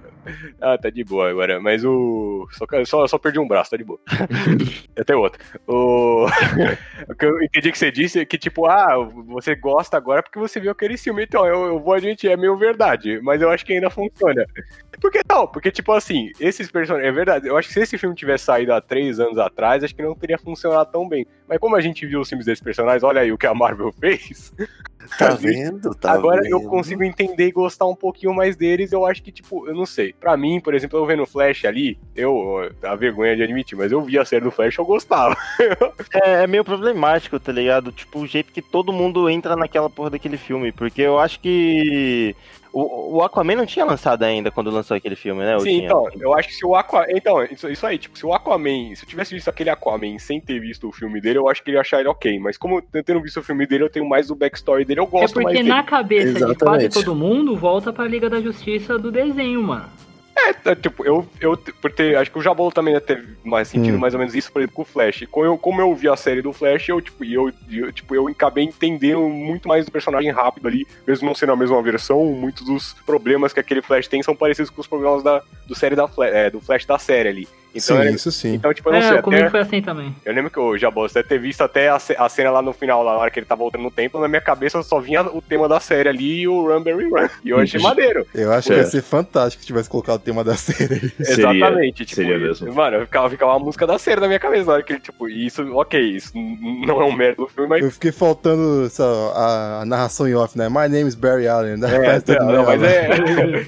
[SPEAKER 3] Ah, tá de boa agora, mas o. Só, ca- só, só perdi um braço, tá de boa. Eu tenho outro. O... o que eu entendi que você disse é que, tipo, ah, você gosta agora porque você viu aquele filme. Então, eu, eu vou admitir, é meio verdade, mas eu acho que ainda funciona. Por que tal? Porque, tipo assim, esses personagens. É verdade, eu acho que se esse filme tivesse saído há três anos atrás, acho que não teria funcionado tão bem. Mas como a gente viu os filmes desses personagens, olha aí o que a Marvel fez.
[SPEAKER 2] Tá vendo? Tá
[SPEAKER 3] Agora
[SPEAKER 2] vendo?
[SPEAKER 3] eu consigo entender e gostar um pouquinho mais deles. Eu acho que, tipo, eu não sei. Pra mim, por exemplo, eu vendo o Flash ali, eu. A vergonha de admitir, mas eu via a série do Flash, eu gostava.
[SPEAKER 5] É, é meio problemático, tá ligado? Tipo, o jeito que todo mundo entra naquela porra daquele filme, porque eu acho que o, o Aquaman não tinha lançado ainda quando lançou aquele filme, né? ou
[SPEAKER 3] Sim,
[SPEAKER 5] tinha?
[SPEAKER 3] então, eu acho que se o Aquaman. Então, isso, isso aí, tipo, se o Aquaman. Se eu tivesse visto aquele Aquaman sem ter visto o filme dele, eu acho que ele ia achar ele ok. Mas como eu tendo visto o filme dele, eu tenho mais o backstory dele, eu
[SPEAKER 6] É
[SPEAKER 3] gosto mais
[SPEAKER 6] porque
[SPEAKER 3] dele.
[SPEAKER 6] na cabeça de quase
[SPEAKER 2] Exatamente.
[SPEAKER 6] todo mundo volta pra Liga da Justiça do desenho, mano.
[SPEAKER 3] É, tipo, eu, eu por ter, acho que o Jabolo também deve ter mais sentido mais ou menos isso, por exemplo, com o Flash. Como eu, como eu vi a série do Flash, eu, tipo, e eu, e eu, tipo, eu acabei entendendo muito mais do personagem rápido ali, mesmo não sendo a mesma versão, muitos dos problemas que aquele Flash tem são parecidos com os problemas da, do, série da Fla- é, do Flash da série ali. Então, era-
[SPEAKER 1] isso sim.
[SPEAKER 3] então tipo, eu não sei,
[SPEAKER 6] É,
[SPEAKER 3] até...
[SPEAKER 6] comigo foi assim também.
[SPEAKER 3] Eu lembro que o Jabos deve ter visto até a, ce- a cena lá no final, lá na hora que ele tá voltando no tempo, na minha cabeça só vinha o tema da série ali e o Rumberry Run. E eu achei maneiro.
[SPEAKER 1] Eu acho que
[SPEAKER 4] É.
[SPEAKER 1] ia ser fantástico se tivesse colocado o tema da série.
[SPEAKER 4] Seria-
[SPEAKER 3] Exatamente. Tipo,
[SPEAKER 4] seria
[SPEAKER 3] e-
[SPEAKER 4] mesmo.
[SPEAKER 3] Mano, eu ficava, ficava uma música da série na minha cabeça na hora que ele, tipo, e isso, ok, isso n- não é um mérito do filme, mas.
[SPEAKER 1] Eu fiquei faltando só, a, a narração em off, né? My name is Barry Allen, né? da festa
[SPEAKER 3] É,
[SPEAKER 1] do
[SPEAKER 3] não,
[SPEAKER 1] Mel.
[SPEAKER 3] mas é.
[SPEAKER 4] né?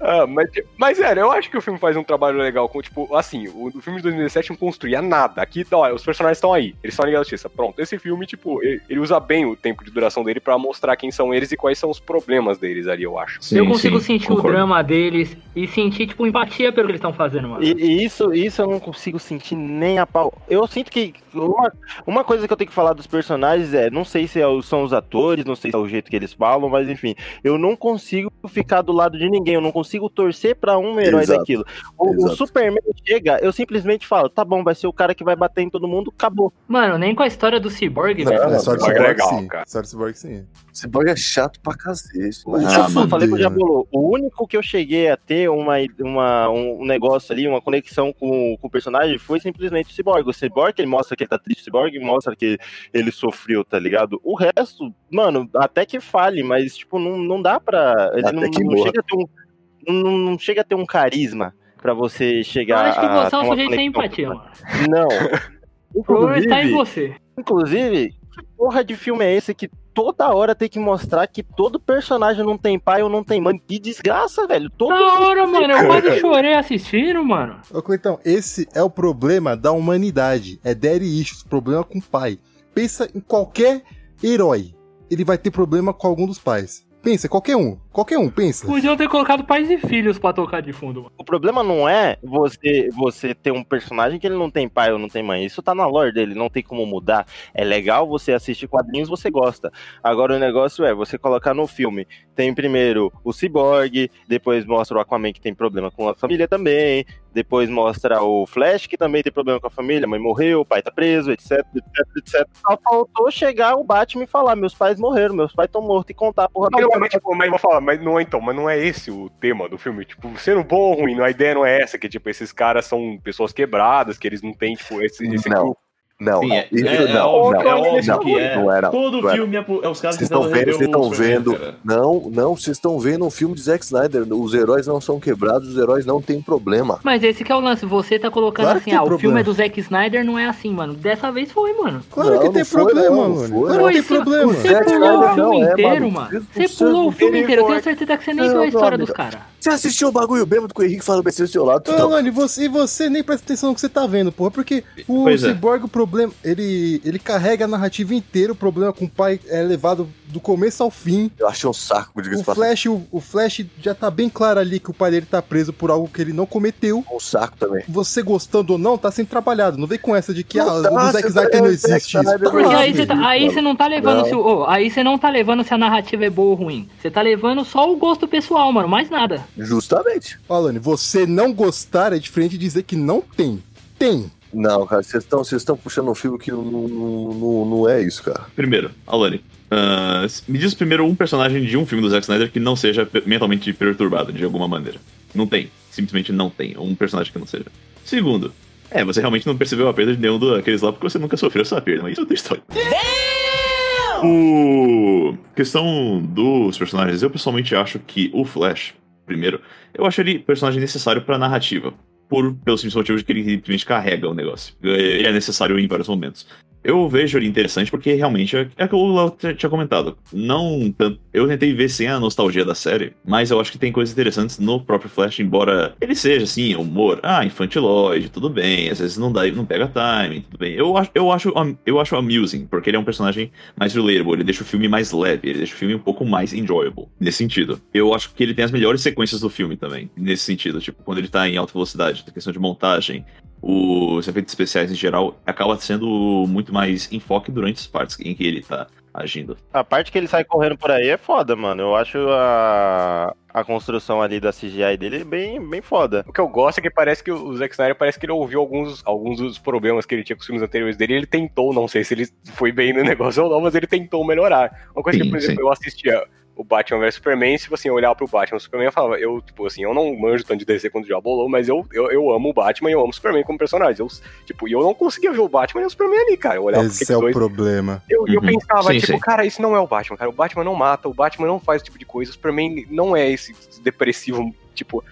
[SPEAKER 3] Ah, mas, mas, sério, eu acho que o filme faz um trabalho legal com, tipo, assim, o, o filme de 2017 não construía nada. Aqui, tá, olha, os personagens estão aí, eles são a Liga da Justiça. Pronto, esse filme, tipo, ele, ele usa bem o tempo de duração dele pra mostrar quem são eles e quais são os problemas deles ali, eu acho.
[SPEAKER 4] Sim,
[SPEAKER 6] eu consigo
[SPEAKER 4] sim,
[SPEAKER 6] sentir o
[SPEAKER 4] concordo.
[SPEAKER 6] drama deles e sentir, tipo, empatia pelo que eles estão fazendo, mano.
[SPEAKER 5] E, e isso, isso eu não consigo sentir nem a pau. Eu sinto que uma, uma coisa que eu tenho que falar dos personagens é, não sei se é o- são os atores, não sei se é o jeito que eles falam, mas enfim, eu não consigo ficar do lado de ninguém, eu não consigo torcer pra um herói
[SPEAKER 2] Exato.
[SPEAKER 5] daquilo. O, o
[SPEAKER 2] Exato.
[SPEAKER 5] Superman chega, eu simplesmente falo, tá bom, vai ser o cara que vai bater em todo mundo, acabou.
[SPEAKER 6] Mano, nem com a história do Cyborg,
[SPEAKER 1] Não,
[SPEAKER 6] velho.
[SPEAKER 1] não, Sorte
[SPEAKER 3] mas é
[SPEAKER 1] Cyborg
[SPEAKER 3] legal,
[SPEAKER 1] sim.
[SPEAKER 3] cara.
[SPEAKER 1] Sorte Cyborg sim.
[SPEAKER 2] Esse bug é chato pra cacete.
[SPEAKER 1] Isso
[SPEAKER 2] Ah,
[SPEAKER 1] é
[SPEAKER 5] eu falei pro
[SPEAKER 1] fudido.
[SPEAKER 5] Jabulô, o único que eu cheguei a ter uma, uma, um negócio ali, uma conexão com, com o personagem, foi simplesmente o Cyborg. O Cyborg, ele mostra que ele tá triste, o Cyborg mostra que ele sofreu, tá ligado? O resto, mano, até que fale, mas, tipo, não, não dá pra... Ele
[SPEAKER 2] Até
[SPEAKER 5] não,
[SPEAKER 2] que
[SPEAKER 5] não
[SPEAKER 2] morra.
[SPEAKER 5] chega a ter um, não, não chega a ter um carisma pra você
[SPEAKER 6] Eu
[SPEAKER 5] chegar
[SPEAKER 6] acho que
[SPEAKER 5] a
[SPEAKER 6] você é
[SPEAKER 5] ter
[SPEAKER 6] um
[SPEAKER 5] Ah, uma
[SPEAKER 6] sujeito sem empatia,
[SPEAKER 5] conexão.
[SPEAKER 6] mano.
[SPEAKER 5] Não.
[SPEAKER 6] O problema está em
[SPEAKER 5] Inclusive-
[SPEAKER 6] você.
[SPEAKER 5] Inclusive, que porra de filme é esse que toda hora tem que mostrar que todo personagem não tem pai ou não tem mãe? Que desgraça, velho. Todo
[SPEAKER 6] Da hora, mano. Eu quase chorei assistindo, mano.
[SPEAKER 1] Ô, Cleitão, esse é o problema da humanidade. É daddy issues, problema com o pai. Pensa em qualquer herói. Ele vai ter problema com algum dos pais. Pensa, qualquer um. Qualquer um, pensa.
[SPEAKER 6] Podiam ter colocado pais e filhos pra tocar de fundo, mano.
[SPEAKER 5] O problema não é você você ter um personagem que ele não tem pai ou não tem mãe. Isso tá na lore dele, não tem como mudar. É legal você assistir quadrinhos, você gosta. Agora o negócio é você colocar no filme Tem primeiro o Cyborg, depois mostra o Aquaman que tem problema com a família também, depois mostra o Flash que também tem problema com a família, a mãe morreu, o pai tá preso, etc, etc, etc. Só faltou chegar o Batman e falar: meus pais morreram, meus pais estão mortos e contar a porra
[SPEAKER 3] Não,
[SPEAKER 5] toda.
[SPEAKER 3] mas, tipo, mas vou falar, mas não é então, mas não é esse o tema do filme. Tipo, sendo bom ou ruim, a ideia não é essa, que tipo, esses caras são pessoas quebradas, que eles não têm, tipo, esse, esse
[SPEAKER 2] Não. Não,
[SPEAKER 4] Sim,
[SPEAKER 2] não.
[SPEAKER 4] é-
[SPEAKER 2] Isso
[SPEAKER 4] é- é
[SPEAKER 2] não,
[SPEAKER 4] óbvio, é
[SPEAKER 2] não,
[SPEAKER 4] óbvio
[SPEAKER 2] não,
[SPEAKER 4] que é.
[SPEAKER 2] não era.
[SPEAKER 4] Todo
[SPEAKER 2] não era.
[SPEAKER 4] filme é, pro- é os caras
[SPEAKER 2] Vocês estão
[SPEAKER 4] tentando
[SPEAKER 2] vendo,
[SPEAKER 4] rever
[SPEAKER 2] vocês
[SPEAKER 4] o
[SPEAKER 2] estão
[SPEAKER 4] Superman,
[SPEAKER 2] vendo.
[SPEAKER 4] né, cara.
[SPEAKER 2] Não, não, vocês estão vendo um filme de Zack Snyder. Os heróis não são quebrados, os heróis não têm problema.
[SPEAKER 6] Mas esse que é o lance, você tá colocando
[SPEAKER 1] Claro que
[SPEAKER 6] assim,
[SPEAKER 1] tem
[SPEAKER 6] ah, o
[SPEAKER 1] problema.
[SPEAKER 6] filme é do Zack Snyder, não é assim, mano. Dessa vez foi, mano.
[SPEAKER 1] Claro
[SPEAKER 2] Não,
[SPEAKER 1] que
[SPEAKER 2] não
[SPEAKER 1] tem
[SPEAKER 2] foi,
[SPEAKER 1] problema,
[SPEAKER 2] não, não
[SPEAKER 1] mano.
[SPEAKER 2] foi.
[SPEAKER 1] Claro que tem
[SPEAKER 6] Isso-
[SPEAKER 1] problema.
[SPEAKER 2] Zé
[SPEAKER 6] Você pulou
[SPEAKER 2] Snyder
[SPEAKER 6] o filme
[SPEAKER 2] não é
[SPEAKER 6] inteiro,
[SPEAKER 2] maluco.
[SPEAKER 6] mano.
[SPEAKER 2] Isso
[SPEAKER 6] Você
[SPEAKER 2] não
[SPEAKER 6] pulou o
[SPEAKER 2] serve.
[SPEAKER 6] filme
[SPEAKER 2] Ele
[SPEAKER 6] inteiro. Eu
[SPEAKER 2] foi-
[SPEAKER 6] tenho certeza que você nem
[SPEAKER 2] Não,
[SPEAKER 6] viu a
[SPEAKER 2] meu
[SPEAKER 6] história
[SPEAKER 2] amigo.
[SPEAKER 6] dos caras.
[SPEAKER 2] Você assistiu o bagulho bêbado que o Henrique fala besteira do seu lado,
[SPEAKER 1] Não,
[SPEAKER 6] Então.
[SPEAKER 2] Tutão?
[SPEAKER 1] mano, e você, e você nem presta atenção no que você tá vendo, porra, porque o
[SPEAKER 4] Pois é.
[SPEAKER 1] Cyborg, o problema, ele, ele carrega a narrativa inteira, o problema com o pai é levado do começo ao fim.
[SPEAKER 2] Eu achei um saco de
[SPEAKER 1] O
[SPEAKER 2] espaço.
[SPEAKER 1] Flash, o, o Flash já tá bem claro ali que o pai dele tá preso por algo que ele não cometeu.
[SPEAKER 2] Um saco também.
[SPEAKER 1] Você gostando ou não, tá sendo trabalhado. Não vem com essa de que
[SPEAKER 2] Não
[SPEAKER 1] ah,
[SPEAKER 2] tá,
[SPEAKER 1] o do Zack
[SPEAKER 2] você tá-
[SPEAKER 1] Snyder não
[SPEAKER 2] é, Zack
[SPEAKER 1] existe. Isso
[SPEAKER 2] Snyder
[SPEAKER 1] tá
[SPEAKER 2] não
[SPEAKER 6] Porque
[SPEAKER 1] lá,
[SPEAKER 6] aí
[SPEAKER 2] Claro,
[SPEAKER 6] você
[SPEAKER 1] velho.
[SPEAKER 6] tá,
[SPEAKER 2] mano.
[SPEAKER 6] aí você não tá levando
[SPEAKER 2] Não.
[SPEAKER 6] se o. ô, aí você não tá levando se a narrativa é boa ou ruim. Você tá levando só o gosto pessoal, mano. Mais nada.
[SPEAKER 2] Justamente.
[SPEAKER 1] Ó, Lani, você não gostar é diferente de dizer que não tem. Tem.
[SPEAKER 2] Não, cara, vocês estão vocês estão puxando um filme que não, não, não, não é isso, cara.
[SPEAKER 4] Primeiro, Alane. ah, me diz primeiro um personagem de um filme do Zack Snyder que não seja pe- mentalmente perturbado de alguma maneira. Não tem. Simplesmente não tem. Um personagem que não seja. Segundo, é, você realmente não percebeu a perda de nenhum daqueles lá porque você nunca sofreu essa perda, mas isso é outra história. O... Questão dos personagens, eu pessoalmente acho que o Flash, primeiro, eu acho ele personagem necessário pra narrativa. Por, pelo simples motivo de que ele simplesmente carrega o negócio. Ele é necessário em vários momentos. Eu vejo ele interessante porque realmente é é aquilo que o Léo t- tinha comentado. Não tanto. Eu tentei ver sem a nostalgia da série, mas eu acho que tem coisas interessantes no próprio Flash, embora ele seja assim, humor, ah, infantiloide, tudo bem, às vezes não dá, não pega time, tudo bem. Eu acho, eu acho, am- eu acho amusing, porque ele é um personagem mais relatable, ele deixa o filme mais leve, ele deixa o filme um pouco mais enjoyable, nesse sentido. Eu acho que ele tem as melhores sequências do filme também, nesse sentido, tipo, quando ele tá em alta velocidade, questão de montagem, os efeitos especiais em geral acaba sendo muito mais enfoque durante as partes em que ele tá agindo.
[SPEAKER 5] A parte que ele sai correndo por aí é foda, mano. Eu acho a, a construção ali da CGI dele bem, bem foda.
[SPEAKER 3] O que eu gosto é que parece que o Zack Snyder parece que ele ouviu alguns, alguns dos problemas que ele tinha com os filmes anteriores dele e ele tentou, não sei se ele foi bem no negócio ou não, mas ele tentou melhorar. Uma coisa que,
[SPEAKER 4] Sim,
[SPEAKER 3] por exemplo,
[SPEAKER 4] sim.
[SPEAKER 3] eu assistia o Batman vs Superman, e, tipo assim, eu olhava pro Batman e Superman eu falava, eu, tipo assim, eu não manjo tanto de DC quanto o Diabo Bolou, mas eu, eu, eu amo o Batman e eu amo o Superman como personagem. Eu, tipo, e eu não conseguia ver o Batman e o Superman ali, cara. Eu olhava pra
[SPEAKER 1] Esse
[SPEAKER 3] aqueles
[SPEAKER 1] é o
[SPEAKER 3] dois
[SPEAKER 1] problema.
[SPEAKER 3] eu, eu
[SPEAKER 4] Uhum.
[SPEAKER 3] pensava,
[SPEAKER 4] Sim,
[SPEAKER 3] tipo,
[SPEAKER 4] sim.
[SPEAKER 3] cara, isso não é o Batman, cara. O Batman não mata, o Batman não faz esse tipo de coisa, o Superman não é esse depressivo, tipo.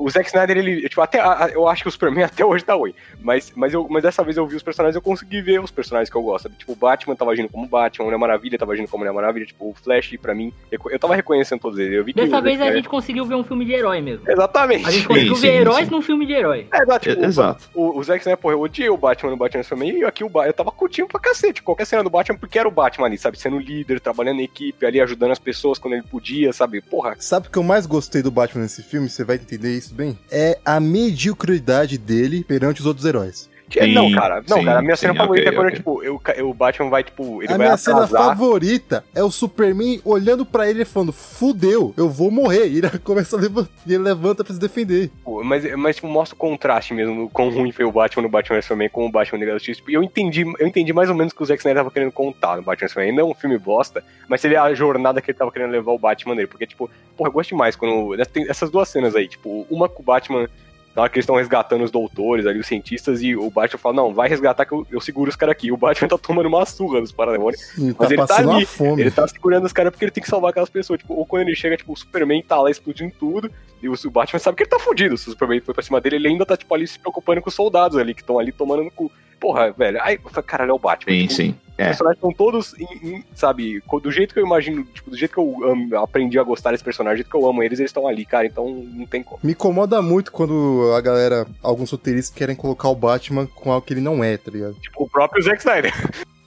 [SPEAKER 3] O Zack Snyder, ele. Tipo, até, a- a- eu acho que o Superman até hoje tá ruim. Mas, mas, eu, mas dessa vez eu vi os personagens eu consegui ver os personagens que eu gosto. sabe? Tipo, o Batman tava agindo como Batman, a Mulher Maravilha tava agindo como Mulher Maravilha, tipo, o Flash, pra mim. Eu, eu tava reconhecendo todos eles. Eu vi que o
[SPEAKER 6] Dessa
[SPEAKER 3] Zack
[SPEAKER 6] vez a
[SPEAKER 2] É.
[SPEAKER 3] Snyder-
[SPEAKER 6] gente conseguiu ver um filme de herói mesmo.
[SPEAKER 3] Exatamente.
[SPEAKER 6] A gente conseguiu
[SPEAKER 4] sim,
[SPEAKER 6] ver heróis
[SPEAKER 4] sim.
[SPEAKER 6] num filme de herói.
[SPEAKER 3] É, exato, tipo,
[SPEAKER 4] E- Exato.
[SPEAKER 3] o, o Zack Snyder, porra, eu odiei o Batman no Batman Superman e aqui o Batman, eu tava curtindo pra cacete qualquer cena do Batman, porque era o Batman ali, sabe, sendo líder, trabalhando em equipe, ali ajudando as pessoas quando ele podia, sabe, porra.
[SPEAKER 1] Sabe o que eu mais gostei do Batman nesse filme? Você vai entender isso bem? É a mediocridade dele perante os outros heróis.
[SPEAKER 3] É,
[SPEAKER 4] Sim,
[SPEAKER 3] não, cara, não,
[SPEAKER 4] sim,
[SPEAKER 3] cara, a minha cena
[SPEAKER 4] sim,
[SPEAKER 3] favorita
[SPEAKER 4] ok,
[SPEAKER 3] é quando,
[SPEAKER 4] ok.
[SPEAKER 3] tipo, eu, ca- o Batman vai, tipo, ele
[SPEAKER 1] a
[SPEAKER 3] vai
[SPEAKER 1] minha cena
[SPEAKER 3] atrasar.
[SPEAKER 1] favorita é o Superman olhando pra ele e falando: fudeu, eu vou morrer. E ele começa a levantar, e ele levanta pra se defender.
[SPEAKER 3] Pô, Mas, mas tipo, mostra o contraste mesmo, do quão ruim foi o Batman no Batman vs Superman com o Batman Liga da Justiça. Tipo, E eu entendi, eu entendi mais ou menos o que o Zack Snyder tava querendo contar no Batman vs Superman. Não é um filme bosta, mas seria a jornada que ele tava querendo levar o Batman nele. Porque, tipo, porra, eu gosto demais quando. Tem essas duas cenas aí, tipo, uma com o Batman. Na hora que eles estão resgatando os doutores ali, os cientistas, e o Batman fala, não, vai resgatar que eu, eu seguro os caras aqui. E o Batman tá tomando uma surra dos parademônios.
[SPEAKER 1] E
[SPEAKER 3] Mas
[SPEAKER 1] tá
[SPEAKER 3] ele tá
[SPEAKER 1] passando
[SPEAKER 3] ali,
[SPEAKER 1] uma fome.
[SPEAKER 3] Ele tá segurando os caras porque ele tem que salvar aquelas pessoas. Tipo, ou quando ele chega, tipo, o Superman tá lá explodindo tudo. E o o Batman sabe que ele tá fudido. Se o Superman foi pra cima dele, ele ainda tá, tipo, ali se preocupando com os soldados ali que estão ali tomando no cu. Porra, velho. Aí, eu falei, caralho, é o Batman.
[SPEAKER 4] Sim,
[SPEAKER 3] Tipo,
[SPEAKER 4] sim.
[SPEAKER 3] Os
[SPEAKER 4] É.
[SPEAKER 3] personagens estão todos, em- em, sabe, co- do jeito que eu imagino, tipo, do jeito que eu am, aprendi a gostar desse personagem, do jeito que eu amo eles, eles estão ali, cara. Então não tem como.
[SPEAKER 1] Me incomoda muito quando a galera, alguns roteiristas, querem colocar o Batman com algo que ele não é, tá ligado?
[SPEAKER 3] Tipo, o próprio Zack Snyder.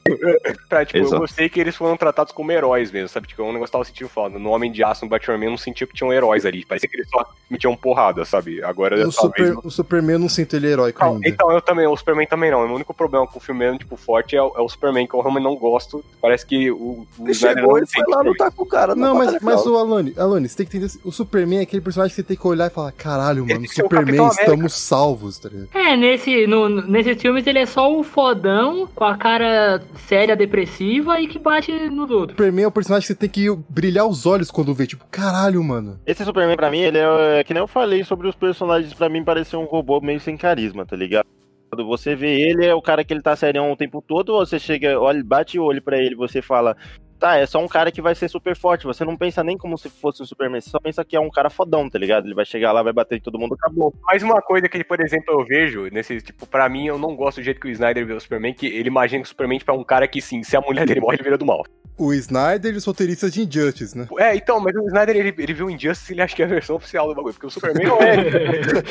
[SPEAKER 3] pra, tipo, eu
[SPEAKER 4] Exato.
[SPEAKER 3] gostei que eles foram tratados como heróis mesmo, sabe? Tipo, é um negócio que eu tava sentindo falta. No Homem de Aço, no Batman, eu não sentia que tinham heróis ali. Parecia que eles só metiam porrada, sabe? Agora,
[SPEAKER 1] O,
[SPEAKER 3] talvez...
[SPEAKER 1] Super, o Superman eu não sinto ele heróico
[SPEAKER 3] Então,
[SPEAKER 1] ainda.
[SPEAKER 3] então, eu também, o Superman também não. O único problema com o filme mesmo, tipo, forte é, o- é o Superman, que eu realmente não gosto. Parece que o, o
[SPEAKER 2] Ele chegou, ele foi lá lutar com o cara. na
[SPEAKER 3] um
[SPEAKER 1] Não, mas,
[SPEAKER 2] batalha
[SPEAKER 1] mas
[SPEAKER 2] final.
[SPEAKER 1] o Alone, Alone, você tem que entender. O Superman é aquele personagem que você tem que olhar e falar: caralho, mano,
[SPEAKER 3] tem que ser o
[SPEAKER 1] Superman,
[SPEAKER 3] Capitão América."
[SPEAKER 1] estamos salvos, tá ligado?
[SPEAKER 6] É, nesse, no, nesses filmes ele é só o fodão, com a cara séria, depressiva e que bate nos outros.
[SPEAKER 1] Superman é o personagem que você tem que brilhar os olhos quando vê, tipo, caralho, mano.
[SPEAKER 5] Esse Superman, pra mim, ele é, é que nem eu falei sobre os personagens, pra mim, parecer um robô meio sem carisma, tá ligado? Quando Você vê ele, é o cara que ele tá serião o tempo todo, você chega, olha, bate o olho pra ele, você fala, tá, é só um cara que vai ser super forte, você não pensa nem como se fosse um Superman, você só pensa que é um cara fodão, tá ligado? Ele vai chegar lá, vai bater em todo mundo, acabou.
[SPEAKER 3] Mais uma coisa que, por exemplo, eu vejo nesse, tipo, pra mim, eu não gosto do jeito que o Snyder vê o Superman, que ele imagina que o Superman tipo, é um cara que, sim, se a mulher dele morre, ele vira do mal.
[SPEAKER 1] O Snyder e os roteiristas de Injustice, né?
[SPEAKER 3] É, então, mas o Snyder, ele, ele viu o Injustice e ele acha que é a versão oficial do bagulho, porque o Superman não é. ele acha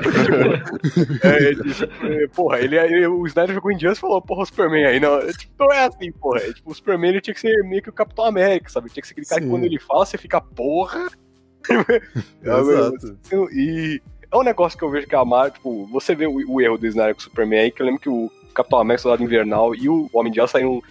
[SPEAKER 3] que, tipo, é, ele, tipo, é, porra, ele, ele- o Snyder jogou Injustice e falou, porra, o Superman aí, não, é, tipo, não é assim, porra. É, tipo, o Superman, ele tinha que ser meio que o Capitão América, sabe? Tinha que ser aquele cara que
[SPEAKER 1] Sim.
[SPEAKER 3] quando ele fala, você fica, porra... Ah, meu,
[SPEAKER 1] Exato.
[SPEAKER 3] Eu- E é um negócio que eu vejo que a Marvel, tipo, você vê o, o erro do Snyder com o Superman aí, que eu lembro que o Capitão América, Soldado Invernal e o Homem de Aço saíram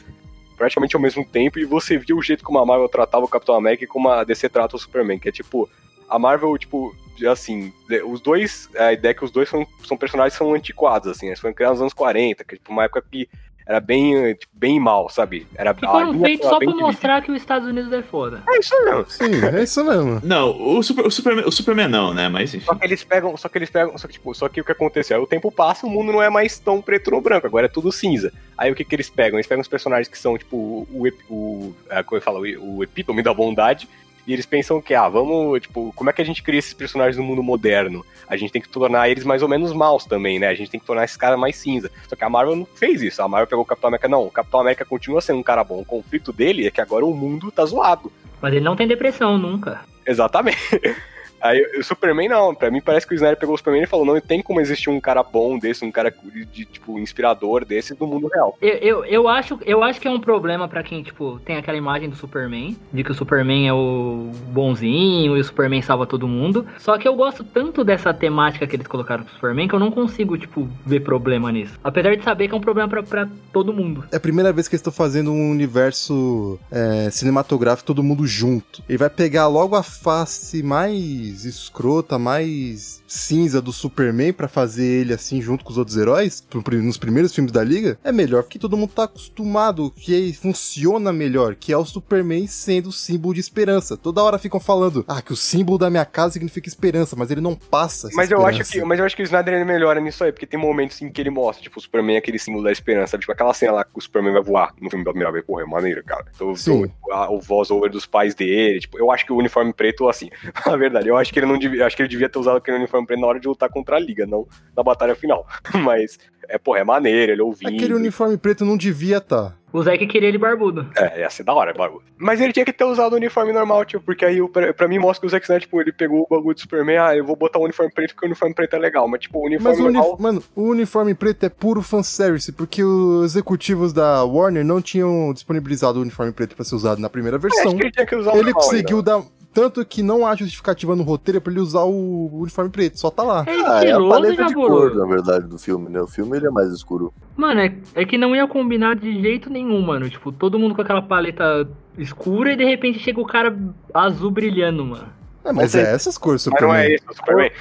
[SPEAKER 3] praticamente ao mesmo tempo, e você viu o jeito como a Marvel tratava o Capitão América e como a DC trata o Superman, que é tipo, a Marvel, tipo, assim, de- os dois, a ideia é que os dois são, são personagens que são antiquados, assim, eles foram criados nos anos 40, que é tipo, uma época que era bem, eh, tipo, bem mal, sabe? Era
[SPEAKER 6] Que
[SPEAKER 2] Ah,
[SPEAKER 3] a
[SPEAKER 6] foram
[SPEAKER 3] linha
[SPEAKER 6] feitos
[SPEAKER 3] era
[SPEAKER 6] só
[SPEAKER 3] bem
[SPEAKER 6] pra
[SPEAKER 3] dividida.
[SPEAKER 6] mostrar que os Estados Unidos é foda.
[SPEAKER 3] É isso mesmo.
[SPEAKER 1] Sim, é isso mesmo.
[SPEAKER 4] Não, o, Super- o Superman, o Superman não, né? Mas enfim.
[SPEAKER 3] Só que eles pegam, só que eles pegam, só que, tipo, só que o que aconteceu? Aí o tempo passa, o mundo não é mais tão preto no branco, agora é tudo cinza. Aí o que que eles pegam? Eles pegam os personagens que são, tipo, o, ep- o, é, como eu falo, o, o epítome da bondade, e eles pensam que, ah, vamos, tipo, como é que a gente cria esses personagens no mundo moderno? A gente tem que tornar eles mais ou menos maus também, né? A gente tem que tornar esses caras mais cinza. Só que a Marvel não fez isso. A Marvel pegou o Capitão América, não, o Capitão América continua sendo um cara bom. O conflito dele é que agora o mundo tá zoado.
[SPEAKER 6] Mas ele não tem depressão nunca.
[SPEAKER 3] Exatamente. Aí o Superman não, pra mim parece que o Snyder pegou o Superman e falou, não, tem como existir um cara bom desse, um cara de, de, tipo, inspirador desse no mundo real.
[SPEAKER 6] Eu, eu, eu, acho, eu acho que é um problema pra quem, tipo, tem aquela imagem do Superman, de que o Superman é o bonzinho e o Superman salva todo mundo. Só que eu gosto tanto dessa temática que eles colocaram pro Superman que eu não consigo, tipo, ver problema nisso. Apesar de saber que é um problema pra, pra todo mundo.
[SPEAKER 1] É a primeira vez que eles estão fazendo um universo é, cinematográfico, todo mundo junto. Ele vai pegar logo a face mais escrota, mais cinza do Superman pra fazer ele assim junto com os outros heróis, pro- pri- nos primeiros filmes da Liga. É melhor, porque todo mundo tá acostumado, que funciona melhor, que é o Superman sendo o símbolo de esperança. Toda hora ficam falando, ah, que o símbolo da minha casa significa esperança, mas ele não passa essa
[SPEAKER 3] Mas eu, acho que,
[SPEAKER 1] esperança.
[SPEAKER 3] mas eu acho que o Snyder ele melhora nisso aí, porque tem momentos em que ele mostra, tipo, o Superman é aquele símbolo da esperança, sabe? tipo aquela cena lá que o Superman vai voar no filme da Mirabel, porra, é maneiro, cara. Então,
[SPEAKER 1] Sim.
[SPEAKER 3] então, a- o voice-over dos pais dele, tipo, eu acho que o uniforme preto, assim, na verdade, eu acho que ele não devia, eu acho que ele devia ter usado aquele uniforme preto na hora de lutar contra a Liga, não na batalha final. Mas, é, porra, é maneiro, ele ouvindo.
[SPEAKER 1] Aquele uniforme preto não devia tá. estar.
[SPEAKER 6] O Zé que queria ele barbudo.
[SPEAKER 3] É, ia ser da hora, bagulho. Mas ele tinha que ter usado o uniforme normal, tipo, porque aí o- pra, pra mim mostra que o Zack Snyder, tipo, ele pegou o bagulho do Superman, ah, eu vou botar o uniforme preto porque o uniforme preto é legal, mas tipo, o uniforme
[SPEAKER 1] Mas o, uni-
[SPEAKER 3] normal...
[SPEAKER 1] mano, o uniforme preto é puro fanservice, porque os executivos da Warner não tinham disponibilizado o uniforme preto pra ser usado na primeira
[SPEAKER 3] É,
[SPEAKER 1] versão.
[SPEAKER 3] acho que ele tinha que usar o
[SPEAKER 1] Ele
[SPEAKER 3] normal,
[SPEAKER 1] conseguiu dar. Tanto que não há justificativa no roteiro pra ele usar o uniforme preto, só tá lá.
[SPEAKER 6] É
[SPEAKER 2] Ah, é a
[SPEAKER 6] estiloso,
[SPEAKER 2] paleta de cor,
[SPEAKER 6] Jaburu.
[SPEAKER 2] na verdade, do filme, né? O filme ele é mais escuro.
[SPEAKER 6] Mano, é, é que não ia combinar de jeito nenhum, mano. Tipo, todo mundo com aquela paleta escura e de repente chega o cara azul brilhando, mano.
[SPEAKER 1] É, mas é essas cores,
[SPEAKER 3] Mas não é
[SPEAKER 1] Superman.
[SPEAKER 3] isso, o Superman.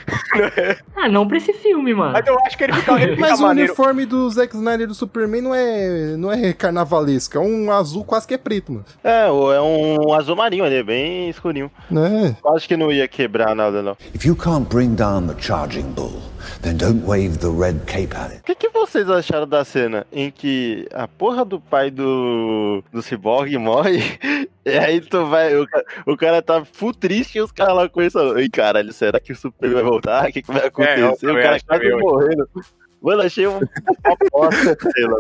[SPEAKER 6] Ah, não pra esse filme, mano.
[SPEAKER 3] Mas eu acho que ele fica, ele fica
[SPEAKER 1] Mas o
[SPEAKER 3] maneiro.
[SPEAKER 1] uniforme do Zack Snyder do Superman não é, não é carnavalesco, é um azul quase que é preto, mano.
[SPEAKER 5] É, o- é um azul marinho, ele é bem escurinho.
[SPEAKER 1] Né?
[SPEAKER 5] Eu Acho que não ia quebrar nada, não.
[SPEAKER 8] If you can't bring down the charging bull, then don't wave the red cape at it.
[SPEAKER 5] O que, que vocês acharam da cena em que a porra do pai do, do Cyborg morre? E aí tu vai. O, ca- o cara tá full triste e os caras lá conversando. Ei, caralho, será que o Super vai voltar? O que, que vai
[SPEAKER 3] É, eu
[SPEAKER 5] acontecer? o
[SPEAKER 3] também
[SPEAKER 5] cara
[SPEAKER 3] acho que
[SPEAKER 5] quase
[SPEAKER 3] eu-
[SPEAKER 5] morrendo. Mano, achei um- uma bosta, sei lá.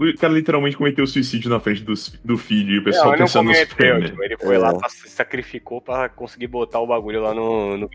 [SPEAKER 4] O cara literalmente cometeu suicídio na frente dos- do filho e o pessoal
[SPEAKER 3] Não, ele não
[SPEAKER 4] pensando no
[SPEAKER 3] cometeu,
[SPEAKER 4] Superman.
[SPEAKER 3] tipo, ele foi
[SPEAKER 2] É.
[SPEAKER 3] lá, pra- se sacrificou pra conseguir botar o bagulho lá no... no...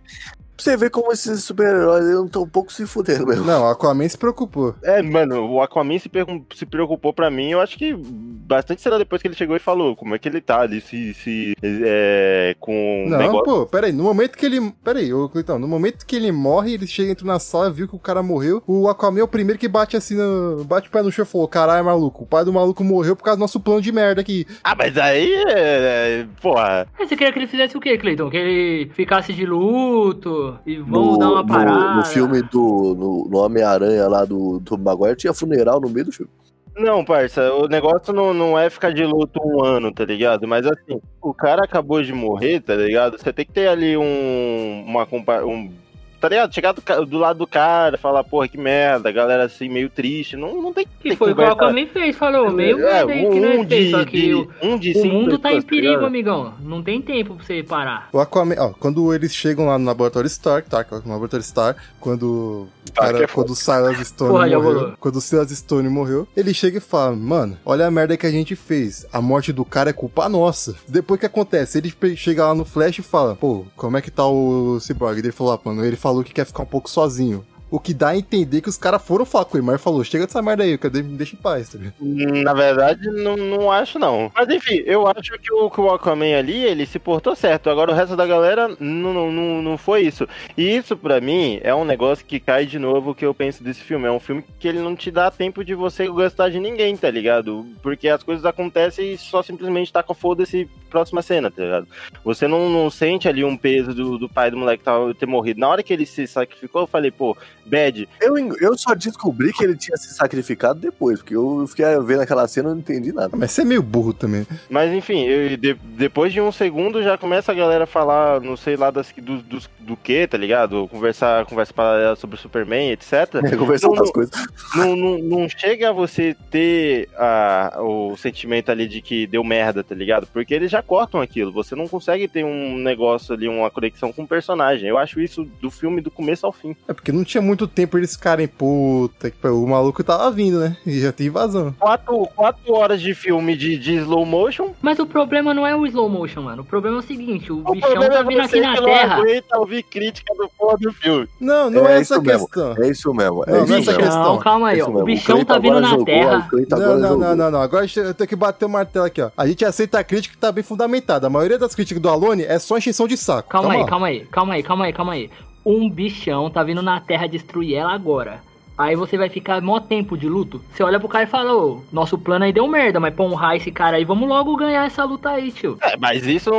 [SPEAKER 2] Pra você ver como esses super-heróis eles não estão um pouco se fudendo mesmo.
[SPEAKER 1] Não, a Aquaman se preocupou.
[SPEAKER 5] É, mano, o Aquaman se, pergun- se preocupou pra mim, eu acho que bastante será depois que ele chegou e falou como é que ele tá ali, se. se é, com o
[SPEAKER 1] Não,
[SPEAKER 5] negócio.
[SPEAKER 1] pô, peraí. No momento que ele. Peraí, ô Cleitão, no momento que ele morre, ele chega, entra na sala, viu que o cara morreu. O Aquaman é o primeiro que bate assim, no- bate o pé no chão e falou: caralho, maluco, o pai do maluco morreu por causa do nosso plano de merda aqui.
[SPEAKER 5] Ah, mas aí. É, é, porra.
[SPEAKER 6] Aí Ah, você queria que ele fizesse o quê, Cleiton? Que ele ficasse de luto e vamos
[SPEAKER 2] No,
[SPEAKER 6] dar uma
[SPEAKER 2] no-
[SPEAKER 6] parada.
[SPEAKER 2] no filme do no, no Homem-Aranha lá do, do Maguire tinha funeral no meio do filme.
[SPEAKER 5] Não, parça, o negócio não, não é ficar de luto um ano, tá ligado? Mas assim, o cara acabou de morrer, tá ligado? Você tem que ter ali um. Uma compa- um Tá ligado? Chegar do, ca- do lado do cara, falar, porra, que merda, a galera assim, meio triste. Não, não tem que
[SPEAKER 6] Que
[SPEAKER 5] ter
[SPEAKER 6] foi o que o
[SPEAKER 5] conversa.
[SPEAKER 6] Aquaman fez, falou. Meio
[SPEAKER 5] É,
[SPEAKER 6] merda aí que nós fez, só que o,
[SPEAKER 5] um de
[SPEAKER 6] o
[SPEAKER 5] cinco
[SPEAKER 6] mundo tá em
[SPEAKER 5] pessoas, ligado?
[SPEAKER 6] perigo, amigão. Não tem tempo pra você parar.
[SPEAKER 1] O Aquaman, ó, quando eles chegam lá no laboratório Stark, tá? que é No laboratório Stark, quando o cara,
[SPEAKER 3] é foda.
[SPEAKER 1] quando o Silas Stone
[SPEAKER 6] Porra, já
[SPEAKER 1] morreu,
[SPEAKER 6] rolou.
[SPEAKER 1] quando o Silas Stone morreu, ele chega e fala: "Mano, olha a merda que a gente fez. A morte do cara é culpa nossa". Depois que acontece, ele pe- chega lá no Flash e fala: "Pô, como é que tá o Cyborg?" Ele falou: "Ah, mano, ele falou que quer ficar um pouco sozinho". O que dá a entender que os caras foram falar com ele, mas ele falou: chega dessa merda aí, eu quero me deixa em paz, tá ligado?
[SPEAKER 5] Na verdade, não, não acho, não. Mas enfim, eu acho que o, que o Aquaman ali, ele se portou certo. Agora o resto da galera não, não, não, não foi isso. E isso, pra mim, é um negócio que cai de novo o que eu penso desse filme. É um filme que ele não te dá tempo de você gostar de ninguém, tá ligado? Porque as coisas acontecem e só simplesmente tá com foda-se próxima cena, tá ligado? Você não, não sente ali um peso do, do pai do moleque tá- ter morrido. Na hora que ele se sacrificou, eu falei, pô, bad,
[SPEAKER 2] Eu, eu só descobri que ele tinha se sacrificado depois, porque eu fiquei vendo aquela cena e não entendi nada.
[SPEAKER 1] Ah, Mas você é meio burro também.
[SPEAKER 5] Mas enfim, eu- de- depois de um segundo já começa a galera a falar, não sei lá das, do, do, do que, tá ligado? Conversar, conversa paralela sobre o Superman, etc.
[SPEAKER 2] Conversando
[SPEAKER 5] Não,
[SPEAKER 2] outras coisas.
[SPEAKER 5] não, não, não chega a você ter ah, o sentimento ali de que deu merda, tá ligado? Porque eles já cortam aquilo. Você não consegue ter um negócio ali, uma conexão com o personagem. Eu acho isso do filme do começo ao fim.
[SPEAKER 1] É porque não tinha muito tempo eles ficarem, puta, que pariu, o maluco tava vindo, né? E já tem invasão.
[SPEAKER 5] Quatro, quatro horas de filme de, de slow motion.
[SPEAKER 6] Mas o problema não é o slow motion, mano. O problema é o seguinte: o,
[SPEAKER 5] O
[SPEAKER 6] bichão
[SPEAKER 5] problema
[SPEAKER 6] tá
[SPEAKER 5] é
[SPEAKER 6] vindo aqui
[SPEAKER 5] você
[SPEAKER 6] na
[SPEAKER 5] que não
[SPEAKER 6] Terra.
[SPEAKER 5] aguenta ouvir crítica do porra do filme.
[SPEAKER 1] Não, não
[SPEAKER 2] É
[SPEAKER 1] é,
[SPEAKER 2] isso
[SPEAKER 1] essa a
[SPEAKER 2] mesmo.
[SPEAKER 1] questão.
[SPEAKER 2] É isso mesmo. É
[SPEAKER 1] Não,
[SPEAKER 2] isso
[SPEAKER 1] não é essa
[SPEAKER 2] mesmo.
[SPEAKER 1] questão.
[SPEAKER 6] Não, calma
[SPEAKER 2] É
[SPEAKER 6] aí,
[SPEAKER 2] isso
[SPEAKER 6] ó.
[SPEAKER 2] mesmo.
[SPEAKER 6] O
[SPEAKER 2] O
[SPEAKER 6] bichão
[SPEAKER 2] Cleiton
[SPEAKER 6] tá vindo
[SPEAKER 2] agora
[SPEAKER 6] na
[SPEAKER 2] jogou,
[SPEAKER 6] Terra.
[SPEAKER 2] o Cleiton
[SPEAKER 1] Não,
[SPEAKER 2] agora
[SPEAKER 1] não,
[SPEAKER 2] jogou.
[SPEAKER 1] não, não, não. Agora a gente- eu tenho que bater o martelo aqui, ó. A gente aceita a crítica que tá bem fundamentada. A maioria das críticas do Alone é só encheção de saco.
[SPEAKER 7] Tá
[SPEAKER 6] Calma aí,
[SPEAKER 1] lá.
[SPEAKER 6] calma aí, calma aí, calma aí, calma aí. Um bichão tá vindo na Terra destruir ela agora. Aí você vai ficar mó tempo de luto. Você olha pro cara e fala, ô, nosso plano aí deu merda, mas pra honrar esse cara aí, vamos logo ganhar essa luta aí, tio.
[SPEAKER 5] É, mas isso,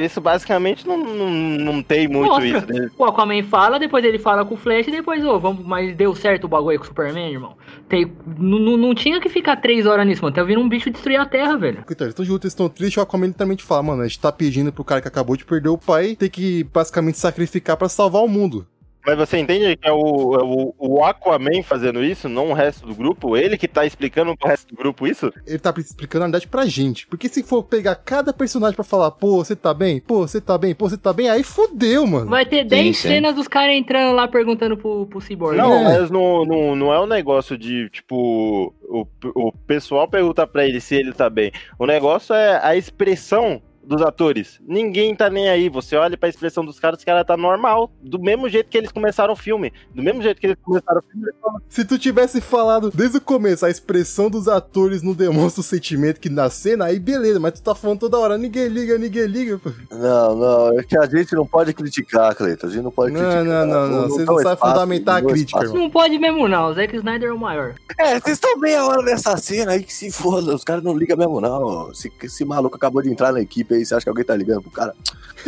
[SPEAKER 5] isso basicamente não, não, não tem muito
[SPEAKER 6] Mostra.
[SPEAKER 5] isso. né?
[SPEAKER 6] O Aquaman fala, depois ele fala com o Flash, e depois, ô, vamos, mas deu certo o bagulho aí com o Superman, irmão. Tem, n- n- não tinha que ficar três horas nisso, mano. Tá vindo um bicho destruir a Terra, velho.
[SPEAKER 1] Então, eles estão de luta, eles estão tristes. O Aquaman também te fala, mano, a gente tá pedindo pro cara que acabou de perder o pai ter que basicamente sacrificar pra salvar o mundo.
[SPEAKER 5] Mas você entende que é o, é o, o Aquaman fazendo isso, não o resto do grupo? Ele que tá explicando pro resto do grupo isso?
[SPEAKER 1] Ele tá explicando a verdade pra gente. Porque se for pegar cada personagem pra falar, pô, você tá bem? Pô, você tá bem? Pô, você tá bem? Aí fudeu, mano.
[SPEAKER 6] Vai ter
[SPEAKER 7] Sim,
[SPEAKER 6] 10
[SPEAKER 7] sim.
[SPEAKER 6] cenas dos caras entrando lá perguntando pro, pro Cyborg.
[SPEAKER 5] Não,
[SPEAKER 1] É.
[SPEAKER 5] mas não, não, não é um negócio de, tipo, o, o pessoal pergunta pra ele se ele tá bem. O negócio é a expressão dos atores. Ninguém tá nem aí. Você olha pra expressão dos caras, os caras tá normal. Do mesmo jeito que eles começaram o filme. Do mesmo jeito que eles começaram o filme, eles tão
[SPEAKER 1] Se tu tivesse falado desde o começo, a expressão dos atores não demonstra o sentimento que na cena, aí beleza, mas tu tá falando toda hora, ninguém liga, ninguém liga. pô.
[SPEAKER 2] Não, não, é que a gente não pode criticar, Cleiton. A gente não pode
[SPEAKER 1] Não,
[SPEAKER 2] criticar.
[SPEAKER 1] não, não, não, vocês
[SPEAKER 2] dá
[SPEAKER 1] não
[SPEAKER 2] um
[SPEAKER 1] sabem fundamentar a
[SPEAKER 2] não dá um
[SPEAKER 1] crítica,
[SPEAKER 2] espaço.
[SPEAKER 6] Não pode mesmo não, o Zack Snyder é o maior.
[SPEAKER 2] É, vocês estão meia hora nessa cena aí que se foda, os caras não ligam mesmo, não. Esse, esse maluco acabou de entrar na equipe aí, você acha que alguém tá ligando pro cara?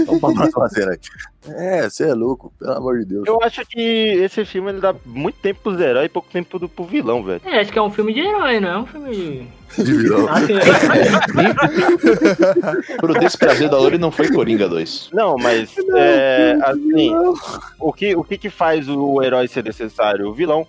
[SPEAKER 2] Vamos pra próxima cena aí. É, você é louco, pelo amor de Deus.
[SPEAKER 5] Eu acho que esse filme ele dá muito tempo pros heróis e pouco tempo pro, pro vilão, velho.
[SPEAKER 6] É, acho que é um filme de herói, não é um filme de...
[SPEAKER 2] De vilão.
[SPEAKER 4] Pro desprazer da Lore não foi Coringa 2.
[SPEAKER 5] Não, mas é, assim, o que, o que que faz o herói ser necessário? O vilão.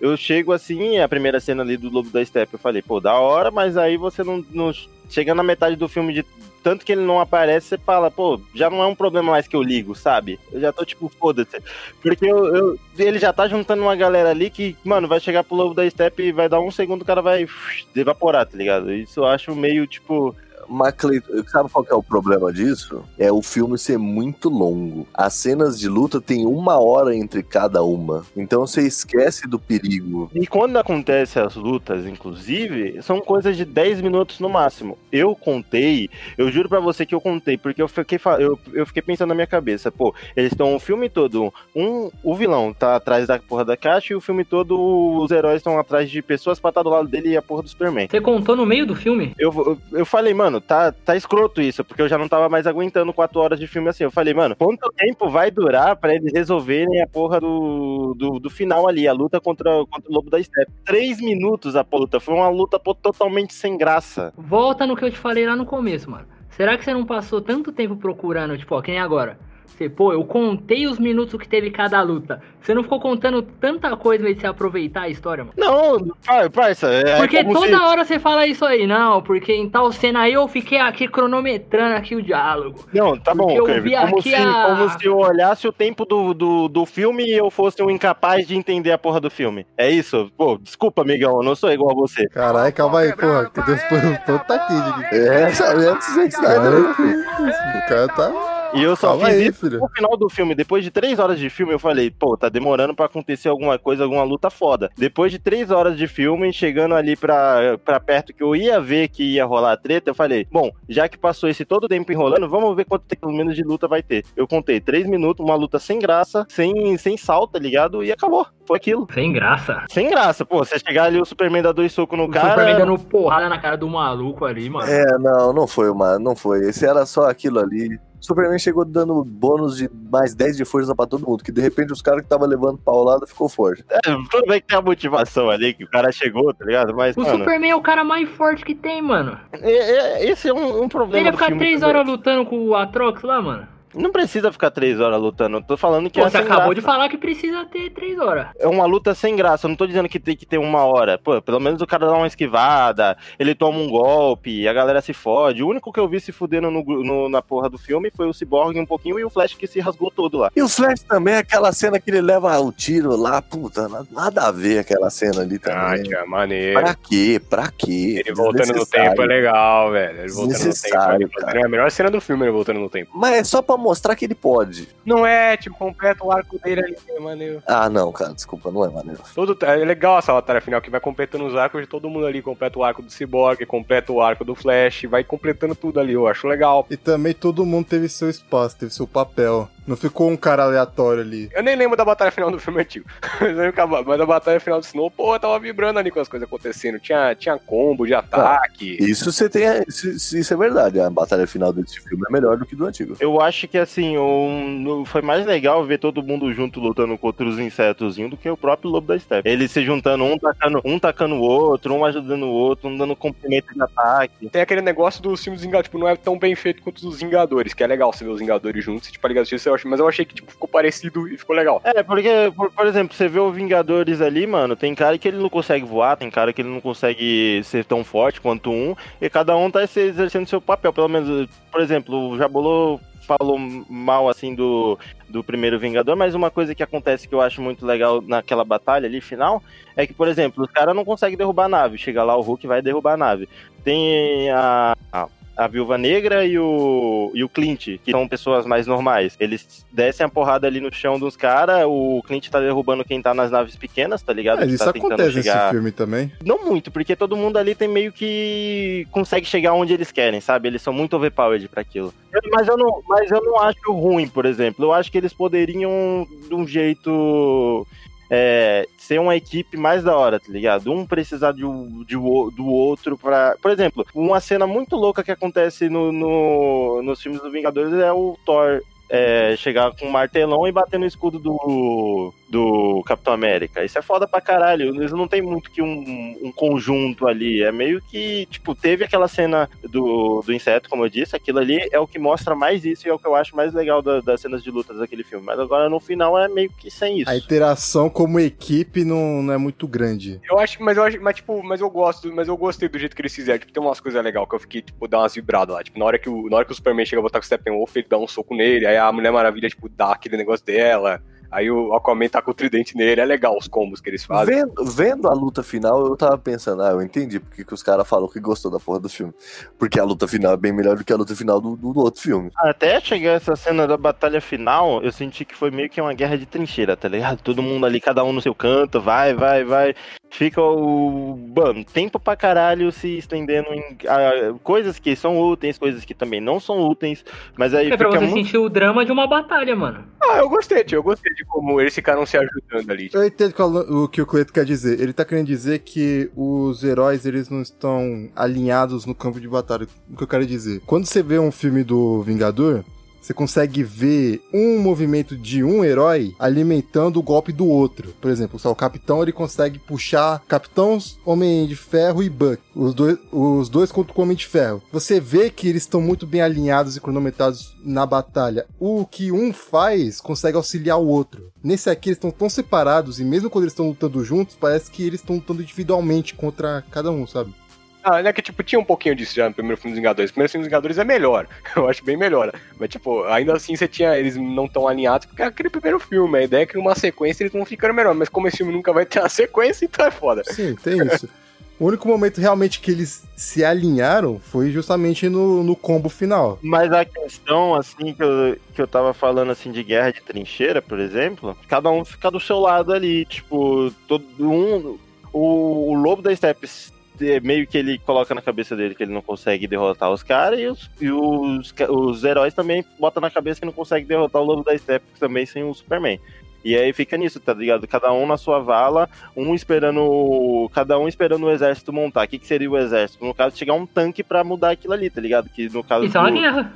[SPEAKER 5] Eu chego assim, a primeira cena ali do Lobo da Steppe, eu falei, pô, da hora, mas aí você não, não chega na metade do filme de tanto que ele não aparece, você fala, pô, já não é um problema mais que eu ligo, sabe? Eu já tô tipo, foda-se. Porque eu, eu- ele já tá juntando uma galera ali que, mano, vai chegar pro Lobo da Steppe e vai dar um segundo, o cara vai uff, evaporar, tá ligado? Isso eu acho meio, tipo,
[SPEAKER 2] Mas, Cleiton, sabe qual que é o problema disso? É o filme ser muito longo. As cenas de luta tem uma hora entre cada uma. Então você esquece do perigo.
[SPEAKER 5] E quando acontecem as lutas, inclusive, são coisas de 10 minutos no máximo. Eu contei, eu juro pra você que eu contei, porque eu fiquei, fa- eu, eu fiquei pensando na minha cabeça, pô, eles estão o filme todo, um, o vilão tá atrás da porra da caixa e o filme todo os heróis estão atrás de pessoas pra estar do lado dele e a porra do Superman.
[SPEAKER 6] Você contou no meio do filme?
[SPEAKER 5] Eu, eu, eu falei, mano, tá, tá escroto isso, porque eu já não tava mais aguentando quatro horas de filme assim. Eu falei, mano, quanto tempo vai durar pra eles resolverem a porra do, do, do final ali, a luta contra, contra o Lobo da Steppe? Três minutos a luta, foi uma luta pô, totalmente sem graça.
[SPEAKER 6] Volta no que eu te falei lá no começo, mano. Será que você não passou tanto tempo procurando, tipo, ó, que nem agora? Você, pô, eu contei os minutos que teve cada luta. Você não ficou contando tanta coisa em vez de você aproveitar a história, mano?
[SPEAKER 5] Não, par- parça, é
[SPEAKER 6] Porque
[SPEAKER 5] como
[SPEAKER 6] toda
[SPEAKER 5] se-
[SPEAKER 6] hora você fala isso aí, não, porque em tal cena aí eu fiquei aqui cronometrando aqui o diálogo.
[SPEAKER 5] Não, tá bom,
[SPEAKER 6] Porque eu
[SPEAKER 5] Kirby.
[SPEAKER 6] vi
[SPEAKER 5] Como
[SPEAKER 6] aqui
[SPEAKER 5] se,
[SPEAKER 6] a-
[SPEAKER 5] como se eu olhasse o tempo do, do, do filme e eu fosse um incapaz de entender a porra do filme. É isso? Pô, desculpa, amigão, eu não sou igual a você.
[SPEAKER 1] Caralho, calma aí, porra. Que Deus foi um ponto tá aqui, Diego.
[SPEAKER 2] É, sabe? É do Zack Snyder.
[SPEAKER 1] Cara, que- o cara tá.
[SPEAKER 5] E né, eu só
[SPEAKER 1] Calma
[SPEAKER 5] fiz
[SPEAKER 1] aí,
[SPEAKER 5] isso
[SPEAKER 1] filho.
[SPEAKER 5] no final do filme. Depois de três horas de filme, eu falei, pô, tá demorando pra acontecer alguma coisa, alguma luta foda. Depois de três horas de filme, chegando ali pra, pra perto que eu ia ver que ia rolar a treta, eu falei, bom, já que passou esse todo tempo enrolando, vamos ver quanto tempo menos de luta vai ter. Eu contei três minutos, uma luta sem graça, sem, sem salto, tá ligado? E acabou. Foi aquilo.
[SPEAKER 6] Sem graça.
[SPEAKER 5] Sem graça, pô. Você chegar ali, o Superman dá dois socos no
[SPEAKER 6] O
[SPEAKER 5] cara.
[SPEAKER 6] Superman dando porrada na cara do maluco ali, mano.
[SPEAKER 2] É, não, não foi uma. Não foi. Esse era só aquilo ali. Superman chegou dando bônus de mais 10 de força pra todo mundo, que de repente os caras que estavam levando paulada ficou forte.
[SPEAKER 5] É, tudo bem que tem a motivação ali, que o cara chegou, tá ligado? Mas,
[SPEAKER 6] O
[SPEAKER 5] mano,
[SPEAKER 6] Superman é o cara mais forte que tem, mano.
[SPEAKER 5] é- é- esse é um, um problema
[SPEAKER 6] Ele ia
[SPEAKER 5] do
[SPEAKER 6] ficar
[SPEAKER 5] filme
[SPEAKER 6] três
[SPEAKER 5] também.
[SPEAKER 6] horas lutando com o Atrox lá, mano.
[SPEAKER 5] Não precisa ficar três horas lutando. Eu tô falando que
[SPEAKER 6] Pô,
[SPEAKER 5] é,
[SPEAKER 6] você
[SPEAKER 5] sem
[SPEAKER 6] acabou
[SPEAKER 5] graça.
[SPEAKER 6] de falar que precisa ter três horas.
[SPEAKER 5] é uma luta sem graça. Eu não tô dizendo que tem que ter uma hora. Pô, pelo menos o cara dá uma esquivada, ele toma um golpe, a galera se fode. O único que eu vi se fudendo no gru- no- na porra do filme foi o Cyborg um pouquinho e o Flash que se rasgou todo lá.
[SPEAKER 2] E o Flash também, aquela cena que ele leva o tiro lá, puta, na- nada a ver aquela cena ali
[SPEAKER 3] Ah,
[SPEAKER 2] também.
[SPEAKER 1] é.
[SPEAKER 3] tia, maneiro.
[SPEAKER 2] pra quê? Pra quê?
[SPEAKER 3] Ele voltando no
[SPEAKER 2] Desnecessário.
[SPEAKER 3] tempo é legal, velho. Ele voltando no tempo.
[SPEAKER 2] Desnecessário,
[SPEAKER 3] ele fazendo- É a melhor cena do filme, ele voltando no tempo.
[SPEAKER 2] Mas é só pra mostrar que ele pode.
[SPEAKER 3] Não é, tipo, completa o arco dele ali, é maneiro.
[SPEAKER 2] Ah, não, cara, desculpa, não é maneiro.
[SPEAKER 3] Todo, é legal essa batalha final, que vai completando os arcos de todo mundo ali. Completa o arco do Cyborg, completa o arco do Flash, vai completando tudo ali, eu acho legal.
[SPEAKER 1] E também todo mundo teve seu espaço, teve seu papel. Não ficou um cara aleatório ali.
[SPEAKER 3] Eu nem lembro da batalha final do filme antigo. Mas eu acabo- Mas a batalha final do Snow, pô, eu tava vibrando ali com as coisas acontecendo. Tinha, tinha combo de ataque.
[SPEAKER 2] Isso você tem. Isso, isso é verdade. A batalha final desse filme é melhor do que do antigo.
[SPEAKER 5] Eu acho que assim, um- foi mais legal ver todo mundo junto lutando contra os insetoszinhos do que o próprio Lobo da Steppe. Eles se juntando, um tacando, um tacando o outro, um ajudando o outro, um dando cumprimento de ataque.
[SPEAKER 3] Tem aquele negócio dos filmes dos Vingadores, tipo, não é tão bem feito quanto os Vingadores, que é legal você ver os Vingadores juntos, tipo, a Liga da Justiça, eu acho, mas eu achei que tipo, ficou parecido e ficou legal.
[SPEAKER 5] É, porque, por, por exemplo, você vê o Vingadores ali, mano, tem cara que ele não consegue voar, tem cara que ele não consegue ser tão forte quanto um, e cada um tá se exercendo seu papel, pelo menos, por exemplo, o Jabolô falou mal, assim, do, do primeiro Vingador, mas uma coisa que acontece que eu acho muito legal naquela batalha ali, final, é que, por exemplo, os caras não conseguem derrubar a nave, chega lá o Hulk e vai derrubar a nave. Tem a... a a Viúva Negra e o, e o Clint, que são pessoas mais normais. Eles descem a porrada ali no chão dos caras, o Clint tá derrubando quem tá nas naves pequenas, tá ligado?
[SPEAKER 1] Mas
[SPEAKER 5] Que
[SPEAKER 1] isso
[SPEAKER 5] tá tentando
[SPEAKER 1] acontece nesse
[SPEAKER 5] chegar-
[SPEAKER 1] filme também.
[SPEAKER 5] Não muito, porque todo mundo ali tem meio que consegue chegar onde eles querem, sabe? Eles são muito overpowered pra aquilo. Eu- Mas eu, não, mas eu não acho ruim, por exemplo. Eu acho que eles poderiam, de um jeito, é, ser uma equipe mais da hora, tá ligado? Um precisar de, um- de o- do outro pra. Por exemplo, uma cena muito louca que acontece no, no- nos filmes do Vingadores é o Thor. é, chegar com um martelão e bater no escudo do, do Capitão América. Isso é foda pra caralho. Eles não tem muito que um, um conjunto ali. É meio que, tipo, teve aquela cena do, do inseto, como eu disse. Aquilo ali é o que mostra mais isso e é o que eu acho mais legal da- das cenas de luta daquele filme. Mas agora no final é meio que sem isso.
[SPEAKER 1] A interação como equipe não, não é muito grande.
[SPEAKER 3] Eu acho, mas eu acho, mas tipo, mas eu gosto, mas eu gostei do jeito que eles fizeram. Tipo, tem umas coisas legais que eu fiquei, tipo, dar umas vibradas lá. Tipo, na hora que o, na hora que o Superman chega a botar com o Steppenwolf, ele dá um soco nele, aí a Mulher Maravilha, tipo, dá aquele negócio dela. Aí o Aquaman tá com o tridente nele, é legal os combos que eles fazem.
[SPEAKER 2] Vendo, vendo a luta final, eu tava pensando, ah, eu entendi porque que os caras falaram que gostou da porra do filme. Porque a luta final é bem melhor do que a luta final do, do outro filme.
[SPEAKER 5] Até chegar essa cena da batalha final, eu senti que foi meio que uma guerra de trincheira, tá ligado? Todo mundo ali, cada um no seu canto, vai, vai, vai. Fica o. Mano, tempo pra caralho se estendendo em ah, coisas que são úteis, coisas que também não são úteis. Mas aí
[SPEAKER 6] É pra
[SPEAKER 5] fica
[SPEAKER 6] você
[SPEAKER 5] muito.
[SPEAKER 6] sentir o drama de uma batalha, mano.
[SPEAKER 3] Ah, eu gostei, tio. Eu gostei de como eles ficaram se ajudando ali. tipo.
[SPEAKER 1] Eu entendo qual- o que o Cleito quer dizer. Ele tá querendo dizer que os heróis, eles não estão alinhados no campo de batalha. O que eu quero dizer? Quando você vê um filme do Vingador, você consegue ver um movimento de um herói alimentando o golpe do outro. Por exemplo, só o Capitão, ele consegue puxar Capitão, Homem de Ferro e Buck. Os dois, os dois contra o Homem de Ferro. Você vê que eles estão muito bem alinhados e cronometrados na batalha. O que um faz consegue auxiliar o outro. Nesse aqui, eles estão tão separados e mesmo quando eles estão lutando juntos, parece que eles estão lutando individualmente contra cada um, sabe?
[SPEAKER 3] Ah, né, que tipo, tinha um pouquinho disso já no primeiro filme dos Vingadores. O primeiro filme dos Vingadores é melhor, eu acho bem melhor. Mas, tipo, ainda assim você tinha. Eles não tão alinhados, porque é aquele primeiro filme. A ideia é que numa sequência eles vão ficando melhor. Mas como esse filme nunca vai ter uma sequência, então é foda.
[SPEAKER 1] Sim, tem isso. O único momento realmente que eles se alinharam foi justamente no, no combo final.
[SPEAKER 5] Mas a questão, assim, que eu, que eu tava falando, assim, de guerra de trincheira, por exemplo, cada um fica do seu lado ali, tipo, todo um... O, o Lobo da Steppe é, meio que ele coloca na cabeça dele que ele não consegue derrotar os caras, e, os, e os, ca- os heróis também botam na cabeça que não consegue derrotar o Lobo da Steppe também sem o Superman. E aí fica nisso, tá ligado? Cada um na sua vala, um esperando. Cada um esperando o exército montar. O que, que seria o exército? No caso, chegar um tanque pra mudar aquilo ali, tá ligado? Que no caso.
[SPEAKER 6] Isso é uma
[SPEAKER 5] do-
[SPEAKER 6] guerra.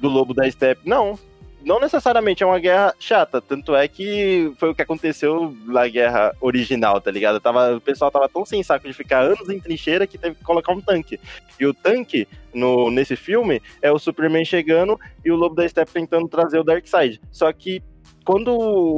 [SPEAKER 5] do Lobo da Steppe. Não, não necessariamente é uma guerra chata. Tanto é que foi o que aconteceu na guerra original, tá ligado? Tava, o pessoal tava tão sem saco de ficar anos em trincheira que teve que colocar um tanque. E o tanque, no, nesse filme, é o Superman chegando e o Lobo da Steppe tentando trazer o Darkseid. Só que. Quando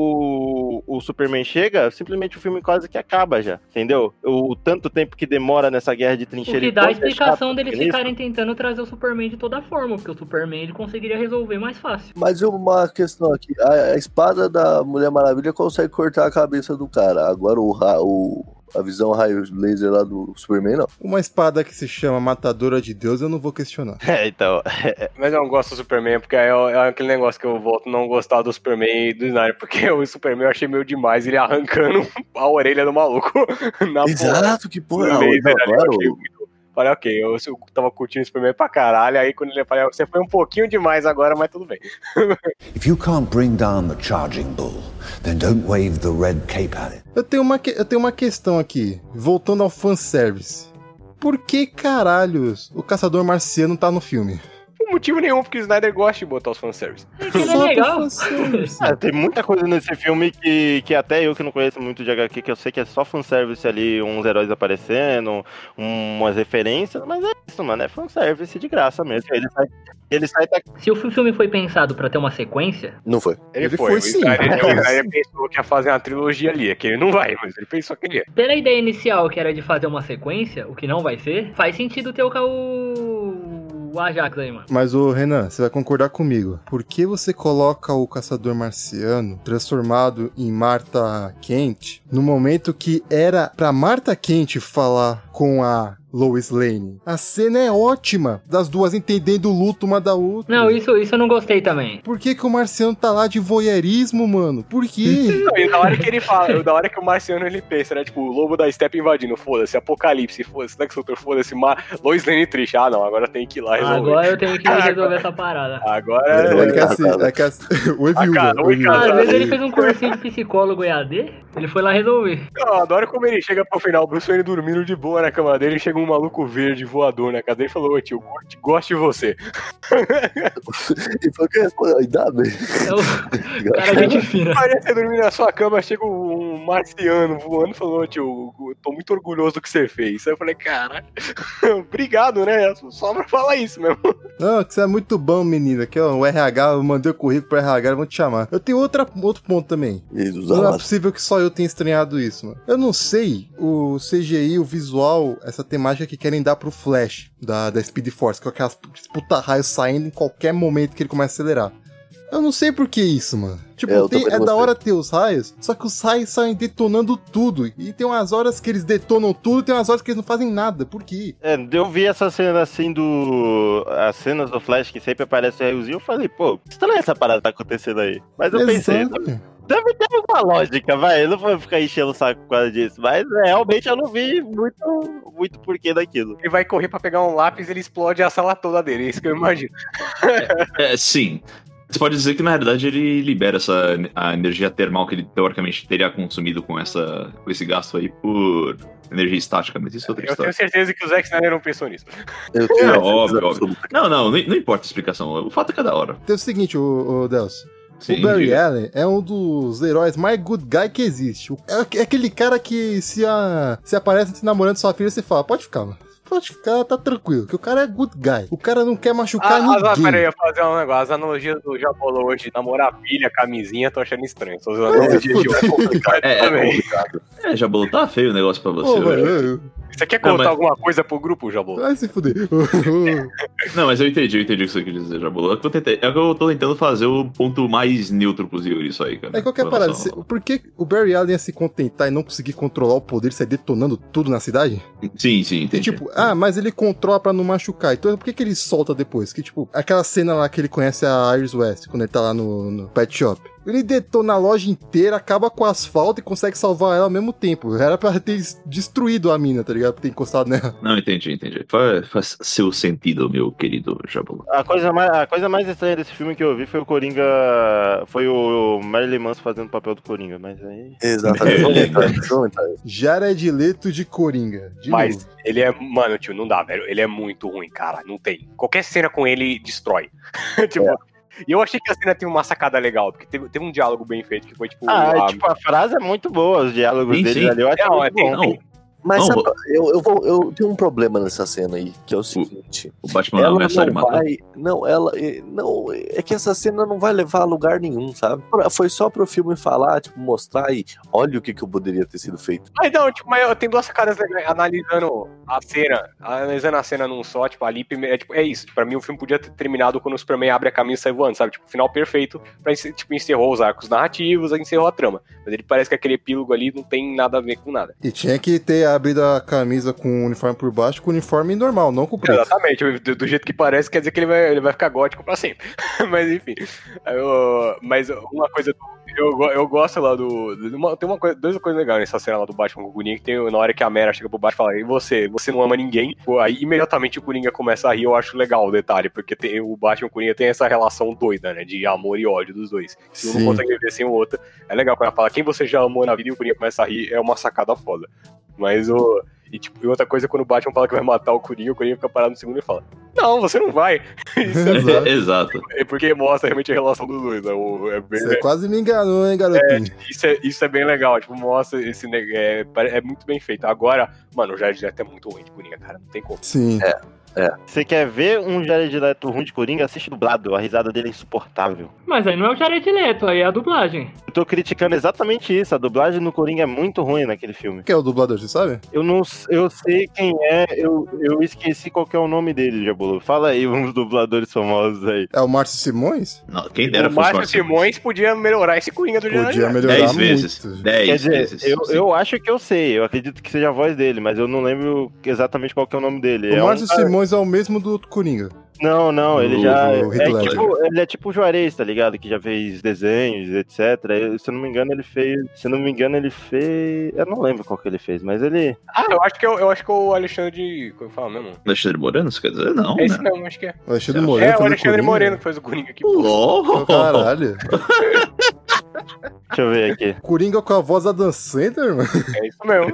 [SPEAKER 5] o, o Superman chega, simplesmente o filme quase que acaba já, entendeu? O, tanto tempo que demora nessa guerra de
[SPEAKER 6] O
[SPEAKER 5] trincheira.
[SPEAKER 6] que
[SPEAKER 5] e
[SPEAKER 6] dá a
[SPEAKER 5] quanto é chato
[SPEAKER 6] explicação deles
[SPEAKER 5] nisso.
[SPEAKER 6] ficarem tentando trazer o Superman de toda forma, porque o Superman ele conseguiria resolver mais fácil.
[SPEAKER 2] Mas uma questão aqui: a, a espada da Mulher Maravilha consegue cortar a cabeça do cara. Agora o, ra- o- a visão raio laser lá do Superman,
[SPEAKER 4] Tá
[SPEAKER 2] não.
[SPEAKER 1] Uma espada que se chama Matadora de Deus, eu não vou questionar.
[SPEAKER 5] É, então,
[SPEAKER 3] Mas eu não gosto do Superman, porque aí é é aquele negócio que eu volto a não gostar do Superman e do Snyder, porque o Superman eu achei meio demais ele arrancando a orelha do maluco na porra.
[SPEAKER 2] Exato, que porra.
[SPEAKER 3] do
[SPEAKER 2] Não,
[SPEAKER 3] laser ali, eu
[SPEAKER 2] agora
[SPEAKER 3] achei
[SPEAKER 2] o-
[SPEAKER 3] muito- Falei, ok, eu, eu tava curtindo o Superman pra caralho, aí quando ele falou, você foi um pouquinho demais agora, mas tudo bem.
[SPEAKER 8] If you can't bring down the charging bull, then don't wave the red cape at it.
[SPEAKER 1] Eu tenho uma, que- eu tenho uma questão aqui, voltando ao fanservice. Por que caralhos o Caçador Marciano tá no filme?
[SPEAKER 3] Por motivo nenhum, porque o Snyder gosta de botar os fanservice.
[SPEAKER 6] É que não
[SPEAKER 1] Só
[SPEAKER 6] é
[SPEAKER 1] pro
[SPEAKER 6] legal.
[SPEAKER 1] fanservice.
[SPEAKER 5] Ah, tem muita coisa nesse filme que, que até eu que não conheço muito de HQ, que eu sei que é só fanservice ali, uns heróis aparecendo, um- umas referências, mas é isso, mano, é fanservice de graça mesmo. Ele sai, ele sai da...
[SPEAKER 6] Se o filme foi pensado pra ter uma sequência,
[SPEAKER 2] Não foi.
[SPEAKER 3] Ele,
[SPEAKER 1] Ele
[SPEAKER 3] foi,
[SPEAKER 1] foi
[SPEAKER 3] o
[SPEAKER 1] sim.
[SPEAKER 3] Snyder, o Snyder pensou que ia fazer uma trilogia ali, é que ele não vai, mas ele pensou que ele ia.
[SPEAKER 6] pela ideia inicial que era de fazer uma sequência, o que não vai ser, faz sentido ter o, ca- o... o Ajax aí, mano.
[SPEAKER 1] Mas o Renan, você vai concordar comigo. Por que você coloca o Caçador Marciano transformado em Marta Quente no momento que era pra Marta Quente falar com a Lois Lane? A cena é ótima, das duas entendendo o luto uma da outra.
[SPEAKER 6] Não, isso, isso eu não gostei também.
[SPEAKER 1] Por que, que o Marciano tá lá de voyeurismo, mano? Por quê?
[SPEAKER 3] Não, e da hora que ele fala, da hora que o Marciano ele pensa, né? Tipo, o lobo da Step invadindo, foda-se, Apocalipse, foda-se, Lex Luthor, foda-se, Mar... Lois Lane triste. Ah, não, agora tem que ir lá resolver.
[SPEAKER 6] Agora eu tenho que resolver essa parada.
[SPEAKER 3] Agora.
[SPEAKER 1] É que
[SPEAKER 2] Olha,
[SPEAKER 1] assim, é que assim. Oi,
[SPEAKER 3] Ah, cara,
[SPEAKER 1] viúva.
[SPEAKER 3] oi,
[SPEAKER 1] Oi, viúva.
[SPEAKER 3] cara.
[SPEAKER 6] Às vezes ele fez um cursinho de psicólogo EAD, ele foi lá resolver.
[SPEAKER 3] Eu adoro como ele chega pro final, o Bruce Wayne dormindo de boa na cama dele, chega um maluco verde voador na casa dele e falou, ô tio, gosto- gosto de você.
[SPEAKER 2] E foi o que respondeu. Ainda bem.
[SPEAKER 6] É o cara gente fina.
[SPEAKER 3] Aí você dormir na sua cama, chega um marciano voando e falou, ô tio, eu tô muito orgulhoso do que você fez. Aí eu falei, caralho, obrigado, né? Só pra falar isso mesmo.
[SPEAKER 1] Não, que você é muito bom, menina. Aqui, ó, o RH, eu mandei o currículo pro RH, vão te chamar. Eu tenho outra, outro ponto também.
[SPEAKER 2] Eles
[SPEAKER 1] Não é
[SPEAKER 2] usaram
[SPEAKER 1] possível que só eu tenha estranhado isso, mano. Eu não sei o CGI, o visual, essa temática que querem dar pro Flash da, da Speed Force, com aquelas puta raios saindo em qualquer momento que ele começa a acelerar. Eu não sei por que isso, mano. Tipo,
[SPEAKER 2] É, eu
[SPEAKER 1] tem-
[SPEAKER 2] também
[SPEAKER 1] é
[SPEAKER 2] não
[SPEAKER 1] da
[SPEAKER 2] sei.
[SPEAKER 1] hora ter os raios, só que os raios saem detonando tudo. E tem umas horas que eles detonam tudo, tem umas horas que eles não fazem nada. Por quê?
[SPEAKER 5] É, eu vi essa cena assim do. As cenas do Flash que sempre aparece o raiozinho, eu falei, pô, que estranha essa parada que tá acontecendo aí. Mas eu pensei, né?
[SPEAKER 1] Exato.
[SPEAKER 5] deve ter alguma lógica, vai. Eu não vou ficar enchendo o saco por causa disso. Mas é, realmente eu não vi muito, muito porquê daquilo.
[SPEAKER 3] Ele vai correr pra pegar um lápis ele explode a sala toda dele. É isso que eu imagino.
[SPEAKER 4] É, sim. Você pode dizer que na realidade ele libera essa a energia termal que ele teoricamente teria consumido com, essa, com esse gasto aí por energia estática, mas isso é outra
[SPEAKER 3] Eu
[SPEAKER 4] história.
[SPEAKER 3] tenho certeza que o Zack Snyder é um não pensou nisso.
[SPEAKER 2] Eu tenho
[SPEAKER 4] É,
[SPEAKER 2] certeza
[SPEAKER 4] óbvio,
[SPEAKER 2] absoluta.
[SPEAKER 4] Não, não, não, não importa a explicação. O fato é que é da hora.
[SPEAKER 1] Tem Então o seguinte, o, Delcio.
[SPEAKER 4] Sim,
[SPEAKER 1] o Barry
[SPEAKER 4] diga.
[SPEAKER 1] Allen é um dos heróis mais good guy que existe. O- É é aquele cara que se, a, se aparece se namorando sua filha, você fala, pode ficar, mano. Pode ficar, tá tranquilo, que o cara é good guy. O cara não quer machucar
[SPEAKER 3] Ah,
[SPEAKER 1] ninguém.
[SPEAKER 3] pera aí, eu ia fazer um negócio. As analogias do Jabolô hoje, namorar filha, camisinha, tô achando estranho. Tô usando
[SPEAKER 1] Mas
[SPEAKER 3] analogia de
[SPEAKER 1] se
[SPEAKER 3] hoje, é complicado
[SPEAKER 4] É, é
[SPEAKER 3] também.
[SPEAKER 4] É, Jabolo, tá feio o negócio pra você.
[SPEAKER 1] Ô,
[SPEAKER 4] velho.
[SPEAKER 1] mano,
[SPEAKER 3] Você quer
[SPEAKER 4] Não,
[SPEAKER 3] contar
[SPEAKER 4] mas-
[SPEAKER 3] alguma coisa pro grupo, Jabolô?
[SPEAKER 1] vai se fuder.
[SPEAKER 4] Não, mas eu entendi, eu entendi o que você quis dizer, Jabolo. É que eu tentei- é que eu tô tentando fazer o ponto mais neutro possível isso aí, cara.
[SPEAKER 1] É qualquer
[SPEAKER 4] Com
[SPEAKER 1] parada.
[SPEAKER 4] relação-
[SPEAKER 1] se- Por que o Barry Allen ia se contentar e não conseguir controlar o poder e sair detonando tudo na cidade?
[SPEAKER 4] Sim, sim,
[SPEAKER 1] E
[SPEAKER 4] entendi.
[SPEAKER 1] tipo, ah, mas ele controla pra não machucar. Então por que, que ele solta depois? Que tipo, aquela cena lá que ele conhece a Iris West, quando ele tá lá no, no pet shop. Ele detona a loja inteira, acaba com o asfalto e consegue salvar ela ao mesmo tempo. Era pra ter es- destruído a mina, tá ligado? Por ter encostado nela.
[SPEAKER 4] Não, entendi, entendi. Faz, faz seu sentido, meu querido Jabolo.
[SPEAKER 5] A coisa, mais, a coisa mais estranha desse filme que eu vi foi o Coringa. Foi o Marilyn Manson fazendo o papel do Coringa, mas aí.
[SPEAKER 4] É.
[SPEAKER 2] Exatamente. Vamos entrar, vamos entrar.
[SPEAKER 1] Jared Leto de Coringa. De
[SPEAKER 3] Mas-
[SPEAKER 1] novo.
[SPEAKER 3] Ele é. Mano, tio, não dá, velho. Ele é muito ruim, cara. Não tem. Qualquer cena com ele destrói. tipo.
[SPEAKER 5] É.
[SPEAKER 3] E eu achei que a cena teve uma sacada legal, porque teve, teve um diálogo bem feito que foi tipo.
[SPEAKER 5] Ah,
[SPEAKER 3] a-
[SPEAKER 5] tipo, a frase é muito boa, os diálogos
[SPEAKER 4] Sim,
[SPEAKER 5] deles
[SPEAKER 4] sim.
[SPEAKER 5] ali. Eu acho
[SPEAKER 3] Não, é,
[SPEAKER 5] muito
[SPEAKER 3] tem-
[SPEAKER 5] bom.
[SPEAKER 4] Não,
[SPEAKER 2] Mas
[SPEAKER 4] Não,
[SPEAKER 2] sabe,
[SPEAKER 4] vou-
[SPEAKER 2] eu, eu, vou, eu tenho um problema nessa cena aí, que é o seguinte.
[SPEAKER 4] o Batman é um
[SPEAKER 2] ela
[SPEAKER 4] não vai sair
[SPEAKER 2] não
[SPEAKER 4] matar.
[SPEAKER 2] vai. Não, ela. eh, Não, é que essa cena não vai levar a lugar nenhum, sabe? Pra- Foi só pro filme falar, tipo, mostrar e olha o que, que eu poderia ter sido feito.
[SPEAKER 3] Mas não, tipo, mas eu- tem duas sacadas legais, analisando a cena, analisando a cena num só, tipo, ali, prime- é, tipo, é isso, pra mim o filme podia ter terminado quando o Superman abre a caminho e sai voando, sabe, tipo, final perfeito, pra, encer- tipo, encerrou os arcos narrativos, aí encerrou a trama, mas ele parece que aquele epílogo ali não tem nada a ver com nada.
[SPEAKER 1] E tinha que ter abrido a camisa com o uniforme por baixo, com o uniforme normal, não com o preto.
[SPEAKER 3] Exatamente, do, do jeito que parece, quer dizer que ele vai, ele vai ficar gótico pra sempre. mas enfim. Eu- mas uma coisa. Eu, go- eu gosto lá do. de uma- tem uma coisa, duas coisas legais nessa cena lá do Batman com o Coringa, que tem na hora que a Mera chega pro Batman e fala, e você? Você não ama ninguém? Pô, Aí imediatamente o Coringa começa a rir, eu acho legal o detalhe, porque tem- o Batman e o Coringa tem essa relação doida, né? De amor e ódio dos dois. E um não
[SPEAKER 1] Sim.
[SPEAKER 3] consegue viver sem o outro. É legal quando ela fala quem você já amou na vida e o Coringa começa a rir, é uma sacada foda. Mas o. E, tipo, e outra coisa, quando o Batman fala que vai matar o Coringa, o Coringa fica parado no segundo e fala: Não, você não vai. Isso é-
[SPEAKER 1] Exato.
[SPEAKER 4] Exato.
[SPEAKER 3] é porque mostra realmente a relação dos dois, né? O- é bem-
[SPEAKER 1] Você quase me enganou, hein, garotinho?
[SPEAKER 3] isso, é, isso é bem legal, tipo, mostra esse neg- é, pare- é muito bem feito. Agora, mano, o Jared Leto é muito ruim de Coringa, cara, não tem como.
[SPEAKER 1] Sim.
[SPEAKER 3] É.
[SPEAKER 5] Você quer ver um Jared Leto ruim de Coringa? Assiste dublado. A risada dele é insuportável.
[SPEAKER 6] Mas aí não é o Jared Leto, aí é a dublagem.
[SPEAKER 5] Eu tô criticando exatamente isso. A dublagem no Coringa é muito ruim naquele filme.
[SPEAKER 1] Quem é o dublador, você sabe?
[SPEAKER 5] Eu não s- eu sei quem é, eu, eu esqueci qual que é o nome dele, Jabulu. Fala aí uns dubladores famosos aí.
[SPEAKER 1] É o Márcio Simões?
[SPEAKER 4] Não, quem dera
[SPEAKER 3] O
[SPEAKER 4] fosse
[SPEAKER 3] Márcio Simões podia melhorar esse Coringa do Jared
[SPEAKER 1] Podia
[SPEAKER 3] Leto.
[SPEAKER 1] melhorar
[SPEAKER 4] 10
[SPEAKER 1] muito.
[SPEAKER 4] vezes.
[SPEAKER 1] É
[SPEAKER 4] 10
[SPEAKER 5] Quer dizer,
[SPEAKER 4] vezes.
[SPEAKER 5] eu,
[SPEAKER 4] Sim.
[SPEAKER 5] eu acho que eu sei, eu acredito que seja a voz dele, mas eu não lembro exatamente qual que é o nome dele. É
[SPEAKER 1] O
[SPEAKER 5] um
[SPEAKER 1] Márcio
[SPEAKER 5] cara-
[SPEAKER 1] Simões é o mesmo do Coringa.
[SPEAKER 5] Não, não, ele
[SPEAKER 1] O-
[SPEAKER 5] já.
[SPEAKER 1] o Heath
[SPEAKER 5] é
[SPEAKER 1] Ledger.
[SPEAKER 5] tipo, ele é tipo o Juarez, tá ligado? Que já fez desenhos, etc. Eu- se eu não me engano, ele fez. Se eu não me engano, ele fez. Eu não lembro qual que ele fez, mas ele.
[SPEAKER 3] Ah, eu acho que eu, eu acho que o Alexandre. Como é fala mesmo?
[SPEAKER 4] Alexandre Moreno, você quer dizer? Não,
[SPEAKER 3] É esse
[SPEAKER 4] né?
[SPEAKER 3] mesmo, acho que é.
[SPEAKER 1] O Alexandre
[SPEAKER 4] É,
[SPEAKER 1] Moreno.
[SPEAKER 3] É, o
[SPEAKER 1] fazendo
[SPEAKER 3] Alexandre
[SPEAKER 1] Coringa.
[SPEAKER 3] Moreno que fez o Coringa aqui.
[SPEAKER 1] Oh,
[SPEAKER 4] LOL!
[SPEAKER 1] Caralho.
[SPEAKER 5] Deixa eu ver aqui.
[SPEAKER 1] Coringa com a voz da Dan Sandler, mano.
[SPEAKER 3] É isso mesmo.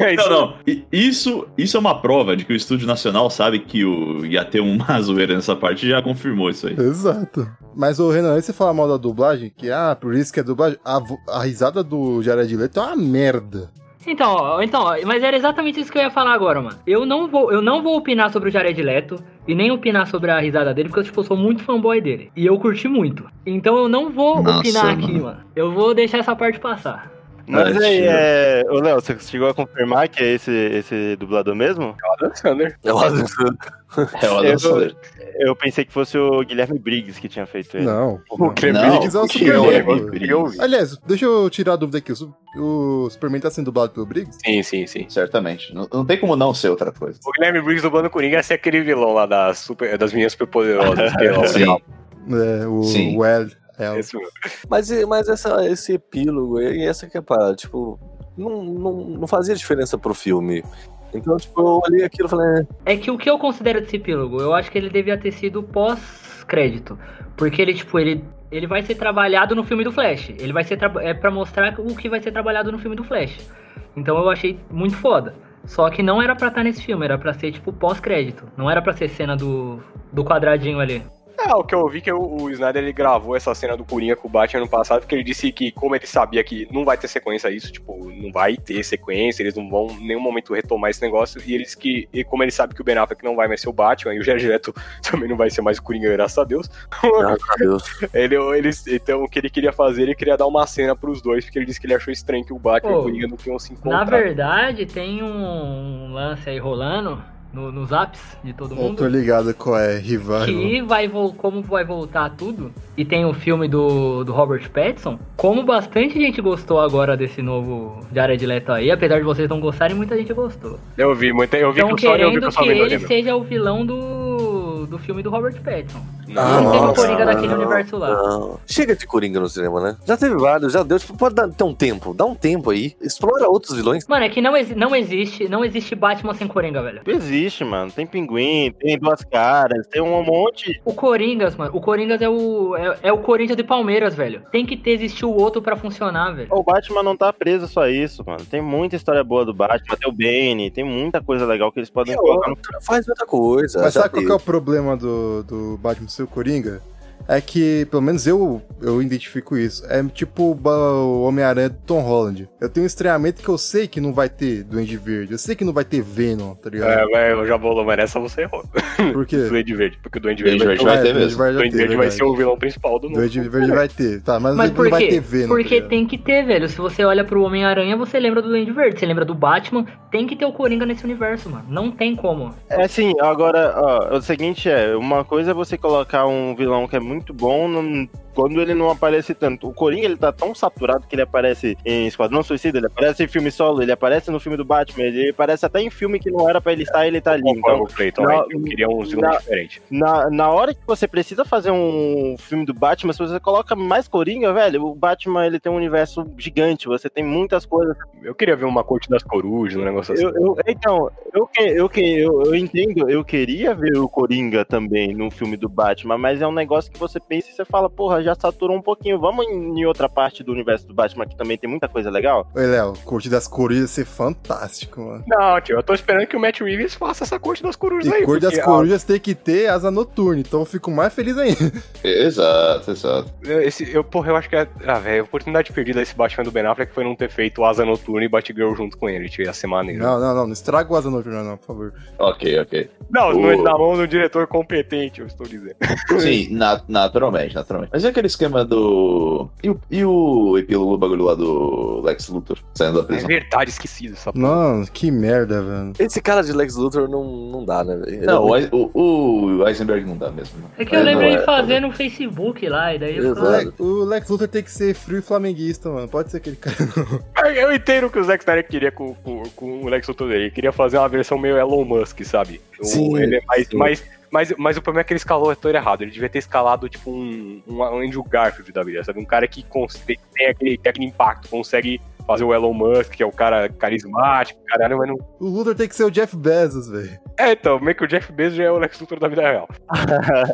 [SPEAKER 3] É isso
[SPEAKER 4] Não, não. I- Isso, isso é uma prova de que o Estúdio Nacional sabe que o, ia ter uma zoeira nessa parte e já confirmou isso aí.
[SPEAKER 1] Exato. Mas, o Renan, antes de você falar mal da dublagem, que, ah, por isso que é dublagem, a, vo- a risada do Jared Leto é uma merda.
[SPEAKER 6] Então, ó, então, ó, mas era exatamente isso que eu ia falar agora, mano. Eu não vou, eu não vou opinar sobre o Jared Leto e nem opinar sobre a risada dele, porque eu, tipo, sou muito fanboy dele. E eu curti muito. Então eu não vou
[SPEAKER 4] Nossa,
[SPEAKER 6] opinar aqui,
[SPEAKER 4] mano.
[SPEAKER 6] mano. Eu vou deixar essa parte passar.
[SPEAKER 5] Mas
[SPEAKER 7] É,
[SPEAKER 5] aí,
[SPEAKER 7] tio.
[SPEAKER 5] é... Ô, Léo, você chegou a confirmar que é esse, esse dublador mesmo?
[SPEAKER 3] Adam Sandler.
[SPEAKER 2] É o Adam Sandler.
[SPEAKER 4] É o Adam
[SPEAKER 5] Eu-
[SPEAKER 4] Sandler.
[SPEAKER 5] Eu pensei que fosse o Guilherme Briggs que tinha feito ele.
[SPEAKER 1] Não.
[SPEAKER 3] O Cleber
[SPEAKER 4] Não,
[SPEAKER 1] Briggs é o
[SPEAKER 4] o
[SPEAKER 1] Superman.
[SPEAKER 4] Guilherme
[SPEAKER 1] mano.
[SPEAKER 4] Briggs.
[SPEAKER 3] eu vi.
[SPEAKER 1] Aliás, deixa eu tirar a dúvida aqui. o Su- O Superman tá sendo dublado pelo Briggs?
[SPEAKER 3] Sim, sim, sim.
[SPEAKER 4] Certamente. Não, não tem como não ser outra coisa.
[SPEAKER 3] O Guilherme Briggs dublando Coringa ia ser aquele vilão lá da super, das meninas superpoderosas. que é o-
[SPEAKER 4] Sim.
[SPEAKER 1] É, o,
[SPEAKER 4] Sim.
[SPEAKER 1] o L. É, o-
[SPEAKER 3] Esse mesmo.
[SPEAKER 2] Mas, e- mas essa, esse epílogo, e essa que é a parada, tipo, não, não, não fazia diferença pro filme. Então, tipo, eu olhei aquilo e falei,
[SPEAKER 6] É que o que eu considero desse epílogo, eu acho que ele devia ter sido pós-crédito. Porque ele, tipo, ele, ele vai ser trabalhado no filme do Flash. Ele vai ser traba- é pra mostrar o que vai ser trabalhado no filme do Flash. Então eu achei muito foda. Só que não era pra estar nesse filme, era pra ser, tipo, pós-crédito. Não era pra ser cena do, do quadradinho ali.
[SPEAKER 3] Ah, o que eu vi é que o, o Snyder ele gravou essa cena do Coringa com o Batman ano passado, porque ele disse que, como ele sabia que não vai ter sequência isso, tipo, não vai ter sequência, eles não vão em nenhum momento retomar esse negócio, e eles que, e como ele sabe que o Ben Affleck não vai mais ser o Batman, e o Jared Leto também não vai ser mais o Coringa, graças a Deus,
[SPEAKER 2] ah, meu Deus.
[SPEAKER 3] ele, ele, então o que ele queria fazer, ele queria dar uma cena pros dois, porque ele disse que ele achou estranho que o Batman e
[SPEAKER 6] Pô,
[SPEAKER 3] o Coringa não tinham se
[SPEAKER 6] Na
[SPEAKER 3] encontrado.
[SPEAKER 6] verdade, tem um lance aí rolando no- nos apps de todo
[SPEAKER 1] eu
[SPEAKER 6] mundo.
[SPEAKER 1] tô ligado qual é, rival.
[SPEAKER 6] que vai vol- como vai voltar tudo e tem o filme do, do Robert Pattinson como bastante gente gostou agora desse novo Jared Leto aí apesar de vocês não gostarem muita gente gostou
[SPEAKER 3] Eu vi, muita, eu vi
[SPEAKER 6] estão
[SPEAKER 3] que o Sony, eu vi
[SPEAKER 6] querendo
[SPEAKER 3] que o
[SPEAKER 6] que
[SPEAKER 3] Sony não
[SPEAKER 6] ele
[SPEAKER 3] lembra.
[SPEAKER 6] seja o vilão do, do filme do Robert Pattinson
[SPEAKER 1] Ah,
[SPEAKER 6] não tem o
[SPEAKER 1] nossa. Ah.
[SPEAKER 6] Coringa daquele universo lá
[SPEAKER 2] Não. Chega de Coringa no cinema, né? Já teve vários, já deu. Tipo, pode dar, ter um tempo, dá um tempo aí. Explora outros vilões.
[SPEAKER 6] Mano, é que não, exi- não existe, não existe Batman sem Coringa, velho.
[SPEAKER 5] Existe, mano. Tem pinguim, tem duas caras, tem um monte.
[SPEAKER 6] O Coringas, mano, o Coringas é o é, é o Corinthians e Palmeiras, velho. Tem que ter existir o outro pra funcionar, velho.
[SPEAKER 5] O Batman não tá preso só a isso, mano. Tem muita história boa do Batman, tem o Bane, tem muita coisa legal que eles podem
[SPEAKER 2] É
[SPEAKER 5] colocar no
[SPEAKER 2] Faz outra coisa.
[SPEAKER 1] Mas
[SPEAKER 2] já
[SPEAKER 1] sabe qual que
[SPEAKER 2] teve.
[SPEAKER 1] é o problema do, do Batman seu Coringa? É que, pelo menos eu, eu identifico isso. É tipo o Ba- o Homem-Aranha do Tom Holland. Eu tenho um estranhamento que eu sei que não vai ter Duende Verde. Eu sei que não vai ter Venom, tá
[SPEAKER 3] É,
[SPEAKER 1] ligado?
[SPEAKER 3] velho, eu já vou mas essa você errou.
[SPEAKER 1] Por
[SPEAKER 3] O
[SPEAKER 1] quê?
[SPEAKER 3] Duende Verde, porque o É, Duende
[SPEAKER 4] Duende
[SPEAKER 3] Verde, vai,
[SPEAKER 4] Verde vai
[SPEAKER 1] É,
[SPEAKER 4] ter
[SPEAKER 1] Duende
[SPEAKER 4] mesmo.
[SPEAKER 1] Verde
[SPEAKER 3] o
[SPEAKER 1] vai
[SPEAKER 3] Duende
[SPEAKER 1] ter,
[SPEAKER 3] Verde vai
[SPEAKER 1] verdade.
[SPEAKER 3] ser o vilão principal do mundo.
[SPEAKER 1] Duende Verde vai ter, tá, mas,
[SPEAKER 6] Mas por
[SPEAKER 1] não vai
[SPEAKER 6] quê?
[SPEAKER 1] ter Venom. tá
[SPEAKER 6] Porque
[SPEAKER 1] ligado?
[SPEAKER 6] tem que ter, velho. Se você olha pro Homem-Aranha, você lembra do Duende Verde, você lembra do Batman. Tem que ter o Coringa nesse universo, mano. Não tem como.
[SPEAKER 5] É assim, agora, ó, o seguinte é, uma coisa é você colocar um vilão que é muito bom num- quando ele não aparece tanto. O Coringa, ele tá tão saturado que ele aparece em Esquadrão Suicida, ele aparece em filme solo, ele aparece no filme do Batman, ele aparece até em filme que não era pra ele estar, ele tá ali.
[SPEAKER 3] Concordo
[SPEAKER 5] Então,
[SPEAKER 3] com o Clayton,
[SPEAKER 5] não,
[SPEAKER 3] aí, eu queria um vilão
[SPEAKER 5] não.
[SPEAKER 3] diferente.
[SPEAKER 5] na, na hora que você precisa fazer um filme do Batman, se você coloca mais Coringa, velho, o Batman, ele tem um universo gigante, você tem muitas coisas.
[SPEAKER 3] Eu queria ver uma corte das corujas, um negócio assim.
[SPEAKER 5] Eu, eu- então, eu, que- eu, que- eu, eu entendo, eu queria ver o Coringa também no filme do Batman, mas é um negócio que você pensa e você fala, porra, já saturou um pouquinho, vamos em em outra parte do universo do Batman que também tem muita coisa legal?
[SPEAKER 1] Oi, Léo, curtir das corujas ia ser fantástico, mano.
[SPEAKER 3] Não, tio, eu tô esperando que o Matt Reeves faça essa corte das corujas aí.
[SPEAKER 1] E cor das
[SPEAKER 3] porque, ah,
[SPEAKER 1] corujas tem que ter asa noturna, então eu fico mais feliz ainda.
[SPEAKER 4] Exato, exato.
[SPEAKER 3] ah, esse, eu, porra, eu acho que é. Ah, velho, a oportunidade perdida desse Batman do Ben Affleck foi não ter feito Asa Noturna e Batgirl junto com ele, tio, ia ser maneiro.
[SPEAKER 1] Não, não, não, não estraga o asa noturna, não, por favor.
[SPEAKER 4] Ok, ok.
[SPEAKER 3] Não,
[SPEAKER 4] O-
[SPEAKER 3] não é na mão do diretor competente, eu estou dizendo.
[SPEAKER 4] Sim, na- naturalmente, naturalmente. Mas e aquele esquema do. E o, e o epílogo do bagulho lá do Lex Luthor saindo da
[SPEAKER 3] É
[SPEAKER 4] prisão?
[SPEAKER 3] verdade, esquecido essa porra.
[SPEAKER 1] Não, que merda, velho.
[SPEAKER 2] Esse cara de Lex Luthor não, não dá, né, velho? Ele
[SPEAKER 4] Não,
[SPEAKER 2] é
[SPEAKER 4] o,
[SPEAKER 2] muito-
[SPEAKER 4] Ei- o, o Eisenberg não dá mesmo. né?
[SPEAKER 6] É que eu
[SPEAKER 4] É,
[SPEAKER 6] lembro
[SPEAKER 4] não
[SPEAKER 6] ele
[SPEAKER 4] é.
[SPEAKER 6] fazer no Facebook lá, e daí eu
[SPEAKER 2] Exato.
[SPEAKER 1] O
[SPEAKER 6] falei,
[SPEAKER 1] Le- O Lex Luthor tem que ser frio e flamenguista, mano. Pode ser aquele cara. não.
[SPEAKER 3] Eu entendo o que o Zack Snyder queria com, com, com o Lex Luthor dele. Ele queria fazer uma versão meio Elon Musk, sabe? O-
[SPEAKER 2] Sim,
[SPEAKER 3] ele é mais,
[SPEAKER 2] sim.
[SPEAKER 3] mais- mas, mas o problema é que ele escalou o ator errado. Ele devia ter escalado, tipo, um, um Andrew Garfield da vida, sabe? Um cara que cons- tem tem aquele, tem aquele impacto, consegue fazer o Elon Musk, que é o cara carismático, caralho, mas não.
[SPEAKER 1] O Luthor tem que ser o Jeff Bezos, velho.
[SPEAKER 3] É, então, meio que o Jeff Bezos já é o Lex Luthor da vida real.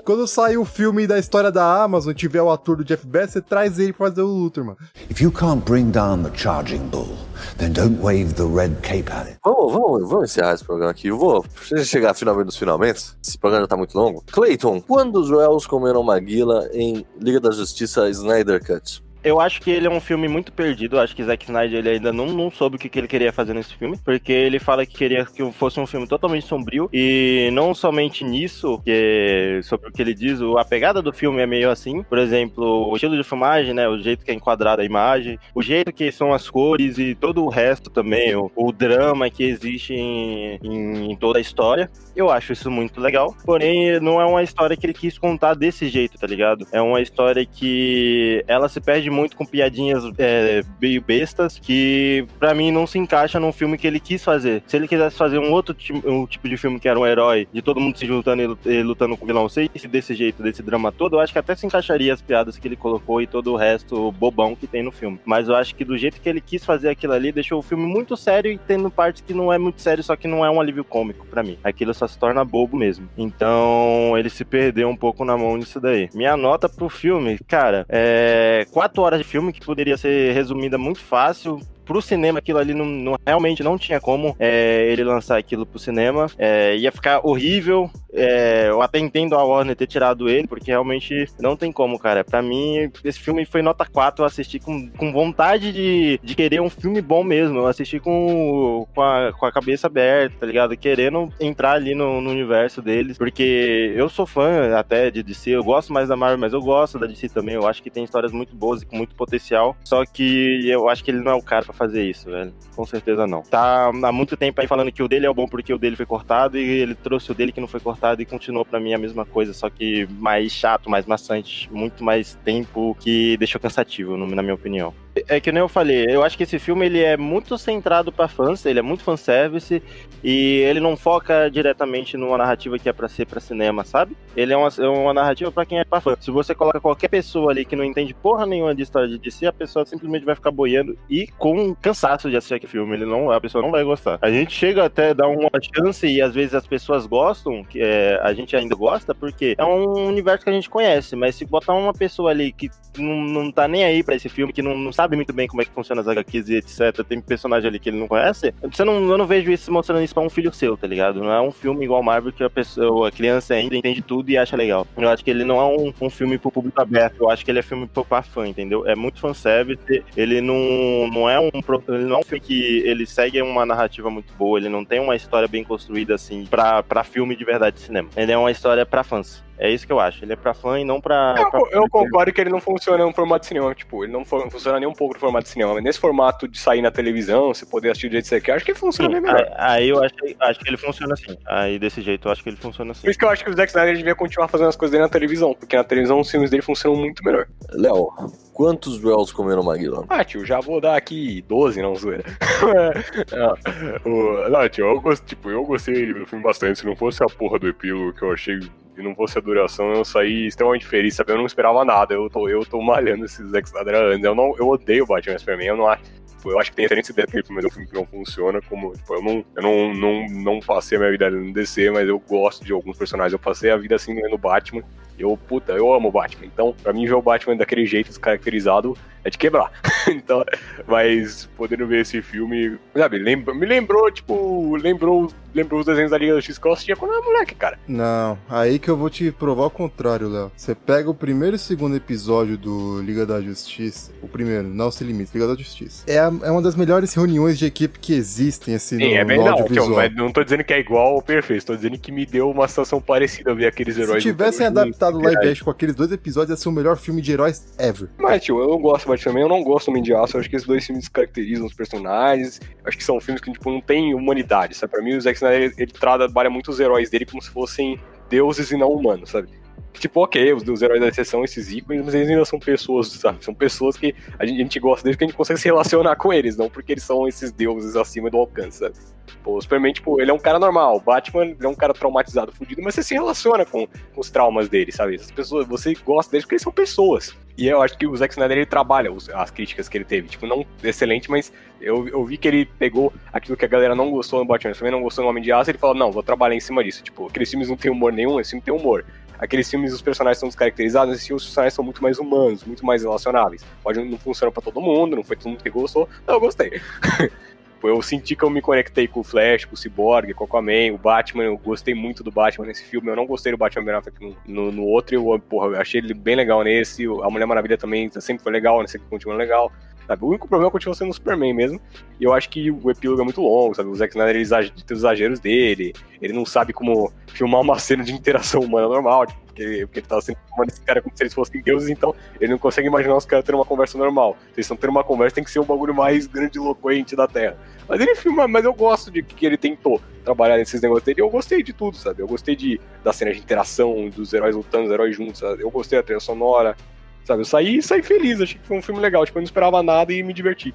[SPEAKER 1] Quando sair o filme da história da Amazon e tiver o ator do Jeff Bezos, você traz ele pra fazer o Luthor, mano.
[SPEAKER 8] If you can't bring down the charging bull, then don't wave the red cape at it.
[SPEAKER 2] Vamos, vamos, vamos encerrar esse programa aqui. Eu vou deixa eu chegar finalmente nos finalmente. Esse programa já tá muito longo. Clayton, quando os Royals comeram Maguila em Liga da Justiça Snyder Cut?
[SPEAKER 5] eu acho que ele é um filme muito perdido. Eu acho que Zack Snyder ele ainda não, não soube o que, que ele queria fazer nesse filme, porque ele fala que queria que fosse um filme totalmente sombrio. E não somente nisso, que sobre o que ele diz, o- a pegada do filme é meio assim. Por exemplo, o estilo de filmagem, né? O jeito que é enquadrada a imagem, o jeito que são as cores e todo o resto também, o, o drama que existe em- em- em toda a história. Eu acho isso muito legal. Porém, não é uma história que ele quis contar desse jeito, tá ligado? É uma história que ela se perde muito com piadinhas é, meio bestas que, pra mim, não se encaixa num filme que ele quis fazer. Se ele quisesse fazer um outro ti- um tipo de filme que era um herói, de todo mundo se juntando e lu- e lutando com o vilão, sei se desse jeito, desse drama todo, eu acho que até se encaixaria as piadas que ele colocou e todo o resto bobão que tem no filme. Mas eu acho que do jeito que ele quis fazer aquilo ali, deixou o filme muito sério e tendo partes que não é muito sério, só que não é um alívio cômico pra mim. Aquilo só se torna bobo mesmo. Então, ele se perdeu um pouco na mão disso daí. Minha nota pro filme, cara, é 4 horas de filme que poderia ser resumida muito fácil. Pro cinema, aquilo ali não, não- realmente não tinha como é, ele lançar aquilo pro cinema. É, ia ficar horrível. É, eu até entendo a Warner ter tirado ele, porque realmente não tem como, cara. Pra mim, esse filme foi nota 4. Eu assisti com, com vontade de, de querer um filme bom mesmo. Eu assisti com, com, a, com a cabeça aberta, tá ligado? Querendo entrar ali no, no universo deles. Porque eu sou fã até de DC. Eu gosto mais da Marvel, mas eu gosto da DC também. Eu acho que tem histórias muito boas e com muito potencial. Só que eu acho que ele não é o cara pra fazer isso, velho. Com certeza não. Tá há muito tempo aí falando que o dele é o bom porque o dele foi cortado e ele trouxe o dele que não foi cortado e continuou pra mim a mesma coisa, só que mais chato, mais maçante, muito mais tempo que deixou cansativo, no- na minha opinião. É que nem eu falei, eu acho que esse filme ele é muito centrado pra fãs, ele é muito fanservice e ele não foca diretamente numa narrativa que é pra ser pra cinema, sabe? Ele é uma, é uma narrativa pra quem é pra fã. Se você coloca qualquer pessoa ali que não entende porra nenhuma de história de DC, a pessoa simplesmente vai ficar boiando e com cansaço de assistir aquele filme. Ele não, a pessoa não vai gostar. A gente chega até a dar uma chance e às vezes as pessoas gostam, que é, a gente ainda gosta, porque é um universo que a gente conhece, mas se botar uma pessoa ali que não, não tá nem aí pra esse filme, que não, não sabe muito bem como é que funciona as HQs e etc. Tem personagem ali que ele não conhece. Você não, eu não vejo isso mostrando isso pra um filho seu, tá ligado? Não é um filme igual Marvel que a pessoa, a criança ainda entende tudo e acha legal. Eu acho que ele não é um, um filme pro público aberto. Eu acho que ele é filme pro- pra fã, entendeu? É muito fanservice. Ele não, não é um pro- ele não é um filme que ele segue uma narrativa muito boa. Ele não tem uma história bem construída assim pra, pra filme de verdade de cinema. Ele é uma história pra fãs. É isso que eu acho. Ele é pra fã e não
[SPEAKER 2] Ah,
[SPEAKER 5] pra.
[SPEAKER 2] tá.
[SPEAKER 5] pra
[SPEAKER 3] Eu, eu concordo que ele não funciona no formato de cinema. Tipo, ele não fun- funciona nem um pouco no formato de cinema. Mas nesse formato de sair na televisão, você poder assistir do jeito que você quer, acho que ele funciona
[SPEAKER 5] Sim,
[SPEAKER 3] bem melhor.
[SPEAKER 5] aí, aí eu acho, que- acho que ele funciona assim. Aí desse jeito eu acho que ele funciona assim.
[SPEAKER 3] Por isso que eu acho que o Zack Snyder devia continuar fazendo as coisas dele na televisão, porque na televisão os filmes dele funcionam muito melhor.
[SPEAKER 2] Léo, quantos Wells comeram Maguila?
[SPEAKER 3] Ah, tio, já vou dar aqui 12, não, zoeira. não, o- não, tio, eu, gost- tipo, eu gostei do filme bastante. Se não fosse a porra do epílogo que eu achei e não fosse a duração, eu saí extremamente feliz, sabe? Eu não esperava nada. Eu tô, eu tô malhando esses Zack Snyder há anos. Eu, não, eu odeio Batman vs Superman, eu não acho. tipo, Eu acho que tem diferentes ideias daquele filme, mas é um filme que não funciona. Como, tipo, eu não, eu não, não, não passei a minha vida no DC, mas eu gosto de alguns personagens. Eu passei a vida assim no Batman. Eu, puta, eu amo o Batman. Então, pra mim, ver o Batman daquele jeito descaracterizado é de quebrar. então, mas podendo ver esse filme, sabe, lembra- me lembrou, tipo, lembrou, lembrou os desenhos da Liga da X que eu assistia quando eu era moleque, cara.
[SPEAKER 1] Não, aí que eu vou te provar o contrário, Léo. Você pega o primeiro e segundo episódio do Liga da Justiça. O primeiro, não se limite, Liga da Justiça. É, a- é uma das melhores reuniões de equipe que existem, assim, no,
[SPEAKER 3] Sim, é bem
[SPEAKER 1] no
[SPEAKER 3] não,
[SPEAKER 1] audiovisual.
[SPEAKER 3] tio, mas não tô dizendo que é igual ou perfeito, tô dizendo que me deu uma sensação parecida ver aqueles
[SPEAKER 1] Se
[SPEAKER 3] heróis.
[SPEAKER 1] tivessem
[SPEAKER 3] lutando
[SPEAKER 1] adaptado o
[SPEAKER 3] juntos,
[SPEAKER 1] live action com aqueles dois episódios, ia ser o melhor filme de heróis ever.
[SPEAKER 3] Mas, tio, eu não gosto do Batman, eu não gosto do Homem de Aço, eu acho que esses dois filmes caracterizam os personagens, eu acho que são filmes que, tipo, não tem humanidade, sabe? Pra mim, o Zack Snyder, ele, ele trabalha muito os heróis dele como se fossem deuses e não humanos, sabe? Tipo, ok, os, os heróis da exceção, esses ícones, mas eles ainda são pessoas, sabe? São pessoas que a gente, a gente gosta deles porque a gente consegue se relacionar com eles, não porque eles são esses deuses acima do alcance, sabe? Pô, o Superman, tipo, ele é um cara normal, o Batman ele é um cara traumatizado, fudido, mas você se relaciona com, com os traumas dele, sabe? As pessoas, você gosta deles porque eles são pessoas. E eu acho que o Zack Snyder ele trabalha os- as críticas que ele teve. Tipo, não excelente, mas eu, eu vi que ele pegou aquilo que a galera não gostou no Batman, também não gostou no Homem de Aço, ele falou, não, vou trabalhar em cima disso. Tipo, aqueles filmes não tem humor nenhum, esse filme tem humor. Aqueles filmes os personagens são descaracterizados, esses filmes os personagens são muito mais humanos, Então, muito mais relacionáveis. Pode não funciona pra todo mundo, não foi todo mundo que gostou. Não, eu gostei. Pô, Tipo, eu senti que eu me conectei com o Flash, com o Cyborg, com o Aquaman, o Batman. Eu gostei muito do Batman nesse filme. Eu não gostei do Batman Ben Affleck no, no, no outro. Eu, porra, eu achei ele bem legal nesse. A Mulher Maravilha também sempre foi legal, nesse aqui continua legal. Sabe? O único problema é continua sendo o Superman mesmo. E eu acho que o epílogo é muito longo, sabe? O Zack Snyder ele exage- tem os exageros dele. Ele não sabe como filmar uma cena de interação humana normal, tipo, porque, porque ele tá sempre filmando esse cara como se eles fossem deuses, então ele não consegue imaginar os caras tendo uma conversa normal. Se eles estão tendo uma conversa, tem que ser o bagulho mais grandiloquente da Terra. Mas ele filma, mas eu gosto de que ele tentou trabalhar nesses negócios dele. Eu gostei de tudo, sabe? Eu gostei de, da cena de interação, dos heróis lutando, os heróis juntos, sabe? Eu gostei da trilha sonora. Sabe, eu saí, saí feliz, achei que foi um filme legal. Tipo, eu não esperava nada e me diverti.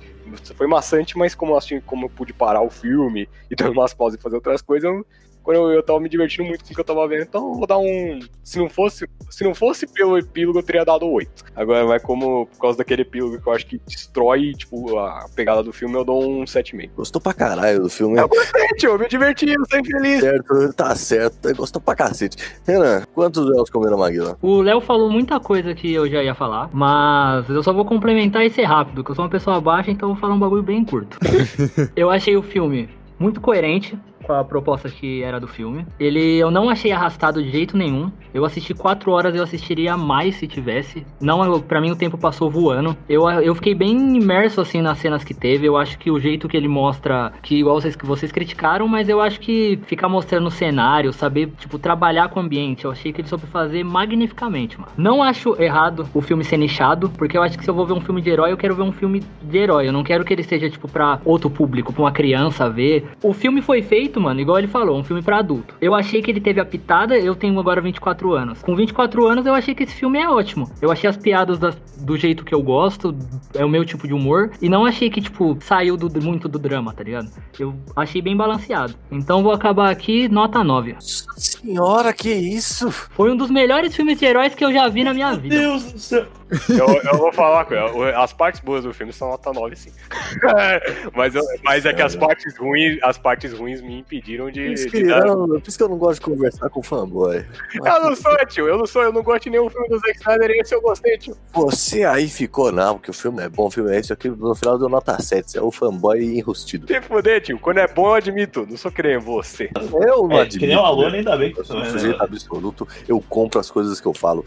[SPEAKER 3] Foi maçante, mas como eu, assisti, como eu pude parar o filme e dar umas pausas e fazer outras coisas, eu, quando eu, eu tava me divertindo muito com o que eu tava vendo, então eu vou dar um. Se não fosse, se não fosse pelo epílogo, eu teria dado 8. Agora, mas como por causa daquele epílogo que eu acho que destrói, tipo, a pegada do filme, eu dou um 7,5.
[SPEAKER 2] Gostou pra caralho do filme, hein?
[SPEAKER 3] Eu gostei, tio, É eu me diverti, eu saí feliz.
[SPEAKER 2] Certo, tá certo. Gostou pra cacete. Renan, quantos réus comeram Maguila?
[SPEAKER 6] "Ah, O Léo falou muita coisa que eu já ia falar, mas eu só vou complementar e ser rápido, que eu sou uma pessoa baixa, então eu vou falar um bagulho bem curto. eu achei o filme muito coerente com a proposta que era do filme. Ele eu não achei arrastado de jeito nenhum. Eu assisti quatro horas, eu assistiria mais se tivesse. Não, eu- pra mim o tempo passou voando. Eu, eu fiquei bem imerso assim nas cenas que teve. Eu acho que o jeito que ele mostra, que igual vocês que vocês criticaram, mas eu acho que ficar mostrando o cenário, saber tipo trabalhar com o ambiente, eu achei que ele soube fazer magnificamente, mano. Não acho errado o filme ser nichado, porque eu acho que se eu vou ver um filme de herói, eu quero ver um filme de herói. Eu não quero que ele seja tipo pra outro público, pra uma criança ver. O filme foi feito, mano, igual ele falou, um filme pra adulto. Eu achei que ele teve a pitada, eu tenho agora 24 anos. Com 24 anos eu achei que esse filme é ótimo. Eu achei as piadas das- do jeito que eu gosto, é o meu tipo de humor, e não achei que tipo saiu do- muito do drama, tá ligado? Eu achei bem balanceado. Então vou acabar aqui, nota 9.
[SPEAKER 2] Senhora, que isso?
[SPEAKER 6] Foi um dos melhores filmes de heróis que eu já vi na minha vida.
[SPEAKER 4] Deus do céu.
[SPEAKER 3] Eu, eu vou falar, cara, o- as partes boas do filme são nota 9, sim. mas, eu- mas é que as partes ruins, as partes ruins me impediram de, de dar.
[SPEAKER 2] Inspirando, por isso que eu não gosto de conversar com fanboy.
[SPEAKER 3] Eu não sou, tio, eu não sou, eu não gosto de nenhum filme do Zack Snyder, e esse eu gostei, tio.
[SPEAKER 2] Você aí ficou, não, porque o filme é bom, o filme é esse aqui, no final deu nota 7, você é o fanboy enrustido.
[SPEAKER 3] Se fuder, tio, quando é bom eu admito, não sou creme você.
[SPEAKER 2] Eu não
[SPEAKER 4] É,
[SPEAKER 2] admito.
[SPEAKER 4] que nem o aluno, ainda bem que
[SPEAKER 2] Eu
[SPEAKER 4] isso
[SPEAKER 2] sou
[SPEAKER 4] não
[SPEAKER 2] um
[SPEAKER 4] é,
[SPEAKER 2] sujeito
[SPEAKER 4] né?
[SPEAKER 2] absoluto, eu compro as coisas que eu falo.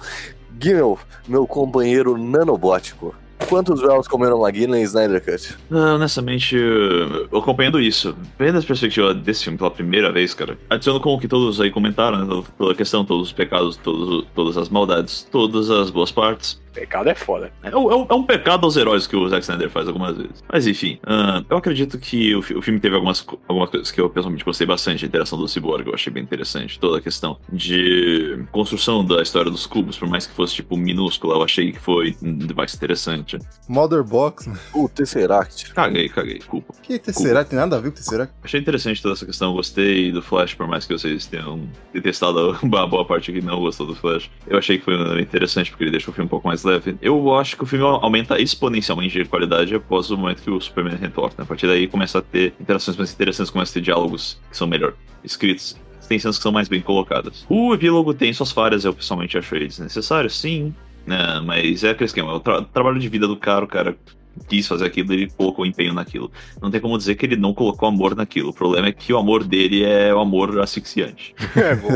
[SPEAKER 2] Guimel, meu companheiro nanobótico. Quantos véus comeram Maguila em Snyder Cut?
[SPEAKER 4] Ah, honestamente, eu- eu acompanhando isso, vendo a perspectiva desse filme pela primeira vez, cara, adiciono com o que todos aí comentaram, né, toda- toda a questão, todos os pecados, todos, todas as maldades, todas as boas partes.
[SPEAKER 3] Pecado é foda.
[SPEAKER 4] É, um- é um- é um pecado aos heróis que o Zack Snyder faz algumas vezes. Mas enfim, ah, eu acredito que o, fi- o filme teve algumas, co- algumas coisas que eu pessoalmente gostei bastante. A interação do Cyborg eu achei bem interessante. Toda a questão de construção da história dos cubos, por mais que fosse tipo minúscula, eu achei que foi hum, mais interessante.
[SPEAKER 1] Mother Box, mano.
[SPEAKER 2] O Tesseract.
[SPEAKER 4] Caguei, caguei, culpa.
[SPEAKER 1] Que terceira? Tem nada a ver com terceira.
[SPEAKER 4] Achei interessante toda essa questão, gostei do Flash, por mais que vocês tenham detestado uma boa parte que não gostou do Flash. Eu achei que foi um interessante, porque ele deixou o filme um pouco mais leve. Eu acho que o filme aumenta exponencialmente de qualidade após o momento que o Superman retorna. A partir daí começa a ter interações mais interessantes, começa a ter diálogos que são melhor escritos. Tem cenas que são mais bem colocadas. O epílogo tem suas falhas, eu pessoalmente acho ele desnecessário, sim. né, mas é aquele esquema, é o tra- trabalho de vida do cara, o cara quis fazer aquilo, ele colocou empenho naquilo não tem como dizer que ele não colocou amor naquilo. O problema é que o amor dele é o amor asfixiante.
[SPEAKER 3] É bom.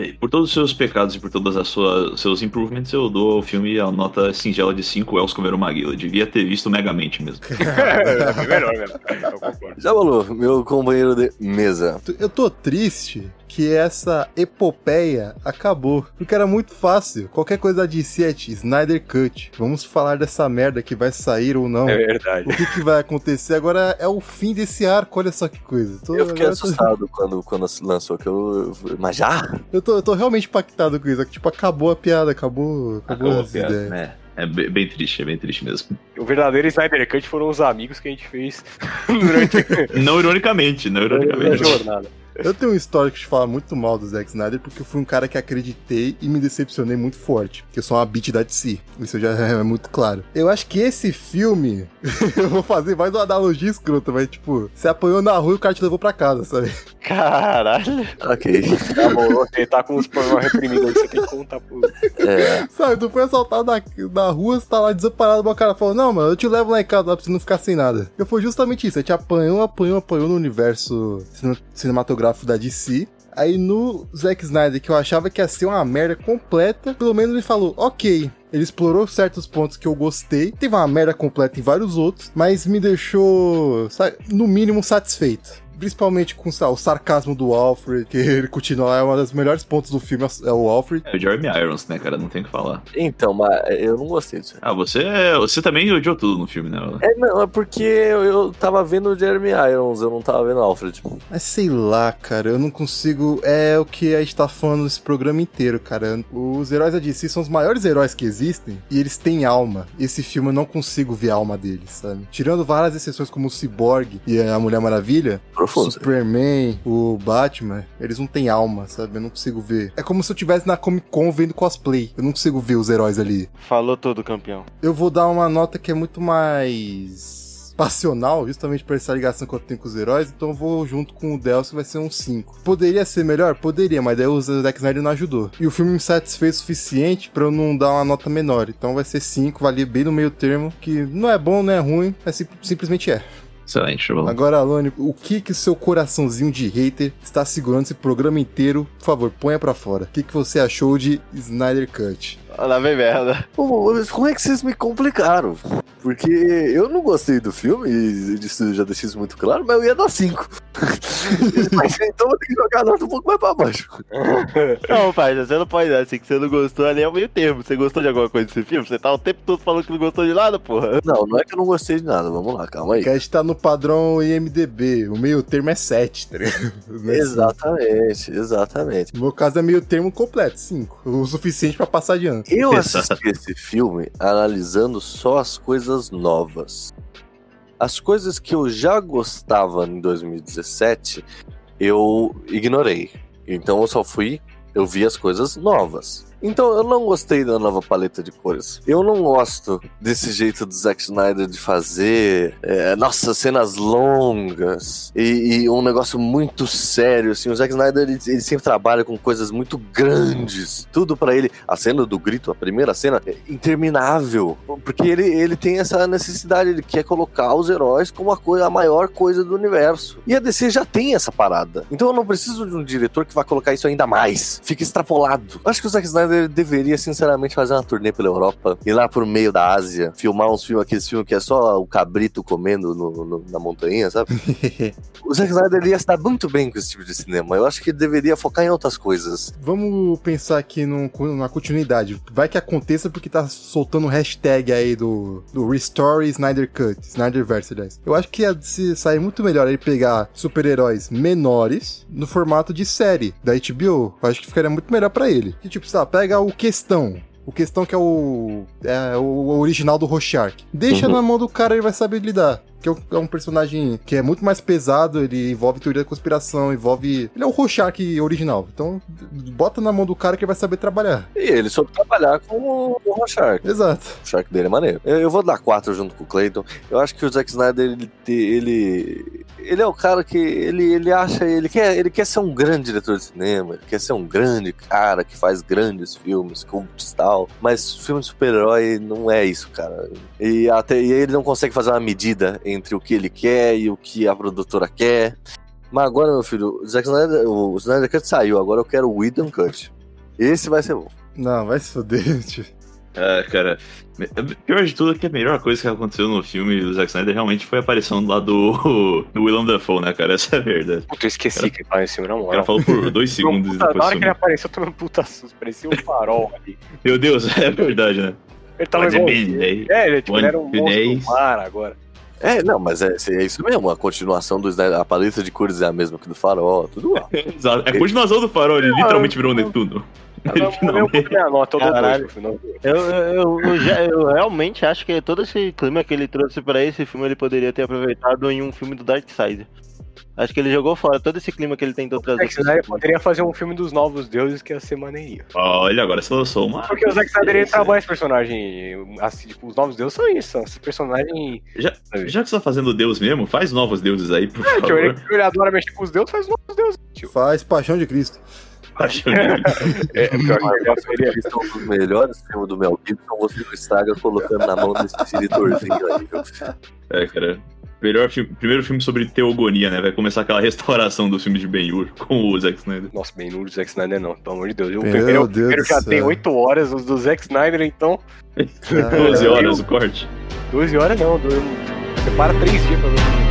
[SPEAKER 4] E Por todos os seus pecados e por todos os seus improvements, eu dou ao filme a nota singela de 5 Els comer uma guila. Devia ter visto Megamente mesmo.
[SPEAKER 3] é melhor mesmo. Eu concordo.
[SPEAKER 2] Já falou, meu companheiro de mesa.
[SPEAKER 1] Tu- Eu tô triste que essa epopeia acabou. Porque era muito fácil. Qualquer coisa de 7, Snyder Cut. Vamos falar dessa merda que vai sair ou não.
[SPEAKER 3] É verdade.
[SPEAKER 1] O que, que vai acontecer agora é o fim desse arco, olha só que coisa. Tô-
[SPEAKER 2] Eu fiquei
[SPEAKER 1] agora eu tô-
[SPEAKER 2] assustado quando, quando lançou, que eu. eu- Mas já?
[SPEAKER 1] Eu tô, eu tô realmente impactado com isso. é que, Tipo, acabou a piada, acabou, acabou,
[SPEAKER 4] Acabou a
[SPEAKER 1] as
[SPEAKER 4] piada,
[SPEAKER 1] ideias.
[SPEAKER 4] né? É be- bem triste, é bem triste mesmo.
[SPEAKER 3] O verdadeiro Snyder Cut foram os amigos que a gente fez durante
[SPEAKER 4] Não ironicamente, não
[SPEAKER 3] a É,
[SPEAKER 4] ironicamente.
[SPEAKER 3] jornada.
[SPEAKER 1] Eu tenho um histórico de falar muito mal do Zack Snyder porque eu fui um cara que acreditei e me decepcionei muito forte. Porque eu sou uma bitch da DC. Isso já é muito claro. Eu acho que esse filme. eu vou fazer mais uma analogia escrota, mas tipo, você apanhou na rua e o cara te levou pra casa, sabe?
[SPEAKER 5] Caralho.
[SPEAKER 2] Ok.
[SPEAKER 3] Tá bom, você tá com os problemas reprimidos, você tem que contar pro.
[SPEAKER 2] É.
[SPEAKER 1] Sabe, tu foi assaltado na, na rua, você tá lá desamparado, mas o cara falou, não, mano, eu te levo lá em casa lá pra você não ficar sem nada. Eu fui justamente isso, a gente apanhou, apanhou, apanhou no universo cine- cinematográfico da DC. Aí no Zack Snyder, que eu achava que ia ser uma merda completa, pelo menos ele falou, ok. Ele explorou certos pontos que eu gostei, teve uma merda completa em vários outros, mas me deixou, sabe, no mínimo satisfeito. Principalmente com sei lá, o sarcasmo do Alfred, que ele continua, é um dos melhores pontos do filme, é o Alfred.
[SPEAKER 7] É o Jeremy Irons, né, cara? Não tem o que falar.
[SPEAKER 2] Então, mas eu não gostei disso.
[SPEAKER 7] Ah, você,
[SPEAKER 4] é,
[SPEAKER 7] você também odiou tudo no filme, né?
[SPEAKER 2] É, não, é porque eu, eu tava vendo o Jeremy Irons, eu não tava vendo o Alfred.
[SPEAKER 1] Mas sei lá, cara, eu não consigo. É o que a gente tá falando nesse programa inteiro, cara. Os heróis da DC são os maiores heróis que existem e eles têm alma. Esse filme eu não consigo ver a alma deles, sabe? Tirando várias exceções como o Cyborg e a Mulher Maravilha, o
[SPEAKER 2] Profundo.
[SPEAKER 1] Superman, o Batman, eles não têm alma, sabe? Eu não consigo ver. É como se eu tivesse na Comic Con vendo cosplay. Eu não consigo ver os heróis ali.
[SPEAKER 5] Falou tudo, campeão.
[SPEAKER 1] Eu vou dar uma nota que é muito mais passional, justamente por essa ligação que eu tenho com os heróis, então eu vou junto com o Delcio, vai ser um 5. Poderia ser melhor? Poderia, mas daí o Zack Snyder não ajudou. E o filme me satisfez o suficiente pra eu não dar uma nota menor, então vai ser 5, valia bem no meio termo, que não é bom, não é ruim, mas sim- simplesmente é.
[SPEAKER 7] Excelente, vamos lá.
[SPEAKER 1] Agora, Alone, o que que o seu coraçãozinho de hater está segurando esse programa inteiro? Por favor, ponha pra fora. O que que você achou de Snyder Cut?
[SPEAKER 5] Lá vem merda.
[SPEAKER 2] Pô, mas Como é que vocês me complicaram? Porque eu não gostei do filme, e isso eu já deixei isso muito claro, mas eu ia dar 5. mas então eu tenho que jogar a nota um pouco mais pra baixo.
[SPEAKER 5] Não, pai, você não pode dar assim, que você não gostou ali é o meio termo. Você gostou de alguma coisa desse filme? Você tá o tempo todo falando que não gostou de nada, porra.
[SPEAKER 2] Não, não é que eu não gostei de nada, vamos lá, calma aí.
[SPEAKER 1] Que a gente tá no padrão IMDB. O meio termo é 7, tá ligado? Não é
[SPEAKER 2] Exatamente, exatamente.
[SPEAKER 1] cinco. No meu caso é meio termo completo, 5. O suficiente pra passar de ano.
[SPEAKER 2] Eu assisti esse filme analisando só as coisas novas. As coisas que eu já gostava em 2017, eu ignorei. Então eu só fui, eu vi as coisas novas. Então eu não gostei da nova paleta de cores. Eu não gosto desse jeito do Zack Snyder de fazer. é, nossa, cenas longas e, e um negócio muito sério. Assim. O Zack Snyder ele, ele sempre trabalha com coisas muito grandes. Tudo pra ele. A cena do grito, a primeira cena, é interminável. Porque ele, ele tem essa necessidade, ele quer colocar os heróis como a, coisa, a maior coisa do universo. E a DC já tem essa parada. Então eu não preciso de um diretor que vai colocar isso ainda mais. Fica extrapolado. Acho que o Zack Snyder deveria, sinceramente, fazer uma turnê pela Europa, ir lá pro meio da Ásia, filmar uns filmes, aqueles filmes que é só o cabrito comendo no- no- na montanha, sabe? o Zack Snyder ele ia se dar muito bem com esse tipo de cinema. Eu acho que ele deveria focar em outras coisas.
[SPEAKER 1] Vamos pensar aqui num, na continuidade. Vai que aconteça porque tá soltando um hashtag aí do, do Restore Snyder Cut, Snyderverse, aliás. Eu acho que ia se sair muito melhor ele pegar super-heróis menores no formato de série da HBO. Eu acho que ficaria muito melhor pra ele. Que tipo, sei lá, pega o Questão. O questão que é o, é o original do Rorschach. Deixa na mão do cara, ele vai saber lidar. Que é um- é um personagem que é muito mais pesado, ele envolve teoria da conspiração, envolve. Ele é o Rorschach original. Então, d- bota na mão do cara que ele vai saber trabalhar.
[SPEAKER 2] E ele soube trabalhar com o o Rorschach.
[SPEAKER 1] Exato.
[SPEAKER 2] O Shark dele é maneiro. Eu, eu vou dar 4 junto com o Clayton. Eu acho que o Zack Snyder, ele. te- Ele, ele é o cara que. Ele, ele acha. Ele quer, ele quer ser um grande diretor de cinema. Ele quer ser um grande cara que faz grandes filmes, cultos e tal. Mas filme de super-herói não é isso, cara. E até e ele não consegue fazer uma medida entre o que ele quer e o que a produtora quer. Mas agora, meu filho, o Zack Snyder, o Snyder Cut saiu. Agora eu quero o Whedon Cut. Esse vai ser bom.
[SPEAKER 1] Não, vai se foder, tio.
[SPEAKER 7] Ah, cara, me- pior de tudo é que a melhor coisa que aconteceu no filme do Zack Snyder realmente foi a aparição lá do, do Willem Dafoe, né, cara? Essa é a verdade.
[SPEAKER 3] Puta, eu esqueci que ele apareceu, na
[SPEAKER 7] O cara
[SPEAKER 3] moral.
[SPEAKER 7] falou por dois segundos
[SPEAKER 3] um Puta, na
[SPEAKER 7] depois
[SPEAKER 3] hora
[SPEAKER 7] do
[SPEAKER 3] que ele
[SPEAKER 7] filme.
[SPEAKER 3] apareceu, eu tomei um puta susto. Parecia um farol ali.
[SPEAKER 7] Meu Deus, é verdade, né?
[SPEAKER 3] Ele tava
[SPEAKER 7] Mas é
[SPEAKER 3] igual.
[SPEAKER 7] bem, né?
[SPEAKER 3] É, ele, tipo, ele era um
[SPEAKER 7] One
[SPEAKER 3] monstro do
[SPEAKER 7] Piece.
[SPEAKER 3] mar agora.
[SPEAKER 2] É, não, mas é, é isso mesmo. A continuação do Snyder, a paleta de cores é a mesma que do Farol, tudo lá.
[SPEAKER 7] Exato. É a continuação do farol, ele literalmente virou um Netuno.
[SPEAKER 3] Eu
[SPEAKER 4] finalmente.
[SPEAKER 3] minha nota, eu dou dois
[SPEAKER 5] Caralho.
[SPEAKER 3] no final.
[SPEAKER 5] Eu, eu, eu, eu já- eu realmente acho que todo esse clima que ele trouxe pra esse filme ele poderia ter aproveitado em um filme do Dark Side. Acho que ele jogou fora todo esse clima É que ele tentou trazer.
[SPEAKER 3] Zack Snyder poderia fazer um filme dos novos deuses que ia ser maneirinho.
[SPEAKER 4] Olha, agora você lançou uma.
[SPEAKER 3] Porque o Zack Snyder ele trabalha esse personagem. Assim, tipo, os novos deuses são isso, são esse personagem.
[SPEAKER 4] Já que você tá fazendo Deus mesmo, faz novos deuses aí, por
[SPEAKER 3] É, tipo,
[SPEAKER 4] favor.
[SPEAKER 3] ele, ele adora mexer com os deuses, faz os novos deuses.
[SPEAKER 1] Faz Paixão de Cristo.
[SPEAKER 3] É, é pior que ele seria.
[SPEAKER 2] Vocês estão dos melhores filmes do Mel Gibson, você o estraga colocando na mão desse diretorzinho aí, viu?
[SPEAKER 4] É, cara. Melhor filme, primeiro filme sobre teogonia, né? Vai começar aquela restauração dos filmes de Ben-Hur com o Zack Snyder.
[SPEAKER 3] Nossa, bem nulo do Zack Snyder, não, pelo amor de Deus. O
[SPEAKER 1] Meu
[SPEAKER 3] primeiro, é o
[SPEAKER 1] Deus
[SPEAKER 3] primeiro
[SPEAKER 1] do
[SPEAKER 3] já
[SPEAKER 1] céu.
[SPEAKER 3] tem 8 horas, os do Zack Snyder, então.
[SPEAKER 4] 12 horas o corte.
[SPEAKER 3] 12 horas não, 12, tipo, separa 3 dias pra ver.